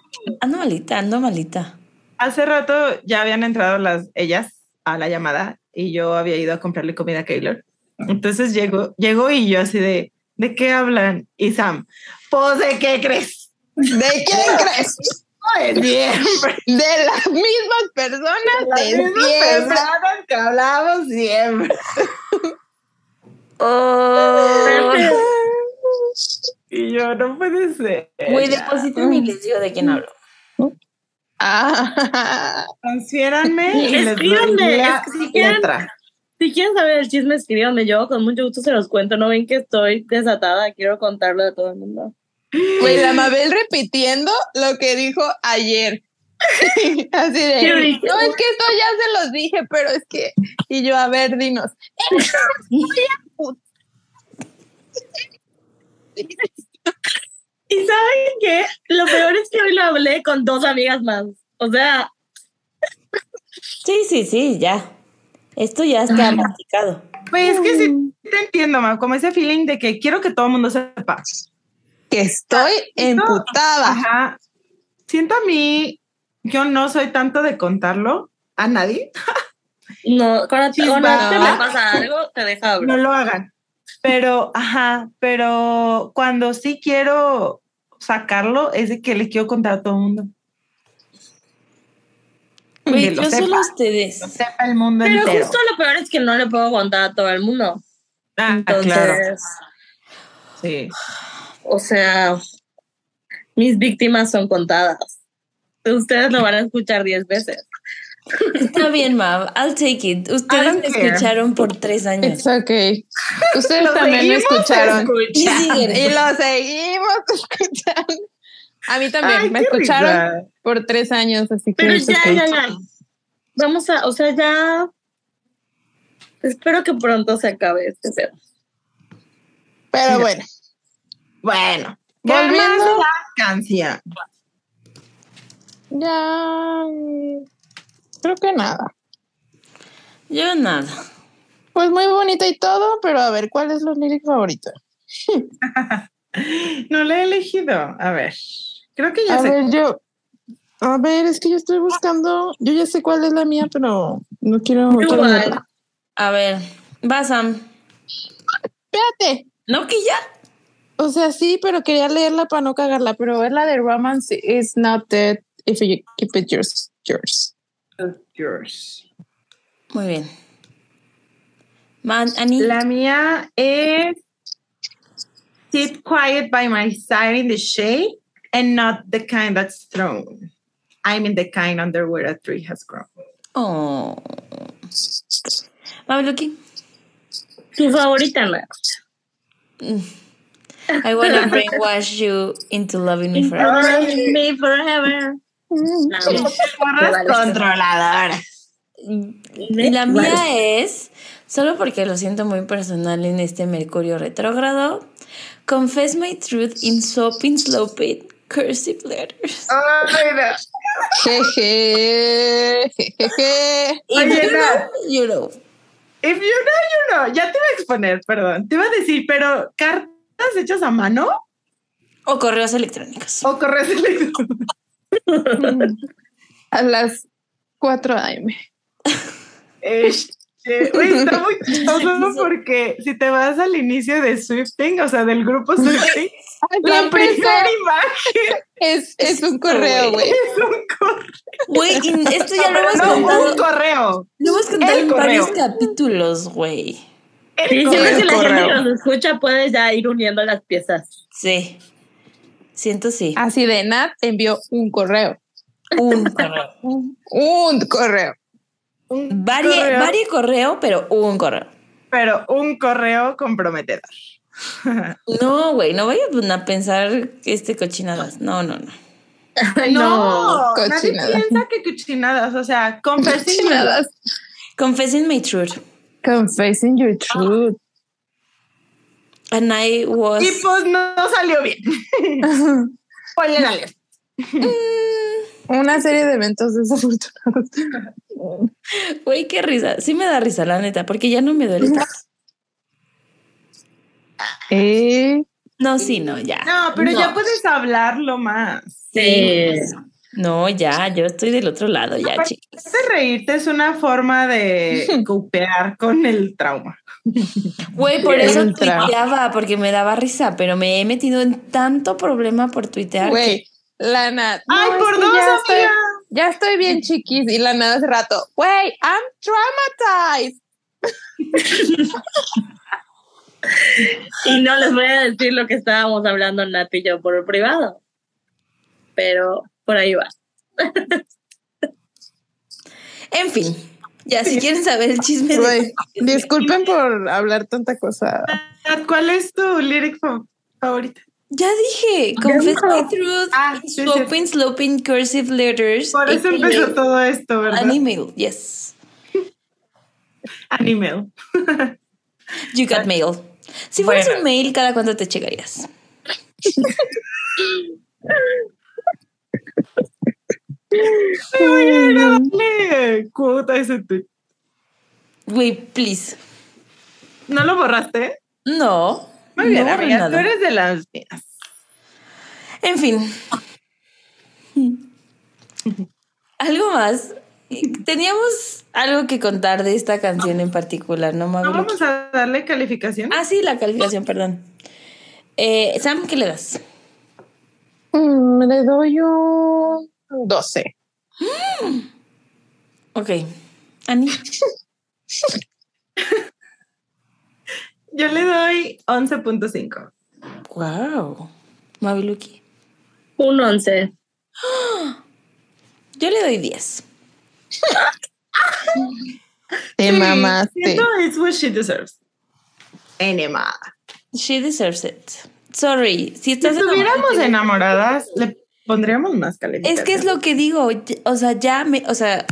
[SPEAKER 2] Ando malita, ando malita.
[SPEAKER 4] hace rato ya habían entrado las, ellas a la llamada y yo había ido a comprarle comida a Keylor. Entonces llegó, llegó y yo así de, ¿de qué hablan? Y Sam, pues, ¿de qué crees?
[SPEAKER 3] ¿De quién crees?
[SPEAKER 4] Pues siempre.
[SPEAKER 3] De las mismas personas
[SPEAKER 4] Las
[SPEAKER 3] de
[SPEAKER 4] mismas
[SPEAKER 3] siempre.
[SPEAKER 4] personas que hablamos siempre.
[SPEAKER 2] Oh,
[SPEAKER 4] Y yo, no puede ser.
[SPEAKER 2] güey, depositen
[SPEAKER 3] Mm.
[SPEAKER 2] y les digo de quién hablo.
[SPEAKER 3] Ah,
[SPEAKER 4] Transfiéranme y les doy
[SPEAKER 5] Escríbanme,
[SPEAKER 4] la
[SPEAKER 5] es que si quieren-
[SPEAKER 4] letra.
[SPEAKER 5] Si quieren saber el chisme, escríbanme yo, con mucho gusto se los cuento. No ven que estoy desatada, quiero contarlo de todo el mundo.
[SPEAKER 3] Güey, la Mabel repitiendo lo que dijo ayer. Así
[SPEAKER 5] ¿Qué
[SPEAKER 3] de.
[SPEAKER 5] dije?
[SPEAKER 3] No, es que esto ya se los dije, pero es que. Y yo, a ver, dinos.
[SPEAKER 5] Y saben qué? Lo peor es que hoy lo hablé con dos amigas más. O sea,
[SPEAKER 2] Sí, sí, sí, ya. Esto ya está masticado.
[SPEAKER 4] Pues es que sí te entiendo, ma, como ese feeling de que quiero que todo el mundo sepa.
[SPEAKER 3] Que estoy emputada.
[SPEAKER 4] Ajá. Siento a mí, yo no soy tanto de contarlo a nadie.
[SPEAKER 5] no, con a ti,
[SPEAKER 4] Chisma.
[SPEAKER 5] o no te me pasa algo, te deja
[SPEAKER 4] No
[SPEAKER 5] hablar.
[SPEAKER 4] lo hagan. Pero, ajá, pero cuando sí quiero sacarlo, es de que le quiero contar a todo el mundo. Que
[SPEAKER 2] Güey,
[SPEAKER 4] lo
[SPEAKER 2] yo solo
[SPEAKER 4] sepa.
[SPEAKER 2] a ustedes.
[SPEAKER 4] Lo sepa el mundo
[SPEAKER 5] Pero
[SPEAKER 4] entero.
[SPEAKER 5] justo lo peor es que no le puedo contar a todo el mundo.
[SPEAKER 4] Ah,
[SPEAKER 5] Entonces,
[SPEAKER 4] claro. Sí.
[SPEAKER 5] o sea, mis víctimas son contadas. Ustedes lo van a escuchar diez veces.
[SPEAKER 2] Está bien, Mav. I'll take it. Ustedes
[SPEAKER 4] don't
[SPEAKER 2] me
[SPEAKER 4] care.
[SPEAKER 2] escucharon por tres años.
[SPEAKER 3] It's okay. Ustedes
[SPEAKER 4] Lo
[SPEAKER 3] también me
[SPEAKER 4] seguimos
[SPEAKER 3] escucharon.
[SPEAKER 2] Y
[SPEAKER 4] escuchando.
[SPEAKER 2] siguen.
[SPEAKER 3] Y lo seguimos escuchando. A mí también
[SPEAKER 4] Ay,
[SPEAKER 3] me
[SPEAKER 4] qué
[SPEAKER 3] escucharon
[SPEAKER 4] risa.
[SPEAKER 3] por tres años, así que.
[SPEAKER 5] Pero
[SPEAKER 3] it's
[SPEAKER 5] ya,
[SPEAKER 3] okay.
[SPEAKER 5] ya, ya. Vamos a, o sea, ya. Espero que pronto se acabe este pedo.
[SPEAKER 3] Pero bueno,
[SPEAKER 4] Bueno,
[SPEAKER 3] Volviendo.
[SPEAKER 4] volviendo a la canción.
[SPEAKER 3] ya. mm, Creo que nada.
[SPEAKER 2] Yo nada.
[SPEAKER 3] Pues muy bonita y todo, pero a ver, ¿cuál es los lyrics favoritos?
[SPEAKER 4] No la he elegido. A ver. Creo que ya
[SPEAKER 3] A
[SPEAKER 4] sé.
[SPEAKER 3] ver, yo. A ver, es que yo estoy buscando. Yo ya sé cuál es la mía, pero no quiero. quiero
[SPEAKER 5] Igual.
[SPEAKER 3] verla.
[SPEAKER 2] A ver, vas, Sam.
[SPEAKER 3] Espérate.
[SPEAKER 2] ¿No que ya?
[SPEAKER 3] O sea, sí, pero quería leerla para no cagarla, pero es la de Romance is not dead if you keep it yours. yours.
[SPEAKER 4] Yours.
[SPEAKER 2] Muy bien. Man, Ani.
[SPEAKER 4] La mía es Sit quiet by my side in the shade and not the kind that's thrown. I mean the kind under where a tree has grown.
[SPEAKER 2] Oh. Mabel, ¿qué?
[SPEAKER 5] Tu favorita, Nat.
[SPEAKER 2] I wanna brainwash you into loving me forever.
[SPEAKER 5] Me forever. No.
[SPEAKER 4] Porras controladoras.
[SPEAKER 2] Y La mía es, solo porque lo siento muy personal en este Mercurio retrógrado, Confess my truth in sopping, sloping, cursive letters.
[SPEAKER 4] Ay, no.
[SPEAKER 3] Jeje, jejeje.
[SPEAKER 2] If you
[SPEAKER 4] Oye, Nat.
[SPEAKER 2] know, you know.
[SPEAKER 4] If you know, you know. Ya te iba a exponer, perdón. Te iba a decir, pero cartas hechas a mano
[SPEAKER 2] O correos electrónicos.
[SPEAKER 4] o correos electrónicos.
[SPEAKER 3] A las 4 a.m.
[SPEAKER 4] Este, güey, está muy chistoso porque si te vas al inicio de Swifting, o sea, del grupo Swifting, la primera imagen
[SPEAKER 3] es, es un correo, güey.
[SPEAKER 4] es un correo.
[SPEAKER 2] Güey, y esto ya lo hemos
[SPEAKER 4] No, un
[SPEAKER 2] contado.
[SPEAKER 4] correo.
[SPEAKER 2] Lo hemos contado
[SPEAKER 4] El
[SPEAKER 2] en varios
[SPEAKER 4] correo.
[SPEAKER 2] capítulos, güey.
[SPEAKER 5] Sí, siempre que la gente
[SPEAKER 4] correo.
[SPEAKER 5] que nos escucha puedes ya ir uniendo las piezas.
[SPEAKER 2] Sí. Siento sí.
[SPEAKER 3] Así de Nat envió un correo.
[SPEAKER 2] Un correo.
[SPEAKER 3] Un correo.
[SPEAKER 1] Un
[SPEAKER 2] Varie
[SPEAKER 1] correo,
[SPEAKER 2] varie correo, pero un correo.
[SPEAKER 4] Pero un correo comprometedor.
[SPEAKER 2] No, güey, no vayan a pensar este cochinadas. No, no, no.
[SPEAKER 3] Ay,
[SPEAKER 4] No, nadie
[SPEAKER 3] cochinadas.
[SPEAKER 4] piensa que cochinadas, o sea, confessing
[SPEAKER 3] Cochinadas.
[SPEAKER 2] Confessing my truth.
[SPEAKER 3] Confessing your
[SPEAKER 4] Ah.
[SPEAKER 3] truth.
[SPEAKER 2] And I was.
[SPEAKER 4] y pues no, no salió bien. Ponle la alerta.
[SPEAKER 3] Una serie de eventos desafortunados.
[SPEAKER 2] Güey, qué risa. Sí me da risa, la neta, porque ya no me duele. tanto.
[SPEAKER 3] Eh,
[SPEAKER 2] No, sí, no, ya.
[SPEAKER 4] No, pero
[SPEAKER 5] No.
[SPEAKER 4] ya puedes hablarlo más.
[SPEAKER 5] Sí.
[SPEAKER 2] No, ya, yo estoy del otro lado, ya,
[SPEAKER 4] Aparte-
[SPEAKER 2] chicas.
[SPEAKER 4] Este reírte es una forma de copear con el trauma.
[SPEAKER 2] Güey, por eso
[SPEAKER 3] Ultra.
[SPEAKER 2] tuiteaba, porque me daba risa, pero me he metido en tanto problema por tuitear.
[SPEAKER 3] Güey, la Nat.
[SPEAKER 4] Ay,
[SPEAKER 3] no, es
[SPEAKER 4] por
[SPEAKER 3] que
[SPEAKER 4] dos,
[SPEAKER 3] ya
[SPEAKER 4] amiga.
[SPEAKER 3] estoy, ya estoy bien chiquis. Y la Nat hace rato. Güey, I'm traumatized.
[SPEAKER 5] Y no les voy a decir lo que estábamos hablando Nat y yo por privado. Pero por ahí va.
[SPEAKER 2] que- En fin, ya, si quieren saber el chisme.
[SPEAKER 3] Güey,
[SPEAKER 2] De...
[SPEAKER 3] disculpen por hablar tanta cosa.
[SPEAKER 4] Nat, ¿Cuál es tu lyric fa- favorita?
[SPEAKER 2] Ya dije, confess my truth,
[SPEAKER 4] Ah,
[SPEAKER 2] in
[SPEAKER 4] sí, sí.
[SPEAKER 2] sloping, sloping, cursive letters.
[SPEAKER 4] Por eso
[SPEAKER 2] aka,
[SPEAKER 4] empezó todo esto, ¿verdad?
[SPEAKER 2] An email, yes.
[SPEAKER 4] Animal.
[SPEAKER 3] Mm.
[SPEAKER 2] You got mail. Si fueras un mail, ¿cada cuánto te checarías?
[SPEAKER 4] Me voy a ir a darle cuota a ese tweet.
[SPEAKER 2] Güey, please.
[SPEAKER 4] ¿No lo borraste?
[SPEAKER 2] No.
[SPEAKER 4] Muy bien,
[SPEAKER 2] no borré
[SPEAKER 4] amiga.
[SPEAKER 2] nada.
[SPEAKER 4] Tú eres de las mías.
[SPEAKER 2] En fin. Algo más. Teníamos algo que contar de esta canción en particular, ¿no,
[SPEAKER 4] ¿No
[SPEAKER 2] Mauro?
[SPEAKER 4] vamos a darle calificación?
[SPEAKER 2] Ah, sí, la calificación, perdón. Eh, Sam, ¿qué le das?
[SPEAKER 3] Mm, le doy un 12.
[SPEAKER 2] Ok. Ani.
[SPEAKER 4] Yo le doy 11.5.
[SPEAKER 2] Wow. Mabiluki.
[SPEAKER 5] Un once.
[SPEAKER 2] Yo le doy 10.
[SPEAKER 3] Te
[SPEAKER 4] Sí,
[SPEAKER 3] mamaste.
[SPEAKER 4] Siento it's what she deserves. Enema.
[SPEAKER 2] She deserves it. Sorry. Si
[SPEAKER 4] Si
[SPEAKER 2] estás
[SPEAKER 4] estuviéramos
[SPEAKER 2] enamorada-
[SPEAKER 4] enamoradas, le pondríamos más calificación.
[SPEAKER 2] Es que es lo que digo, y- o sea, ya me, o sea,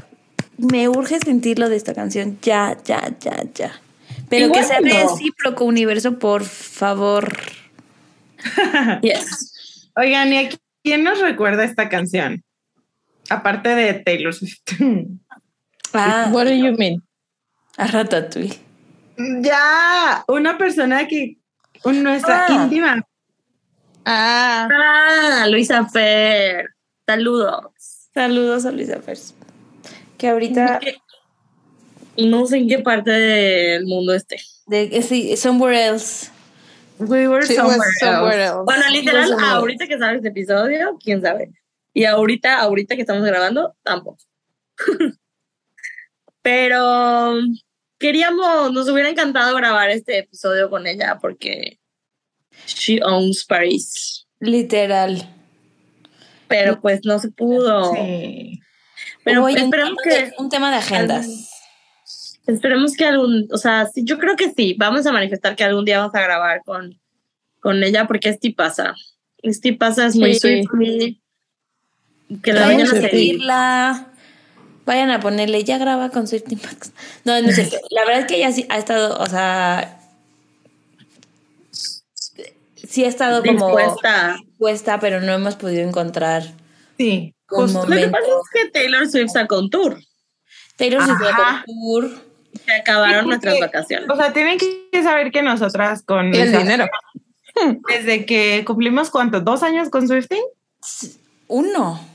[SPEAKER 2] me urge sentirlo de esta canción, ya, ya, ya, ya. Pero
[SPEAKER 5] Igual
[SPEAKER 2] que sea
[SPEAKER 5] no.
[SPEAKER 2] recíproco, universo, por favor.
[SPEAKER 5] Yes.
[SPEAKER 4] Oigan, ¿y a quién nos recuerda esta canción? Aparte de Taylor Swift.
[SPEAKER 2] Ah,
[SPEAKER 3] What do you mean?
[SPEAKER 2] a Ratatouille.
[SPEAKER 4] ya, una persona que un- nuestra
[SPEAKER 2] Ah.
[SPEAKER 4] íntima.
[SPEAKER 3] Ah,
[SPEAKER 5] Ah, Luisa Fer. Saludos.
[SPEAKER 2] Saludos a Luisa Pers. Que ahorita,
[SPEAKER 5] No sé en qué parte del mundo esté.
[SPEAKER 2] de, eh, sí, Somewhere Else.
[SPEAKER 4] We were
[SPEAKER 3] she
[SPEAKER 4] somewhere,
[SPEAKER 3] was somewhere else.
[SPEAKER 5] Bueno, literal,
[SPEAKER 2] no sé.
[SPEAKER 5] ahorita que sale este episodio, quién sabe. Y ahorita, ahorita que estamos grabando, tampoco. Pero queríamos, nos hubiera encantado grabar este episodio con ella porque she owns Paris.
[SPEAKER 2] Literal.
[SPEAKER 5] Pero pues no se
[SPEAKER 4] Oh.
[SPEAKER 5] pudo.
[SPEAKER 4] Sí.
[SPEAKER 5] Pero
[SPEAKER 2] Oye,
[SPEAKER 5] esperemos
[SPEAKER 2] un tema
[SPEAKER 5] que,
[SPEAKER 2] de- un tema de agendas.
[SPEAKER 5] esperemos que algún, o sea, sí, yo creo que sí, vamos a manifestar que algún día vamos a grabar con, con ella porque es tipaza. Es tipaza, es muy
[SPEAKER 3] Sí.
[SPEAKER 5] sweet. Que la
[SPEAKER 2] vayan
[SPEAKER 5] vayan
[SPEAKER 2] a
[SPEAKER 5] a seguir.
[SPEAKER 2] seguirla. Vayan a ponerle, ya graba con Swift Max. No, no es cierto. La verdad es que ella sí ha estado, o sea. Sí ha estado como.
[SPEAKER 5] dispuesta.
[SPEAKER 2] dispuesta, pero no hemos podido encontrar
[SPEAKER 4] Sí,
[SPEAKER 2] un
[SPEAKER 4] justo.
[SPEAKER 5] Lo que
[SPEAKER 2] momento.
[SPEAKER 5] pasa es que Taylor Swift sacó un tour.
[SPEAKER 2] Taylor Swift va
[SPEAKER 4] Ajá.
[SPEAKER 2] con tour.
[SPEAKER 5] Se acabaron
[SPEAKER 4] Sí,
[SPEAKER 5] nuestras
[SPEAKER 4] porque-
[SPEAKER 5] vacaciones.
[SPEAKER 4] O sea, tienen que saber que nosotras con
[SPEAKER 3] el
[SPEAKER 4] Luisa,
[SPEAKER 3] dinero.
[SPEAKER 4] desde que cumplimos cuánto, dos años con Swifting,
[SPEAKER 2] Uno.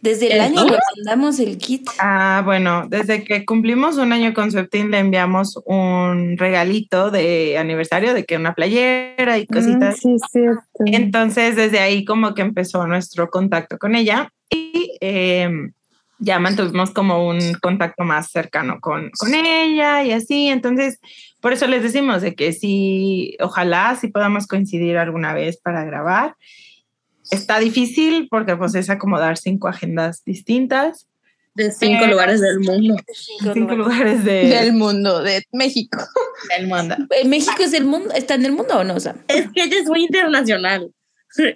[SPEAKER 2] Desde el,
[SPEAKER 5] ¿El
[SPEAKER 2] año
[SPEAKER 5] tour?
[SPEAKER 2] que mandamos el kit.
[SPEAKER 4] Ah, bueno, desde que cumplimos un año con Swiftin le enviamos un regalito de aniversario, de que una playera y cositas.
[SPEAKER 3] Mm, sí, es cierto.
[SPEAKER 4] Entonces, desde ahí como que empezó nuestro contacto con ella. Y eh, ya mantuvimos como un contacto más cercano con, con ella y así. Entonces, por eso les decimos de que sí, ojalá sí podamos coincidir alguna vez para grabar. Está difícil porque pues es acomodar cinco agendas distintas,
[SPEAKER 5] De cinco
[SPEAKER 4] Pero-
[SPEAKER 5] lugares del mundo.
[SPEAKER 2] Cinco
[SPEAKER 4] cinco
[SPEAKER 2] lugares.
[SPEAKER 4] lugares de,
[SPEAKER 3] del mundo, de México.
[SPEAKER 4] del mundo.
[SPEAKER 2] Eh, México es el mundo, está en el mundo o no, Sam?
[SPEAKER 5] Es que ella es muy internacional.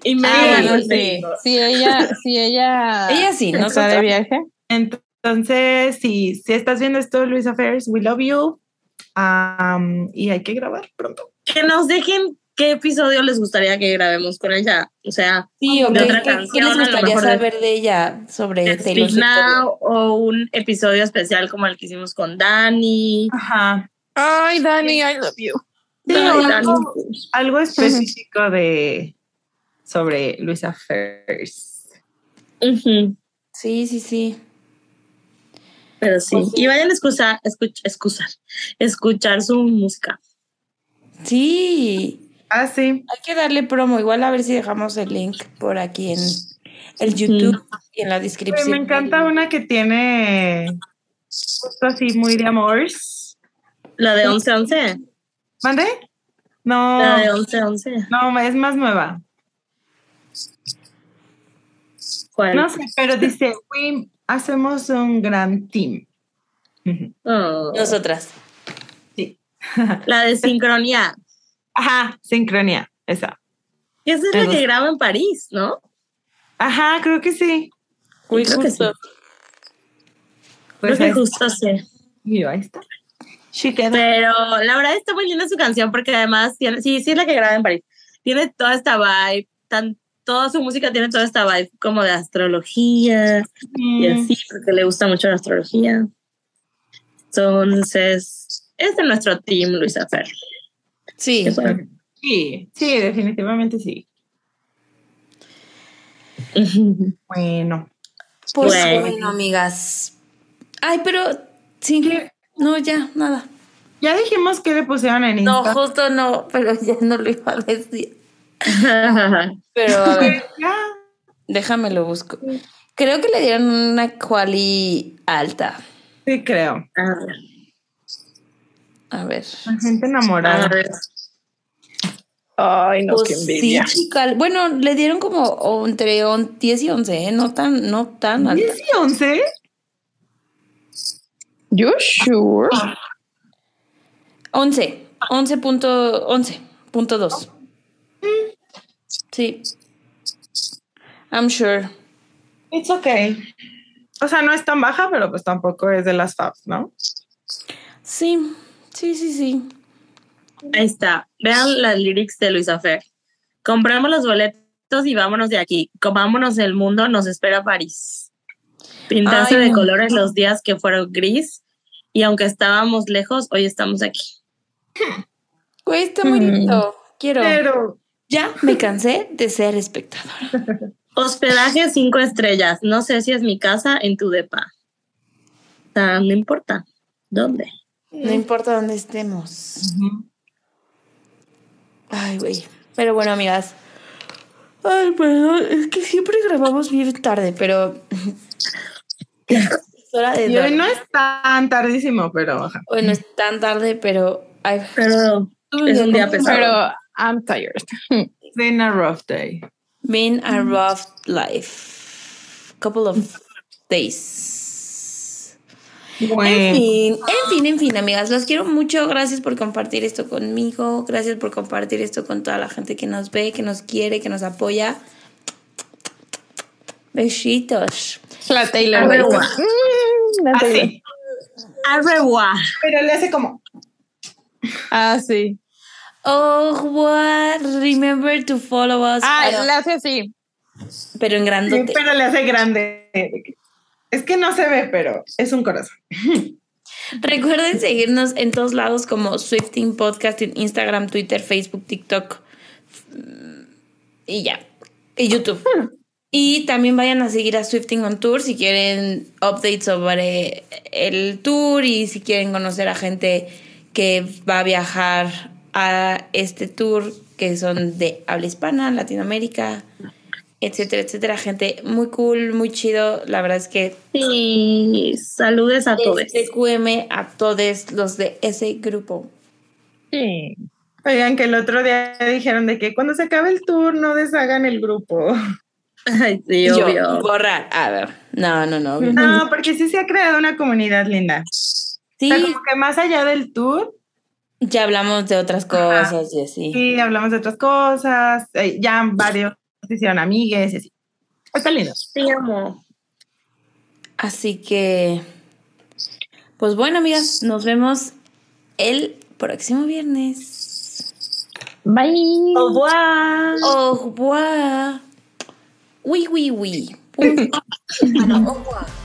[SPEAKER 5] Y me
[SPEAKER 3] Ah,
[SPEAKER 5] digo,
[SPEAKER 3] bueno, sí. Si ella, si ella,
[SPEAKER 5] Ah,
[SPEAKER 2] Ella sí,
[SPEAKER 3] está
[SPEAKER 2] nosotras.
[SPEAKER 3] de viaje.
[SPEAKER 4] Entonces, si, si estás viendo esto, Luisa Affairs, we love you. Am, y hay que grabar pronto.
[SPEAKER 5] Que nos dejen qué episodio les gustaría que grabemos con ella. O sea,
[SPEAKER 2] Sí, o
[SPEAKER 5] de
[SPEAKER 2] qué-
[SPEAKER 5] otra
[SPEAKER 2] qué- ¿Qué
[SPEAKER 5] canción, a
[SPEAKER 2] les
[SPEAKER 5] lo
[SPEAKER 2] gustaría
[SPEAKER 5] mejor de-
[SPEAKER 2] saber de ella sobre
[SPEAKER 4] este,
[SPEAKER 2] Taylor
[SPEAKER 5] Speak
[SPEAKER 2] Swift?
[SPEAKER 5] Now o un episodio especial como el que hicimos con Dani.
[SPEAKER 4] Ajá.
[SPEAKER 3] Ay, Dani, I love you.
[SPEAKER 4] Sí,
[SPEAKER 5] Ay,
[SPEAKER 4] o
[SPEAKER 5] Dani.
[SPEAKER 4] algo, algo específico de sobre Luisa Fairs.
[SPEAKER 5] Ujú,
[SPEAKER 2] Sí, sí, sí.
[SPEAKER 5] Pero sí. Y vayan a escuchar, escuch- escuchar, escuchar su música.
[SPEAKER 2] Sí.
[SPEAKER 4] Ah, sí.
[SPEAKER 2] Hay que darle promo, igual a ver si dejamos el link por aquí en el YouTube y en la
[SPEAKER 4] Güey,
[SPEAKER 2] descripción.
[SPEAKER 4] me encanta una que tiene justo así muy de amores.
[SPEAKER 5] La de 11-11.
[SPEAKER 4] ¿Mande? No,
[SPEAKER 5] La de 11-11.
[SPEAKER 4] no, es más nueva.
[SPEAKER 5] ¿Cuál?
[SPEAKER 4] No sé, pero dice, "We hacemos un gran team. Ujú.
[SPEAKER 5] Oh.
[SPEAKER 2] Nosotras.
[SPEAKER 4] Sí.
[SPEAKER 5] La de Sincronía.
[SPEAKER 4] Ajá, sincronía, esa.
[SPEAKER 5] Que esa es
[SPEAKER 4] Me
[SPEAKER 5] la que
[SPEAKER 4] gusta.
[SPEAKER 5] graba en París, ¿no?
[SPEAKER 4] Ajá, creo que sí.
[SPEAKER 2] Muy
[SPEAKER 5] Creo que
[SPEAKER 2] justo.
[SPEAKER 4] Pues
[SPEAKER 5] Creo
[SPEAKER 4] ahí,
[SPEAKER 5] que justo sí.
[SPEAKER 4] mira, ahí está. She quedó.
[SPEAKER 5] Pero la verdad está muy linda su canción porque además tiene, sí, sí es la que graba en París. Tiene toda esta vibe, tan, toda su música tiene toda esta vibe como de astrología y
[SPEAKER 4] Mm,
[SPEAKER 5] así, porque le gusta mucho la astrología. Entonces, es de nuestro team, Luisa Fer.
[SPEAKER 2] Sí.
[SPEAKER 5] Qué padre.
[SPEAKER 4] Sí, sí, definitivamente sí. Bueno.
[SPEAKER 2] Pues
[SPEAKER 5] Bueno.
[SPEAKER 2] bueno, amigas. Ay, pero sí. No, ya, nada.
[SPEAKER 4] Ya dijimos que le pusieron en
[SPEAKER 2] No,
[SPEAKER 4] Instagram.
[SPEAKER 2] justo no, pero ya no lo iba a decir.
[SPEAKER 5] Ah,
[SPEAKER 2] Pero a ver, déjame lo busco. Creo que le dieron una quali alta.
[SPEAKER 4] sí, creo.
[SPEAKER 5] A ver,
[SPEAKER 2] A ver.
[SPEAKER 4] La gente
[SPEAKER 5] a
[SPEAKER 4] enamorada.
[SPEAKER 5] ver.
[SPEAKER 3] Ay, no,
[SPEAKER 2] Pues
[SPEAKER 3] qué
[SPEAKER 2] sí,
[SPEAKER 3] envidia.
[SPEAKER 2] chica. Bueno, le dieron como entre on- 10 y 11, ¿eh? No tan, no tan alta.
[SPEAKER 4] ¿10 y 11?
[SPEAKER 3] You sure?
[SPEAKER 2] 11, 11.11.2. Sí. I'm sure.
[SPEAKER 4] It's okay. O sea, no es tan baja, pero pues tampoco es de las FABs, ¿no?
[SPEAKER 2] Sí, sí, sí, sí.
[SPEAKER 5] Ahí está. Vean las lyrics de Luisa Fer. Compramos los boletos y vámonos de aquí. Comámonos el mundo, nos espera París. Pintarse
[SPEAKER 2] Ay,
[SPEAKER 5] de
[SPEAKER 2] no.
[SPEAKER 5] colores los días que fueron gris. Y aunque estábamos lejos, hoy estamos aquí.
[SPEAKER 2] Güey, está muy
[SPEAKER 3] Mm.
[SPEAKER 2] lindo. Quiero.
[SPEAKER 4] Pero
[SPEAKER 2] Ya me cansé de ser espectadora.
[SPEAKER 5] Hospedaje cinco estrellas. No sé si es mi casa en tu depa. O sea, no importa. ¿Dónde?
[SPEAKER 2] No importa dónde estemos. Ay, güey. Pero bueno, amigas. Ay, perdón. Es que siempre grabamos bien tarde, pero. es hora de
[SPEAKER 4] y hoy
[SPEAKER 2] dormir.
[SPEAKER 4] no es tan tardísimo, pero ajá.
[SPEAKER 2] Hoy no es tan tarde, pero. Ay,
[SPEAKER 5] Pero es un día pesado.
[SPEAKER 3] Pero I'm tired.
[SPEAKER 4] It's been a rough day.
[SPEAKER 2] Been a rough life. Couple of days. En
[SPEAKER 4] Bueno.
[SPEAKER 2] fin, en fin, en fin, amigas, las quiero mucho. Gracias por compartir esto conmigo. Gracias por compartir esto con toda la gente que nos ve, que nos quiere, que nos apoya. Besitos.
[SPEAKER 3] La Taylor.
[SPEAKER 5] A ver,
[SPEAKER 3] güey.
[SPEAKER 5] guau.
[SPEAKER 3] Mm, la Taylor.
[SPEAKER 4] Así.
[SPEAKER 5] Arreguá.
[SPEAKER 4] Pero le hace como.
[SPEAKER 3] Ah, sí.
[SPEAKER 2] Oh, what? Remember to follow us.
[SPEAKER 3] Ah,
[SPEAKER 2] Ah, no,
[SPEAKER 3] la hace así.
[SPEAKER 2] Pero en
[SPEAKER 4] Sí,
[SPEAKER 2] grandote.
[SPEAKER 4] pero le hace grande. Es que no se ve, pero es un corazón.
[SPEAKER 2] Recuerden seguirnos en todos lados como Swifting Podcast en Instagram, Twitter, Facebook, TikTok mm, y ya. Y YouTube. Y también vayan a seguir a Swifting on Tour si quieren updates sobre el tour y si quieren conocer a gente que va a viajar a este tour que son de habla hispana, Latinoamérica etcétera, etcétera. Gente muy cool, muy chido. La verdad es que
[SPEAKER 5] Sí, saludes a todos.
[SPEAKER 2] desde QM a todos los de ese grupo.
[SPEAKER 3] Sí.
[SPEAKER 4] Oigan, que el otro día dijeron de que cuando se acabe el tour no deshagan el grupo.
[SPEAKER 5] Ay, sí,
[SPEAKER 2] Y yo,
[SPEAKER 5] obvio.
[SPEAKER 2] borrar. A ver, no, no, no. obvio.
[SPEAKER 4] No, porque sí se ha creado una comunidad linda.
[SPEAKER 2] Sí,
[SPEAKER 4] O sea, como que más allá del tour,
[SPEAKER 2] ya hablamos de otras
[SPEAKER 4] Ajá.
[SPEAKER 2] cosas y así.
[SPEAKER 4] sí hablamos de otras cosas, eh, ya varios se hicieron amigues y así. Está lindo.
[SPEAKER 5] Te amo.
[SPEAKER 2] Así que, pues bueno, amigas, nos vemos el próximo viernes.
[SPEAKER 3] Bye.
[SPEAKER 4] Au revoir.
[SPEAKER 2] Au revoir. Oui, oui, oui. Punto. Au revoir.